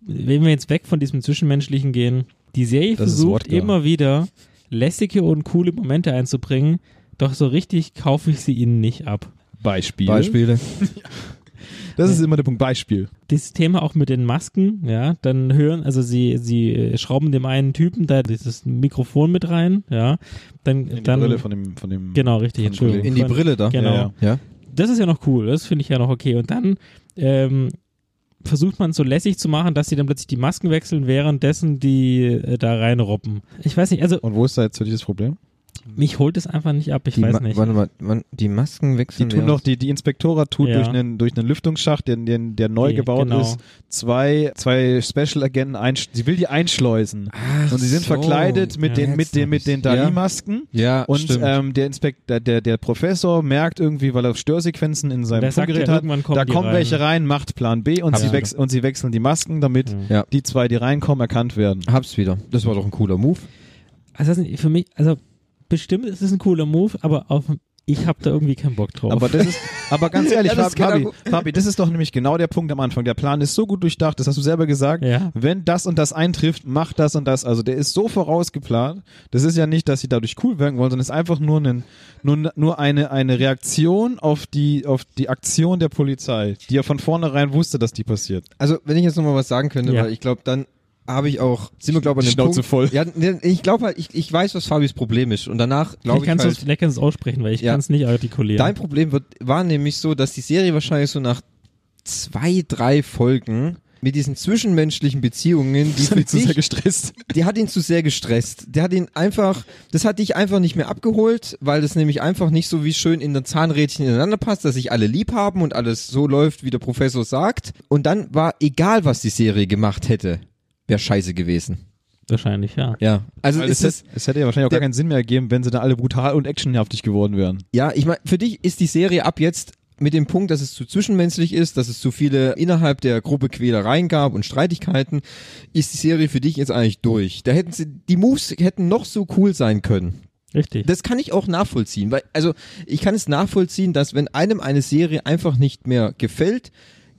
wenn wir jetzt weg von diesem Zwischenmenschlichen gehen, die Serie
Das ist
versucht
Wodka.
immer wieder lässige und coole Momente einzubringen, doch so richtig kaufe ich sie ihnen nicht ab.
Beispiel.
Beispiele.
Das ist immer der Punkt, Beispiel.
Dieses Thema auch mit den Masken, ja, dann hören, also sie, sie äh, schrauben dem einen Typen da dieses Mikrofon mit rein, ja, dann,
In die
dann
Brille von dem, von dem
genau richtig,
von
Entschuldigung,
In die
Von-
Brille da.
genau.
Ja, ja.
Ja.
das ist ja noch cool, das finde ich ja noch okay. Und dann ähm, versucht man es so lässig zu machen, dass sie dann plötzlich die Masken wechseln, währenddessen die äh, da reinroppen. Ich weiß nicht, also
Und wo ist da jetzt für dich das Problem?
mich holt es einfach nicht ab, ich
Die
weiß
Ma-
nicht.
Warte mal, wann, die Masken
Die
wechseln.
tun
wir
doch, die, die Inspektora tut
Ja.
durch, einen, durch einen Lüftungsschacht, den, den, der neu
Die-
gebaut
genau.
ist, zwei, zwei Special-Agenten, einsch- sie will die einschleusen.
Ach
und sie sind
so.
verkleidet mit
Ja,
den,
jetzt
mit den,
hab
mit den
ich's.
Dali-Masken.
Ja,
Und
stimmt.
ähm, der, Inspekt, der, der, der Professor merkt irgendwie, weil er Störsequenzen in seinem
Der sagt
Funkgerät
ja,
hat,
irgendwann kommen
da
die
kommen
rein.
welche rein, macht Plan B und
Hab's
sie,
wieder.
wechs und sie wechseln die Masken, damit
Ja.
die zwei, die reinkommen, erkannt werden.
Hab's wieder. Das war doch ein cooler Move.
Also das ist für mich, also bestimmt ist es ein cooler Move, aber auf, ich habe da irgendwie keinen Bock drauf.
Aber das ist, aber ganz ehrlich,
Ja, das genau kann
Fabi,
er
Fabi, Fabi, das ist doch nämlich genau der Punkt am Anfang. Der Plan ist so gut durchdacht, das hast du selber gesagt.
Ja.
Wenn das und das eintrifft, macht das und das. Also der ist so vorausgeplant. Das ist ja nicht, dass sie dadurch cool werden wollen, sondern es ist einfach nur, ein, nur, nur eine, eine Reaktion auf die, auf die Aktion der Polizei, die ja von vornherein wusste, dass die passiert.
Also, wenn ich jetzt nochmal was sagen könnte,
Ja.
weil ich glaube, dann habe ich auch, sind wir glaube ich an dem
Schnauze
Punkt,
voll.
Ja, nee, ich glaube halt, ich, ich weiß, was Fabis Problem ist und danach glaube
vielleicht
ich halt,
kannst du es- vielleicht kannst du es aussprechen, weil ich
Ja.
kann es nicht artikulieren.
dein Problem wird, war nämlich so, dass die Serie wahrscheinlich so nach zwei, drei Folgen mit diesen zwischenmenschlichen Beziehungen, die
Ich
für
bin zu
dich
sehr gestresst.
die hat ihn zu sehr gestresst. Der hat ihn einfach, das hat dich einfach nicht mehr abgeholt, weil das nämlich einfach nicht so wie schön in den Zahnrädchen ineinander passt, dass sich alle lieb haben und alles so läuft, wie der Professor sagt. Und dann war egal, was die Serie gemacht hätte, wäre scheiße gewesen.
Wahrscheinlich, ja.
Ja, also
Weil
ist
es,
das,
hätte, es hätte ja wahrscheinlich auch
der-
gar keinen Sinn mehr ergeben, wenn sie dann alle brutal und actionhaftig geworden wären.
ja, ich meine, für dich ist die Serie ab jetzt mit dem Punkt, dass es zu zwischenmenschlich ist, dass es zu viele innerhalb der Gruppe Quälereien gab und Streitigkeiten, ist die Serie für dich jetzt eigentlich durch. Da hätten sie, die Moves hätten noch so cool sein können.
Richtig.
Das kann ich auch nachvollziehen, weil, also ich kann es nachvollziehen, dass wenn einem eine Serie einfach nicht mehr gefällt,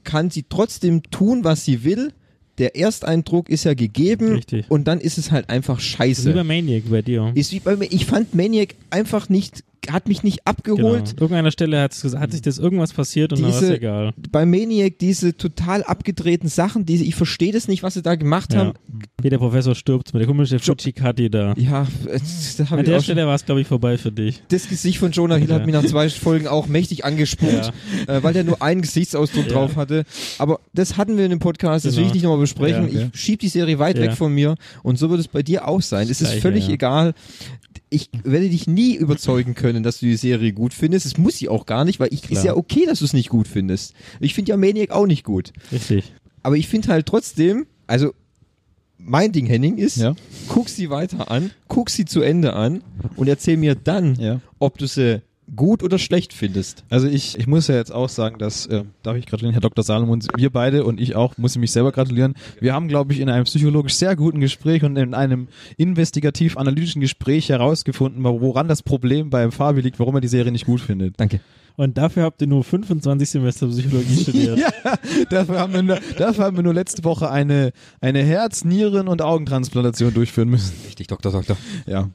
kann sie trotzdem tun, was sie will. Der Ersteindruck ist ja gegeben
Richtig.
und dann ist es halt einfach scheiße.
Wie bei Maniac bei dir.
Ist wie bei mir. Ich fand Maniac einfach nicht, hat mich nicht abgeholt.
Genau. Irgendeiner Stelle hat's ges- hat sich das irgendwas passiert und dann war
Diese-
egal.
Bei Maniac diese total abgedrehten Sachen, diese, ich verstehe das nicht, was sie da gemacht
Ja.
haben.
Wie der Professor stirbt mit der komische
Jo-
Fujikati da.
Ja, das, da hab
An
ich
der
auch schon,
Stelle war es, glaube ich, vorbei für dich.
das Gesicht von Jonah Hill
Ja.
hat mich nach zwei Folgen auch mächtig angespuckt, äh, weil der nur einen Gesichtsausdruck
Ja.
drauf hatte. Aber das hatten wir in dem Podcast, das will
Genau.
ich nicht nochmal besprechen.
Ja, okay.
Ich schieb die Serie weit
Ja.
weg von mir und so wird es bei dir auch sein. Es ist
Gleiche,
völlig
ja.
egal. Ich werde dich nie überzeugen können, dass du die Serie gut findest. Das muss sie auch gar nicht, weil ich
Klar.
ist ja okay, dass du es nicht gut findest. Ich finde ja Maniac auch nicht gut.
Richtig.
Aber ich finde halt trotzdem, also mein Ding, Henning, ist,
Ja.
guck sie weiter an, guck sie zu Ende an und erzähl mir dann,
Ja.
ob du sie gut oder schlecht findest.
Also ich, ich muss ja jetzt auch sagen, dass, äh, darf ich gratulieren, Herr Dr. Salomon, wir beide und ich auch, muss ich mich selber gratulieren. Wir haben, glaube ich, in einem psychologisch sehr guten Gespräch und in einem investigativ-analytischen Gespräch herausgefunden, woran das Problem beim Fabi liegt, warum er die Serie nicht gut findet.
Danke.
Und dafür habt ihr nur 25 Semester Psychologie studiert.
Ja, dafür haben, wir nur, dafür haben wir nur letzte Woche eine, eine Herz-, Nieren- und Augentransplantation durchführen müssen.
Richtig, Doktor, Doktor.
Ja.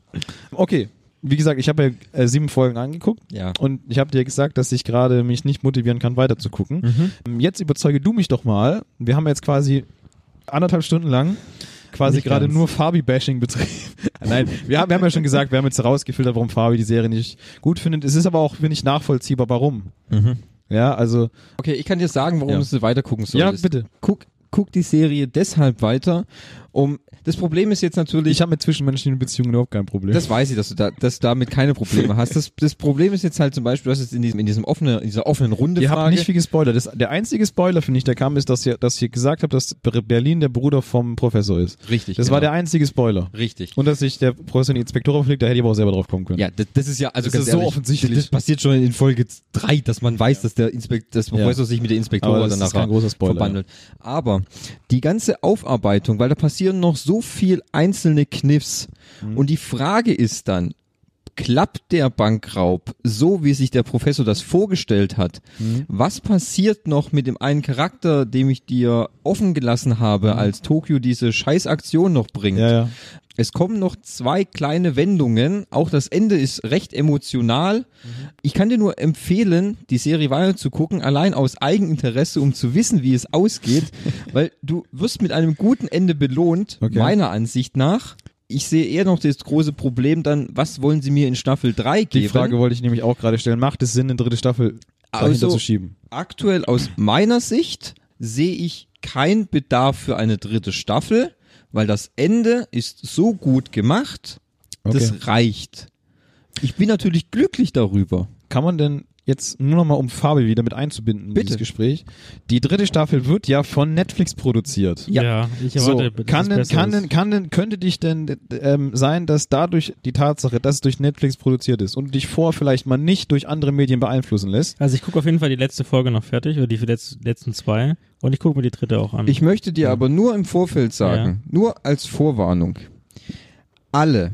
Okay. Wie gesagt, ich habe ja äh, sieben Folgen angeguckt
Ja.
und ich habe dir gesagt, dass ich gerade mich nicht motivieren kann, weiterzugucken. Ähm, Jetzt überzeuge du mich doch mal. Wir haben jetzt quasi anderthalb Stunden lang quasi
Nicht
gerade
ganz.
nur Fabi-Bashing betrieben. Nein, wir haben, wir haben ja schon gesagt, wir haben jetzt herausgefiltert, warum Fabi die Serie nicht gut findet. Es ist aber auch, finde ich, nachvollziehbar, warum. Ja, also.
Okay, ich kann dir sagen, warum
Ja.
du sie weitergucken
ja,
solltest.
bitte.
Guck, guck die Serie deshalb weiter, um. Das Problem ist jetzt natürlich.
Ich habe mit zwischenmenschlichen Beziehungen überhaupt kein Problem.
Das weiß ich, dass du, da, dass du damit keine Probleme hast. Das, das Problem ist jetzt halt zum Beispiel, dass es in diesem, in diesem offenen, in dieser offenen Runde
Ihr habt
Frage.
nicht viel gespoilert. Das, der einzige Spoiler, finde ich, der kam, ist, dass ihr, dass ihr gesagt habt, dass Ber- Berlin der Bruder vom Professor ist.
Richtig. genau.
Das war der einzige Spoiler.
Richtig.
Und dass sich der Professor in die Inspektor auflegt, da hätte ich aber auch selber drauf kommen können.
Ja, das, das ist ja, also
Das
ganz
ist so
ehrlich,
offensichtlich.
Das passiert schon in Folge 3, dass man weiß, dass der Inspekt, dass Professor sich mit der
aber
Inspektorin
das
danach
ist kein großer Spoiler.
verbandelt. Aber die ganze Aufarbeitung, weil da passieren noch so viel einzelne Kniffs.
Mhm.
Und die Frage ist dann, klappt der Bankraub so, wie sich der Professor das vorgestellt hat?
Mhm.
Was passiert noch mit dem einen Charakter, dem ich dir offen gelassen habe, als Tokio diese Scheißaktion noch bringt?
Mhm. Ja, ja.
Es kommen noch zwei kleine Wendungen. Auch das Ende ist recht emotional.
Mhm.
Ich kann dir nur empfehlen, die Serie weiter zu gucken, allein aus Eigeninteresse, um zu wissen, wie es ausgeht, weil du wirst mit einem guten Ende belohnt,
Okay.
meiner Ansicht nach. Ich sehe eher noch das große Problem dann, was wollen sie mir in Staffel 3
Die
geben?
Frage wollte ich nämlich auch gerade stellen. Macht es Sinn, eine dritte Staffel dahinter
Also-
zu schieben?
Aktuell aus meiner Sicht sehe ich keinen Bedarf für eine dritte Staffel, weil das Ende ist so gut gemacht,
Okay.
das reicht. Ich bin natürlich glücklich darüber.
Kann man denn jetzt nur nochmal, um Fabi wieder mit einzubinden in
Bitte.
dieses Gespräch, die dritte Staffel wird ja von Netflix produziert.
Ja.
ich
So,
erwarte, dass
kann
es
denn,
besser
kann
ist.
denn, kann denn, könnte dich denn äh, ähm, sein, dass dadurch die Tatsache, dass es durch Netflix produziert ist und dich vor vielleicht mal nicht durch andere Medien beeinflussen lässt?
Also ich gucke auf jeden Fall die letzte Folge noch fertig oder die letz- letzten zwei und ich gucke mir die dritte auch an.
Ich möchte dir aber nur im Vorfeld sagen, nur als Vorwarnung, alle,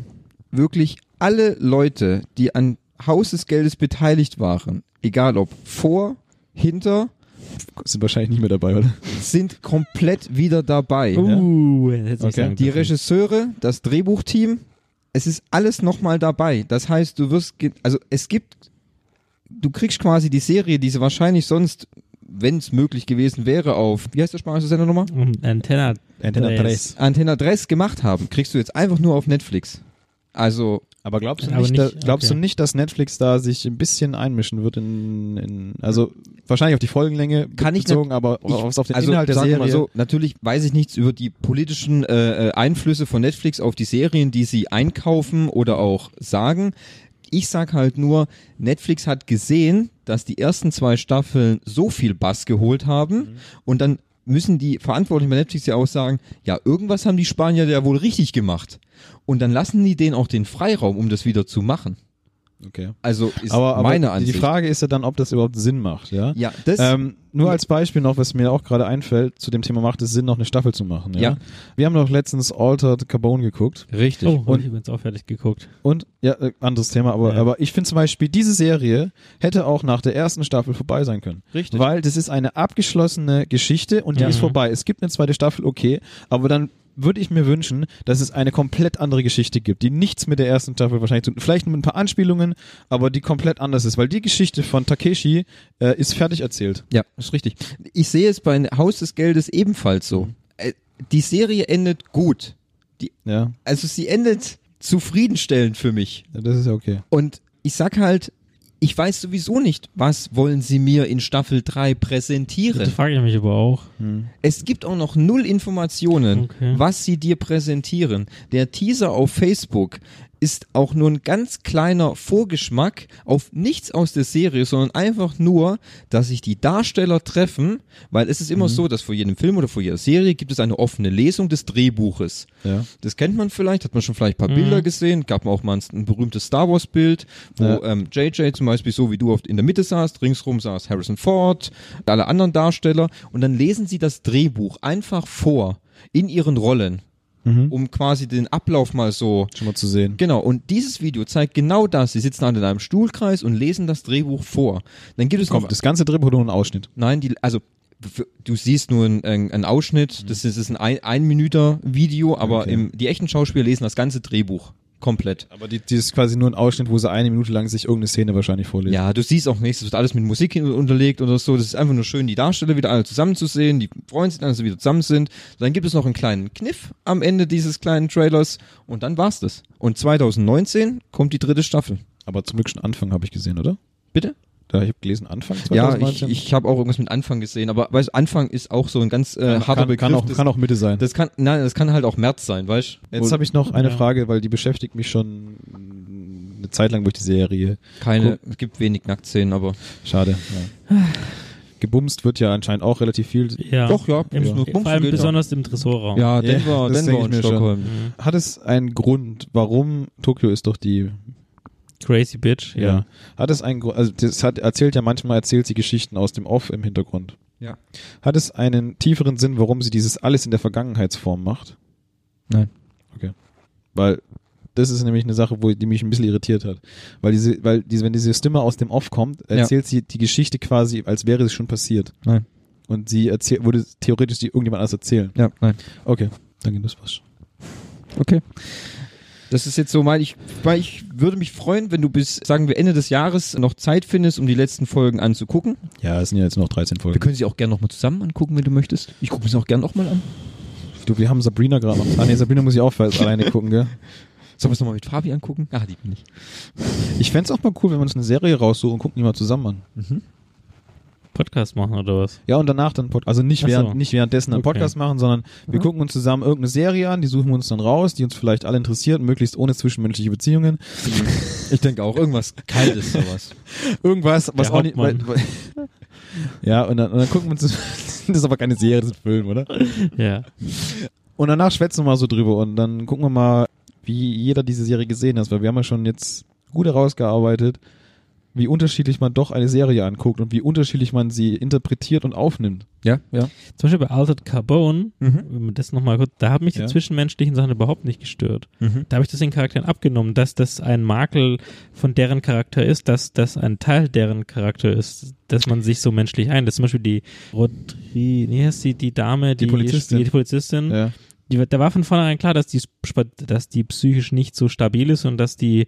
wirklich alle Leute, die an Haus des Geldes beteiligt waren, egal ob vor, hinter,
Sind wahrscheinlich nicht mehr dabei, oder?
sind komplett wieder dabei.
uh, hätte ich
Okay.
sagen
Die
dürfen.
Regisseure, das Drehbuchteam, es ist alles nochmal dabei. Das heißt, du wirst, ge- also es gibt, du kriegst quasi die Serie, die sie wahrscheinlich sonst, wenn es möglich gewesen wäre, auf, wie heißt der spanische Sender nochmal?
Um, Antenna.
Antena
Tres.
3.
Antenna 3 gemacht haben, kriegst du jetzt einfach nur auf Netflix. Also,
Aber glaubst du,
Aber
nicht,
nicht-
da, glaubst
okay.
du nicht, dass Netflix da sich ein bisschen einmischen wird in, in also wahrscheinlich auf die Folgenlänge
Kann ich
bezogen, aber
ich-
auf, auf den
also
Inhalt der
sagen wir
Serie.
mal so, natürlich weiß ich nichts über die politischen äh, äh, Einflüsse von Netflix auf die Serien, die sie einkaufen oder auch sagen. Ich sag halt nur, Netflix
Mhm.
hat gesehen, dass die ersten zwei Staffeln so viel Bass geholt haben und dann müssen die Verantwortlichen bei Netflix ja auch sagen, ja, irgendwas haben die Spanier ja wohl richtig gemacht. Und dann lassen die denen auch den Freiraum, um das wieder zu machen.
Okay.
Also ist
aber, aber
meine Ansicht.
die Frage ist ja dann, ob das überhaupt Sinn macht, ja?
ja, das
Ähm, nur als Beispiel noch, was mir auch gerade einfällt, zu dem Thema macht es Sinn, noch eine Staffel zu machen. Ja.
Ja.
Wir haben doch letztens Altered Carbon geguckt.
richtig.
Oh, und
Und-
ich habe jetzt auch fertig geguckt.
Und, ja, äh, anderes Thema, aber,
Ja.
aber ich finde zum Beispiel, diese Serie hätte auch nach der ersten Staffel vorbei sein können.
Richtig.
Weil das ist eine abgeschlossene Geschichte und die
Ja.
ist vorbei. Es gibt eine zweite Staffel, okay, aber dann würde ich mir wünschen, dass es eine komplett andere Geschichte gibt, die nichts mit der ersten Staffel wahrscheinlich zu tun Vielleicht mit ein paar Anspielungen, aber die komplett anders ist, weil die Geschichte von Takeshi äh, ist fertig erzählt.
Ja, ist richtig. Ich sehe es bei Haus des Geldes ebenfalls so. Äh, Die Serie endet gut.
Ja,
Also sie endet zufriedenstellend für mich.
das ist ja okay.
Und ich sag halt, ich weiß sowieso nicht, was wollen sie mir in Staffel 3
Das
präsentieren.
frage ich mich aber auch.
Es gibt auch noch null Informationen,
Okay.
was sie dir präsentieren. Der Teaser auf Facebook ist auch nur ein ganz kleiner Vorgeschmack auf nichts aus der Serie, sondern einfach nur, dass sich die Darsteller treffen, weil es ist immer so, dass vor jedem Film oder vor jeder Serie gibt es eine offene Lesung des Drehbuches.
Ja.
Das kennt man vielleicht, hat man schon vielleicht ein paar Bilder gesehen, gab auch mal ein, ein berühmtes Star Wars Bild, wo
Ja.
ähm, JJ zum Beispiel so wie du oft in der Mitte saßt, ringsrum saß Harrison Ford, alle anderen Darsteller und dann lesen sie das Drehbuch einfach vor in ihren Rollen, um quasi den Ablauf mal so
Schon mal zu sehen.
Genau, und dieses Video zeigt genau das. Sie sitzen alle in einem Stuhlkreis und lesen das Drehbuch vor. Dann gibt es noch
Kommt, das ganze Drehbuch nur ein Ausschnitt.
Nein, die, also f- du siehst nur einen, einen einen Ausschnitt, das ist, ist ein ein, ein Minüter Video, aber
Mhm. Okay.
im, die echten Schauspieler lesen das ganze Drehbuch komplett.
Aber die, die ist quasi nur ein Ausschnitt, wo sie eine Minute lang sich irgendeine Szene wahrscheinlich vorlesen.
Ja, du siehst auch nichts, es wird alles mit Musik hin- unterlegt oder so. Das ist einfach nur schön, die Darsteller wieder alle zusammen zu sehen, die freuen sich dann, dass sie wieder zusammen sind. Dann gibt es noch einen kleinen Kniff am Ende dieses kleinen Trailers und dann war's das. Und 2019 kommt die dritte Staffel.
Aber zum Glück schon Anfang habe ich gesehen, oder?
Bitte?
Da, ich habe gelesen Anfang
Ja, ich,
2019.
ich habe auch irgendwas mit Anfang gesehen, aber weißt, Anfang ist auch so ein ganz äh, harter
kann,
Begriff.
kann, auch,
das,
kann auch Mitte sein.
das kann, nein, das kann halt auch März sein, weißt du?
Jetzt habe ich noch eine
Ja.
Frage, weil die beschäftigt mich schon mm, eine Zeit lang durch die Serie.
Keine, es gibt wenig Nacktszenen, aber.
Schade. Ja. Gebumst wird ja anscheinend auch relativ viel.
Ja.
Doch, ja,
Im,
ja.
Vor allem
Geht, ja.
besonders im Dressurraum.
Ja,
Ja,
Denver,
das
Denver
denk ich
und
mir schon.
Stockholm.
Mhm.
Hat es einen Grund, warum Tokio ist doch die
Crazy Bitch.
ja. Hat es einen Grund, also das hat erzählt ja manchmal erzählt sie Geschichten aus dem Off im Hintergrund.
Ja.
Hat es einen tieferen Sinn, warum sie dieses alles in der Vergangenheitsform macht?
Nein.
Okay. Weil das ist nämlich eine Sache, wo die mich ein bisschen irritiert hat, weil diese weil diese wenn diese Stimme aus dem Off kommt,
Ja.
erzählt sie die Geschichte quasi, als wäre es schon passiert.
Nein.
Und sie erzählt würde theoretisch die irgendjemand anders erzählen.
Ja, nein.
Okay, danke, das war's. schon.
Okay. Das ist jetzt so mein, ich, weil ich würde mich freuen, wenn du bis, sagen wir, Ende des Jahres noch Zeit findest, um die letzten Folgen anzugucken.
Ja, es sind ja jetzt noch 13
Wir
Folgen.
können sie auch gerne nochmal zusammen angucken, wenn du möchtest. Ich gucke sie auch gerne nochmal an.
Du, wir haben Sabrina gerade. noch- Ah nee, Sabrina muss ich auch alleine gucken, gell?
Sollen wir es nochmal mit Fabi angucken? Ah, die nicht.
Ich fänd's auch mal cool, wenn wir uns eine Serie raussuchen und gucken die mal zusammen an.
Podcast machen oder was?
Ja, und danach dann Podcast. Also nicht,
Ach so.
während, nicht währenddessen einen
Okay. Mhm.
Podcast machen, sondern wir gucken uns zusammen irgendeine Serie an, die suchen wir uns dann raus, die uns vielleicht alle interessiert, möglichst ohne zwischenmenschliche Beziehungen.
Ich denke auch, irgendwas Kaltes, sowas.
Irgendwas, was
Der
auch nicht.
Hauptmann.
weil- weil- ja, und dann, und dann gucken wir uns. das ist aber keine Serie, das ist ein Film, oder?
Ja.
Und danach schwätzen wir mal so drüber und dann gucken wir mal, wie jeder diese Serie gesehen hat, weil wir haben ja schon jetzt gut herausgearbeitet, wie unterschiedlich man doch eine Serie anguckt und wie unterschiedlich man sie interpretiert und aufnimmt.
Ja, ja.
Zum Beispiel bei Altered Carbone, wenn man das nochmal kurz, da haben mich die
Ja.
zwischenmenschlichen Sachen überhaupt nicht gestört.
Mhm.
Da habe ich das den Charakteren abgenommen, dass das ein Makel von deren Charakter ist, dass das ein Teil deren Charakter ist, dass man sich so menschlich ein. Das zum Beispiel die Rodri, nee, heißt die, die Dame, die,
Die Polizistin.
Die, Polizistin
Ja.
die, da war von vornherein klar, dass die, spa- dass die psychisch nicht so stabil ist und dass die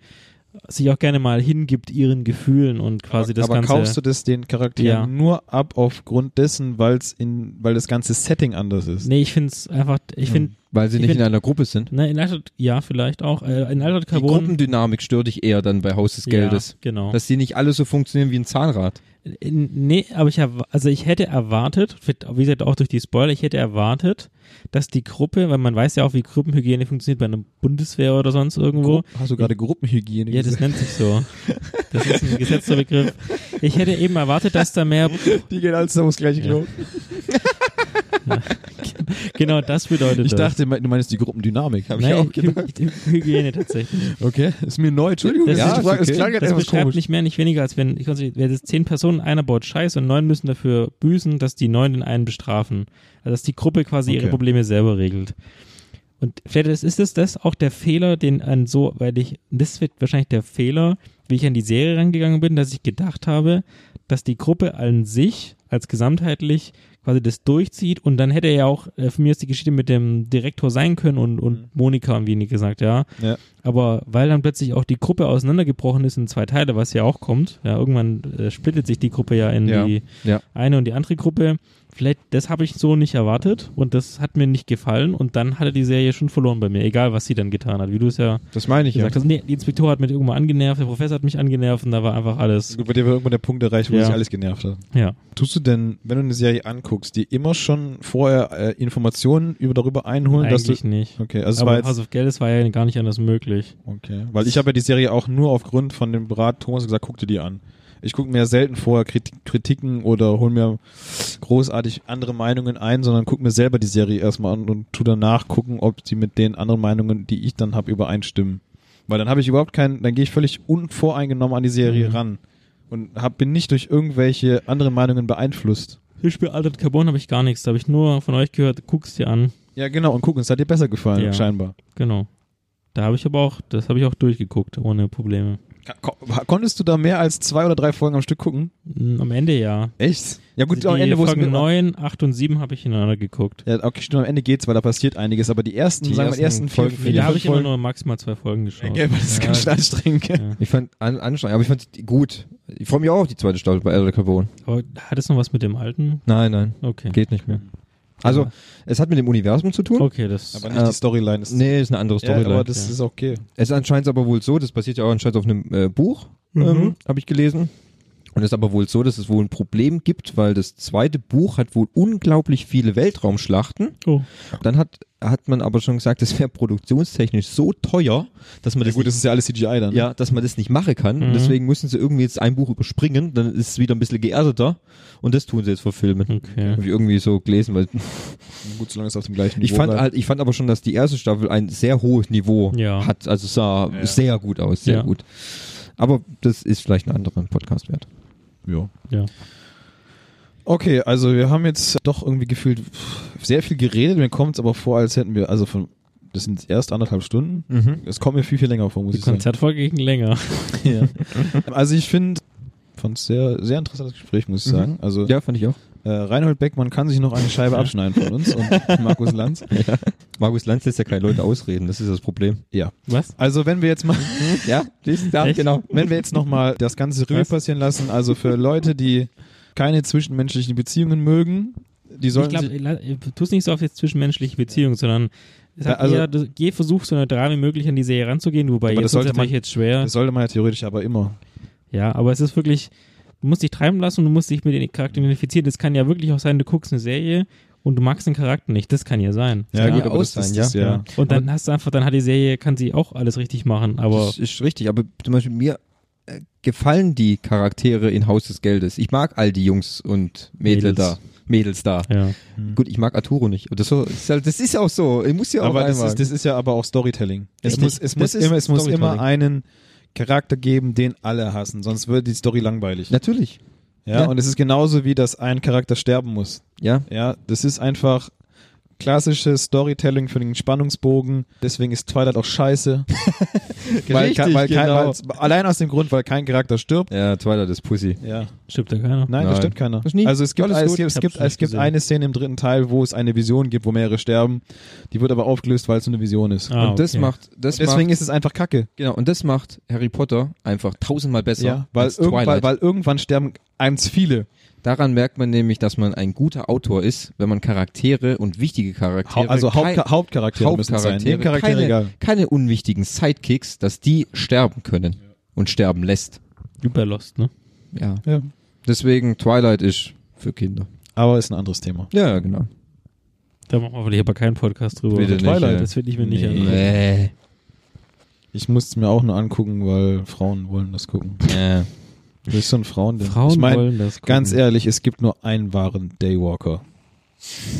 sich auch gerne mal hingibt ihren Gefühlen und quasi das
aber
Ganze.
kaufst du das den Charakteren
Ja.
nur ab aufgrund dessen, weil's in, weil das ganze Setting anders ist?
nee, ich finde es einfach, ich finde,
Weil sie
Ich
nicht
find-
in einer Gruppe sind.
ne, in Altered, ja, vielleicht auch, äh, in Altered
Die
Carbon.
Gruppendynamik stört dich eher dann bei Haus des Geldes.
Ja, genau.
Dass die nicht alle so funktionieren wie ein Zahnrad.
N- Nee, aber ich, erw- also ich hätte erwartet, wie gesagt auch durch die Spoiler, ich hätte erwartet, dass die Gruppe, weil man weiß ja auch, wie Gruppenhygiene funktioniert bei einer Bundeswehr oder sonst irgendwo,
Hast du gerade Gruppenhygiene
Ja, das
gesagt?
nennt sich so. Das ist ein gesetzter Begriff. Ich hätte eben erwartet, dass da mehr.
Die gehen alles aufs gleiche
Ja.
Klo.
genau das bedeutet
Ich
das.
dachte, me- du meinst die Gruppendynamik.
Hab ich
Nein,
auch gedacht.
Hy Hygiene tatsächlich.
Okay, ist mir neu. Entschuldigung,
Das
ja,
ist
ich frag-
okay.
klang jetzt
Das
etwas
beschreibt nicht mehr, nicht weniger, als wenn, ich weiß nicht, wenn jetzt zehn Personen, einer baut Scheiß und neun müssen dafür büßen, dass die neun den einen bestrafen. Also dass die Gruppe quasi ihre
Okay.
Probleme selber regelt. Und vielleicht ist, ist es das auch der Fehler, den an so, weil ich, das wird wahrscheinlich der Fehler, wie ich an die Serie rangegangen bin, dass ich gedacht habe, dass die Gruppe an sich als gesamtheitlich quasi das durchzieht und dann hätte ja auch, äh, für mich ist die Geschichte mit dem Direktor sein können und, und Monika irgendwie nicht gesagt, ja.
Ja.
Aber weil dann plötzlich auch die Gruppe auseinandergebrochen ist in zwei Teile, was ja auch kommt, ja, irgendwann äh, splittet sich die Gruppe ja in
Ja,
die
ja.
eine und die andere Gruppe. Vielleicht, das habe ich so nicht erwartet und das hat mir nicht gefallen und dann hatte die Serie schon verloren bei mir, egal was sie dann getan hat, wie du es ja
Das meine ich ja.
gesagt hast. Nee, die Inspektor hat mich irgendwann angenervt, der Professor hat mich angenervt und da war einfach alles,
Bei dir war irgendwann der Punkt erreicht, wo
Ja.
sich alles genervt hat.
ja.
Tust du denn, wenn du eine Serie anguckst, die immer schon vorher äh, Informationen über darüber einholen, dass
Eigentlich
du
nicht.
Okay, also es
Aber
war
House
jetzt,
of Geldes war ja gar nicht anders möglich.
okay, weil ich habe ja die Serie auch nur aufgrund von dem Berat Thomas gesagt, guck dir die an. Ich gucke mir ja selten vorher Kritik, Kritiken oder hol mir großartig andere Meinungen ein, sondern guck mir selber die Serie erstmal an und tu danach gucken, ob die mit den anderen Meinungen, die ich dann habe, übereinstimmen. Weil dann habe ich überhaupt keinen, dann gehe ich völlig unvoreingenommen an die Serie
Mhm.
ran und hab, bin nicht durch irgendwelche anderen Meinungen beeinflusst.
Hirschspiel Altered Carbon habe ich gar nichts, da habe ich nur von euch gehört, guck's dir an.
Ja, genau. Und gucken, es hat dir besser gefallen,
Ja.
scheinbar.
Genau. Da habe ich aber auch, das habe ich auch durchgeguckt, ohne Probleme.
Ko- Konntest du da mehr als zwei oder drei Folgen am Stück gucken?
Mm, Am Ende ja. Also
Echt? Ja, gut,
die
am Ende, wo es
Folgen
mit-
9, 8 und 7 habe ich ineinander geguckt.
Ja, okay, stimmt, am Ende geht's, weil da passiert einiges. Aber die ersten,
Die
sagen wir, die ersten
ersten
Folgen,
Folgen-
Nee, da habe ich immer
Folgen.
nur maximal zwei Folgen geschaut.
Gell, weil das ist
Ja.
ganz schön anstrengend, gell?
Ja.
Ich fand an, anstrengend, aber ich fand die gut. Ich freue mich auch auf die zweite Staffel bei Elder Carbon.
Aber hat es noch was mit dem alten?
Nein, nein,
Okay.
geht nicht mehr. Also, es hat mit dem Universum zu tun.
Okay, das.
Aber nicht die Storyline. Ist
Nee, ist eine andere
Äh, ja,
Storyline.
aber das
ja.
ist okay.
Es ist anscheinend aber wohl so, das basiert ja auch anscheinend auf einem äh, Buch,
Mhm.
ähm, habe ich gelesen. Und es ist aber wohl so, dass es wohl ein Problem gibt, weil das zweite Buch hat wohl unglaublich viele Weltraumschlachten.
oh.
Dann hat, hat man aber schon gesagt, das wäre produktionstechnisch so teuer, dass man
Ja,
das
gut, das ist ja alles CGI dann. ne?
ja, dass man das nicht machen kann.
Mhm.
Und deswegen müssen sie irgendwie jetzt ein Buch überspringen, dann ist es wieder ein bisschen geerdeter. Und das tun sie jetzt verfilmen.
Okay.
Habe ich irgendwie so gelesen, weil
Gut, solange es auf dem gleichen
ich
Niveau
fand
bleibt.
halt, ich fand aber schon, dass die erste Staffel ein sehr hohes Niveau
Ja.
hat. Also es sah sehr gut aus, sehr
Ja.
gut. Aber das ist vielleicht ein anderer Podcast wert.
Ja.
Ja.
Okay, also wir haben jetzt doch irgendwie gefühlt pff, sehr viel geredet. Mir kommt es aber vor, als hätten wir, also von, das sind erst anderthalb Stunden.
Mhm.
Es kommt mir viel, viel länger vor, muss
Die
ich sagen.
Konzertfolge ging länger.
Ja. Also ich finde, fand es sehr, sehr interessantes Gespräch, muss ich
Mhm.
sagen. Also
Ja, fand ich auch.
äh, Reinhold Beckmann kann sich noch eine Scheibe abschneiden von uns und Markus Lanz.
Markus Lanz lässt ja keine Leute ausreden, das ist das Problem.
Ja.
Was?
Also wenn wir jetzt mal,
ja, siehst du, ja
Echt?
genau.
wenn wir jetzt nochmal das Ganze Revue
Was?
passieren lassen, also für Leute, die keine zwischenmenschlichen Beziehungen mögen, die
Ich
sollten sich,
glaube, tu es nicht so auf jetzt zwischenmenschliche Beziehungen, sondern es
Ja,
hat
also-
eher, das- geh versuch so neutral wie möglich an die Serie ranzugehen, wobei
Aber
jetzt
das
ist
sollte
natürlich
man-
jetzt schwer.
das sollte man ja theoretisch aber immer.
Ja, aber es ist wirklich, du musst dich treiben lassen und du musst dich mit den Charakteren identifizieren. Das kann ja wirklich auch sein, du guckst eine Serie und du magst den Charakter nicht. Das kann ja sein.
Ja, gut, aber das
ist
sein,
das,
ja.
ja.
Und dann hast du einfach, dann hat die Serie, kann sie auch alles richtig machen, aber
das ist richtig, aber zum Beispiel mir äh, gefallen die Charaktere in Haus des Geldes. Ich mag all die Jungs und Mädel
Mädels.
da. Mädels da.
ja.
Mhm.
Gut, ich mag Arturo nicht. Und Das, so- das ist halt- das ist ja auch so. Ich muss ja auch
Aber das
einmal.
ist, das ist ja aber auch Storytelling. Es
Richtig.
muss, es muss,
Das ist
immer, es muss
Storytelling.
immer einen Charakter geben, den alle hassen, sonst wird die Story langweilig.
Natürlich.
Ja,
Ja.
und es ist genauso wie, dass ein Charakter sterben muss.
Ja,
Ja, das ist einfach klassisches Storytelling für den Spannungsbogen. Deswegen ist Twilight auch scheiße. weil,
Richtig,
weil kein,
genau.
weil, allein aus dem Grund, weil kein Charakter stirbt.
Ja, Twilight ist Pussy.
Ja.
stirbt da keiner.
Nein,
Nein.
da stirbt keiner.
Ist nie.
Also es gibt,
Alles gut.
es gibt, es
Ich
gibt,
hab's nicht
es gibt
gesehen.
eine Szene im dritten Teil, wo es eine Vision gibt, wo mehrere sterben. Die wird aber aufgelöst, weil es nur eine Vision ist.
Ah,
und das
okay.
macht, das
Und deswegen
macht,
ist es einfach Kacke.
genau, und das macht Harry Potter einfach tausendmal besser
Ja, weil,
als
irgendwann,
Twilight.
weil irgendwann sterben eins viele.
Daran merkt man nämlich, dass man ein guter Autor ist, wenn man Charaktere und wichtige
Hau-
Charaktere,
also
kein-
Hauptka Hauptcharaktere müssen es sein.
Hauptcharaktere,
Nebencharaktere egal.
keine, keine unwichtigen Sidekicks, dass die sterben können und sterben lässt.
Überlost, ne?
Ja,
Ja.
deswegen Twilight ist für Kinder.
Aber ist ein anderes Thema.
Ja, genau.
Da machen wir vielleicht aber keinen Podcast drüber.
Bitte nicht,
Twilight,
ja.
Das will ich mir nicht
Nee.
angucken.
Nee.
Ich musste es mir auch nur angucken, weil Frauen wollen das gucken.
Ja.
Du bist so ein Frauen.
Frauen
ich mein,
wollen das gucken.
Ganz ehrlich, es gibt nur einen wahren Daywalker.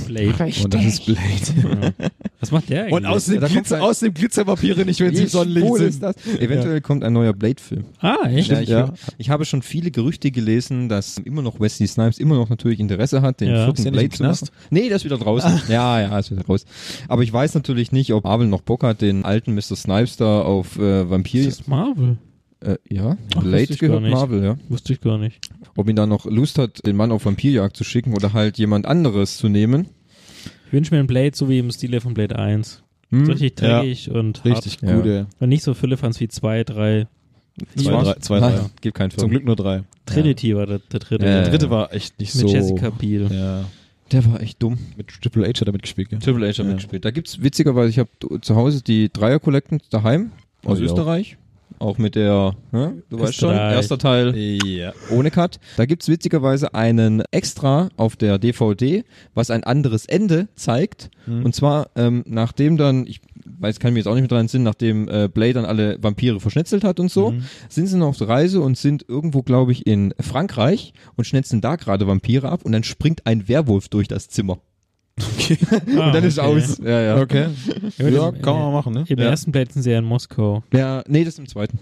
Blade.
Und das ist Blade.
Was macht der eigentlich?
Und aus dem,
Da kommt
Glitzer,
ein-
aus dem Glitzerpapier nicht, wenn sie im Sonnenlicht sind.
Eventuell kommt ein neuer Blade-Film.
ah, echt?
Ja, ich,
ja.
ich habe schon viele Gerüchte gelesen, dass immer noch Wesley Snipes immer noch natürlich Interesse hat, den
Ja.
vierten
Ist der nicht
Blade
im
zu machen.
Knast?
Nee, der ist wieder draußen. Ja, ja, ist wieder raus. Aber ich weiß natürlich nicht, ob Marvel noch Bock hat, den alten Mr. Snipes da auf äh,
Ist
Vampir.
das Marvel?
Äh, ja,
Ach, wusste
Blade
ich gar
gehört
nicht.
Marvel, ja.
Wusste ich gar nicht.
Ob ihn da noch Lust hat, den Mann auf Vampirjagd zu schicken oder halt jemand anderes zu nehmen.
Ich wünsche mir einen Blade, so wie im Stile von Blade 1.
Hm,
So richtig
ja.
dreckig und hart.
Richtig
Ja.
gute.
Und nicht so Philippans wie 2, 3.
das
Zwei,
war's.
drei, zwei,
Nein,
drei.
Gibt keinen Film.
Zum Glück nur drei.
Trinity war der, der dritte.
Ja,
Der
ja,
dritte
ja.
war echt nicht
Mit
so.
Jessica Biel.
Ja.
Der war echt dumm.
Mit Triple H hat er mitgespielt, gell?
Triple H hat
Ja.
mitgespielt. Da gibt's witzigerweise, ich habe zu Hause die Dreier Collectors daheim aus
Oh, ja.
Österreich. Auch mit der, ne? du weißt schon,
Österreich.
erster Teil
Ja.
ohne Cut. Da gibt's witzigerweise einen Extra auf der DVD, was ein anderes Ende zeigt.
Mhm.
Und zwar, ähm, nachdem dann, ich weiß, kann mir jetzt auch nicht mehr dran Sinn, nachdem äh, Blade dann alle Vampire verschnetzelt hat und
Mhm.
so, sind sie noch auf der Reise und sind irgendwo, glaube ich, in Frankreich und schnetzeln da gerade Vampire ab und dann springt ein Werwolf durch das Zimmer.
Ah,
und dann ist
okay.
aus. Ja, ja.
Okay. Ja, kann man mal machen, ne?
Im ersten Blade sind sie ja in Moskau.
Ja, nee, das ist im zweiten.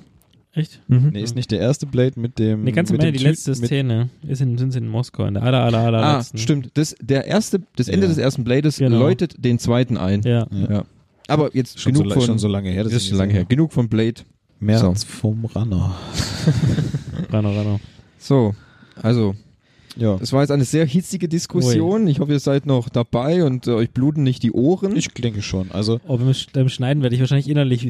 Echt?
Nee, ist nicht der erste Blade mit dem.
Eine ganze
Mhm. mit
Menge,
dem
die
Typ
letzte
mit-
Szene ist in, sind sie in Moskau, in der aller, aller, aller
Ah,
letzten.
stimmt. Das, der erste, das Ende
Ja.
des ersten Blades
Genau.
läutet den zweiten ein.
Ja.
Ja. Aber jetzt
Schon,
genug
so,
von
schon so lange her.
das ist
ich
schon lange her.
gesehen
Genug von Blade.
habe. März vom Runner.
Rano, Rano.
So, also
Ja.
das war jetzt eine sehr hitzige Diskussion. Ich hoffe, ihr seid noch dabei und äh, euch bluten nicht die Ohren.
Ich denke schon. Also,
Oh, beim Sch- beim Schneiden werde ich wahrscheinlich innerlich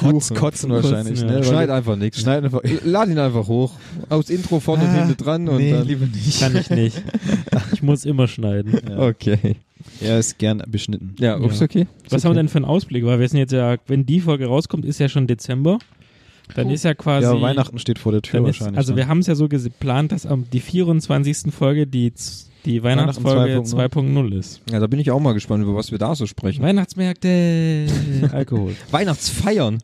Kotz, kotzen wahrscheinlich.
ja.
Ne? Weil-
schneid einfach nichts.
Schneid einfach.
Lad ihn einfach hoch. Aus Intro vorne und hinten dran und
nee,
dann.
lieber nicht.
Kann ich nicht. Ich muss immer schneiden.
Ja.
Okay.
Er ist gern beschnitten.
Ja, ups, okay.
Was
okay.
haben wir denn für einen Ausblick? Weil wir sind jetzt ja, wenn die Folge rauskommt, ist ja schon Dezember. Dann ist ja quasi.
Ja, Weihnachten steht vor der Tür
dann ist,
wahrscheinlich.
also,
ne?
wir haben es ja so geplant, dass am, die 24. Folge die, Z- die Weihnachtsfolge
Weihnachten 2.0.
2.0 ist.
Ja, da bin ich auch mal gespannt, über was wir da so sprechen.
Weihnachtsmärkte, Alkohol.
Weihnachtsfeiern.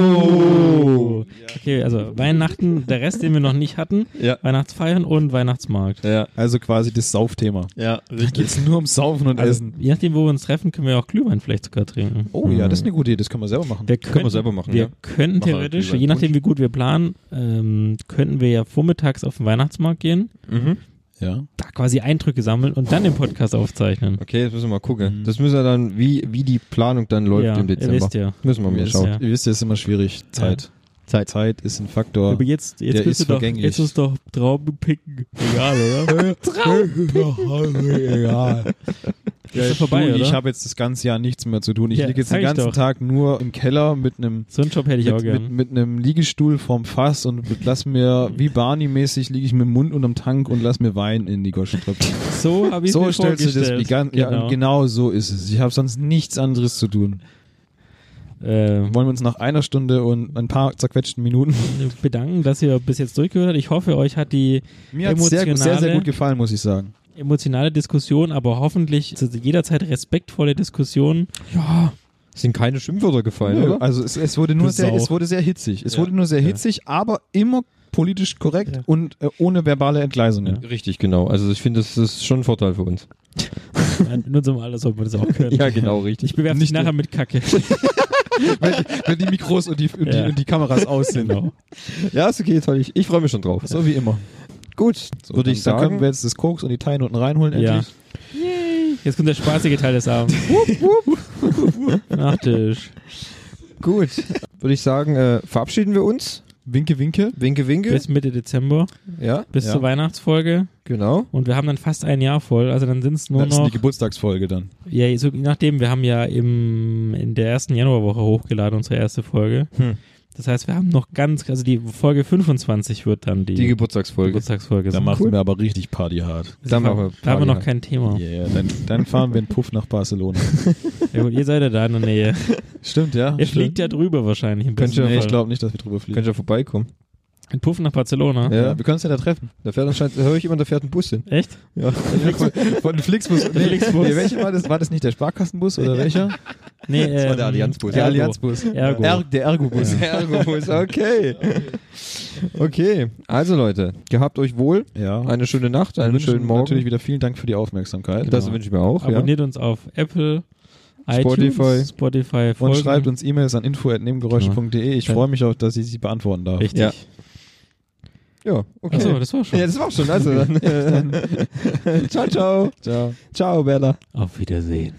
Oh. Okay, also Weihnachten, der Rest, den wir noch nicht hatten,
Ja.
Weihnachtsfeiern und Weihnachtsmarkt.
Ja.
also quasi das Saufthema.
Ja,
Da geht es nur um Saufen und
Also,
Essen.
je nachdem, wo wir uns treffen, können wir auch Glühwein vielleicht sogar trinken.
Oh ja, das ist eine gute Idee. Das können wir selber machen.
Wir
Können wir
könnten-
selber machen,
Wir
ja.
könnten
Machen wir
theoretisch,
Glühwein.
je nachdem, wie gut wir planen, ähm, könnten wir ja vormittags auf den Weihnachtsmarkt gehen,
Mhm.
Ja.
da quasi Eindrücke sammeln und dann den Podcast aufzeichnen.
Okay, jetzt müssen wir mal gucken. Das müssen wir dann, wie, wie die Planung dann läuft
ja,
im Dezember.
Ihr wisst ja.
Müssen wir mal
Ihr
schauen.
Ja.
Ihr wisst, es ist immer schwierig. Zeit. Zeit. Zeit ist ein Faktor.
Aber jetzt, jetzt
Der
bist
ist
du doch,
vergänglich.
jetzt ist doch Trauben picken. Egal, oder?
Egal.
Ist doch vorbei,
du, ich
oder?
habe jetzt das ganze Jahr nichts mehr zu tun. Ich
Ja,
liege jetzt
sag
den
ich
ganzen
doch.
Tag nur im Keller mit einem
So einen Job hätte ich auch
mit,
gern.
mit, mit einem Liegestuhl vorm Fass und lass mir, wie Barney-mäßig, liege ich mit dem Mund unterm Tank und lass mir Wein in die Goschen tröpfeln.
So habe ich
So
mir
stellst du
vorgestellt.
das die gan- Ja, genau so ist es. Ich habe sonst nichts anderes zu tun.
Äh,
Wollen wir uns nach einer Stunde und ein paar zerquetschten Minuten.
bedanken, dass ihr bis jetzt durchgehört habt. Ich hoffe, euch hat die
Mir hat es sehr, sehr, sehr
Emotionale-
gut gefallen, muss ich sagen.
emotionale Diskussion, aber hoffentlich zu jederzeit respektvolle Diskussion.
Sind keine Schimpfwörter gefallen,
Nö,
oder?
Also es, es wurde nur
Du
sehr,
Sau.
es wurde sehr hitzig. Es
Ja.
wurde nur sehr hitzig, aber immer politisch korrekt
Ja.
und äh, ohne verbale Entgleisungen.
Richtig, genau. Also ich finde, das ist schon ein Vorteil für uns.
In unserem Alter sollte man das auch können.
genau, richtig.
Ich bewerfe dich
Nicht
nachher mit Kacke.
Wenn, wenn die Mikros und die, und,
Ja.
die, und die Kameras aus sind.
genau.
Ja, ist okay, toll. Ich, ich freue mich schon drauf.
So wie immer.
Gut,
So,
würde
dann,
ich
Dann können
sagen.
wir jetzt das Koks und die Teine unten reinholen
Ja.
endlich.
Jetzt kommt der spaßige Teil des Abends. Nachtisch.
Gut, würde ich sagen, äh, verabschieden wir uns.
Winke, winke.
Winke, winke.
Bis Mitte Dezember,
Ja,
bis
Ja.
zur Weihnachtsfolge.
genau.
Und wir haben dann fast ein Jahr voll. Also dann sind es nur
Das ist die
noch.
Geburtstagsfolge dann.
Ja, so, je nachdem, wir haben ja im, in der ersten Januarwoche hochgeladen, unsere erste Folge.
Hm.
Das heißt, wir haben noch ganz. Also die Folge 25 wird dann die,
Die Geburtstagsfolge.
Geburtstagsfolge
Da
sein.
machen
Cool.
wir aber richtig Party hart.
Das
Da
ist
machen
ver- da haben
wir
wir
Party
noch
halt.
kein Thema.
Yeah, dann, dann fahren wir einen Puff nach Barcelona.
Ja, gut, ihr seid ja da in der Nähe.
Stimmt, ja.
Ihr
stimmt.
fliegt ja drüber wahrscheinlich. Ein
Könnt
bisschen.
ihr-
Nee,
Fall.
ich glaube nicht, dass wir drüber fliegen.
Könnt ihr vorbeikommen.
Mit Puff nach Barcelona.
Ja, wir können uns ja da treffen.
Da fährt anscheinend, da höre ich immer, da fährt ein Bus hin.
Echt?
Ja.
Von, von Flixbus. Nee,
Flixbus.
Nee, welcher war das? War das nicht der Sparkassenbus oder welcher?
Nee, ähm,
war Oh, der Allianzbus.
Der
Ergo.
Allianzbus.
Ergo.
Er, der Ergo-Bus.
Ergo-Bus, okay. Okay, also Leute, gehabt euch wohl.
Ja.
Eine schöne Nacht, einen
wünschen
schönen Morgen.
Natürlich wieder vielen Dank für die Aufmerksamkeit.
Das wünsche ich mir auch. Ja.
Abonniert uns auf Apple,
Spotify.
iTunes, Spotify,
Und
folgen.
schreibt uns E-Mamails an info.nebengeräusche.de. Ich
Dann-
freue mich auch, dass ich sie beantworten darf.
Richtig.
Ja. ja, okay.
Achso, das war schon.
Ja, das war's schon. Also dann. ciao, ciao.
Ciao.
Ciao, Bella.
Auf Wiedersehen.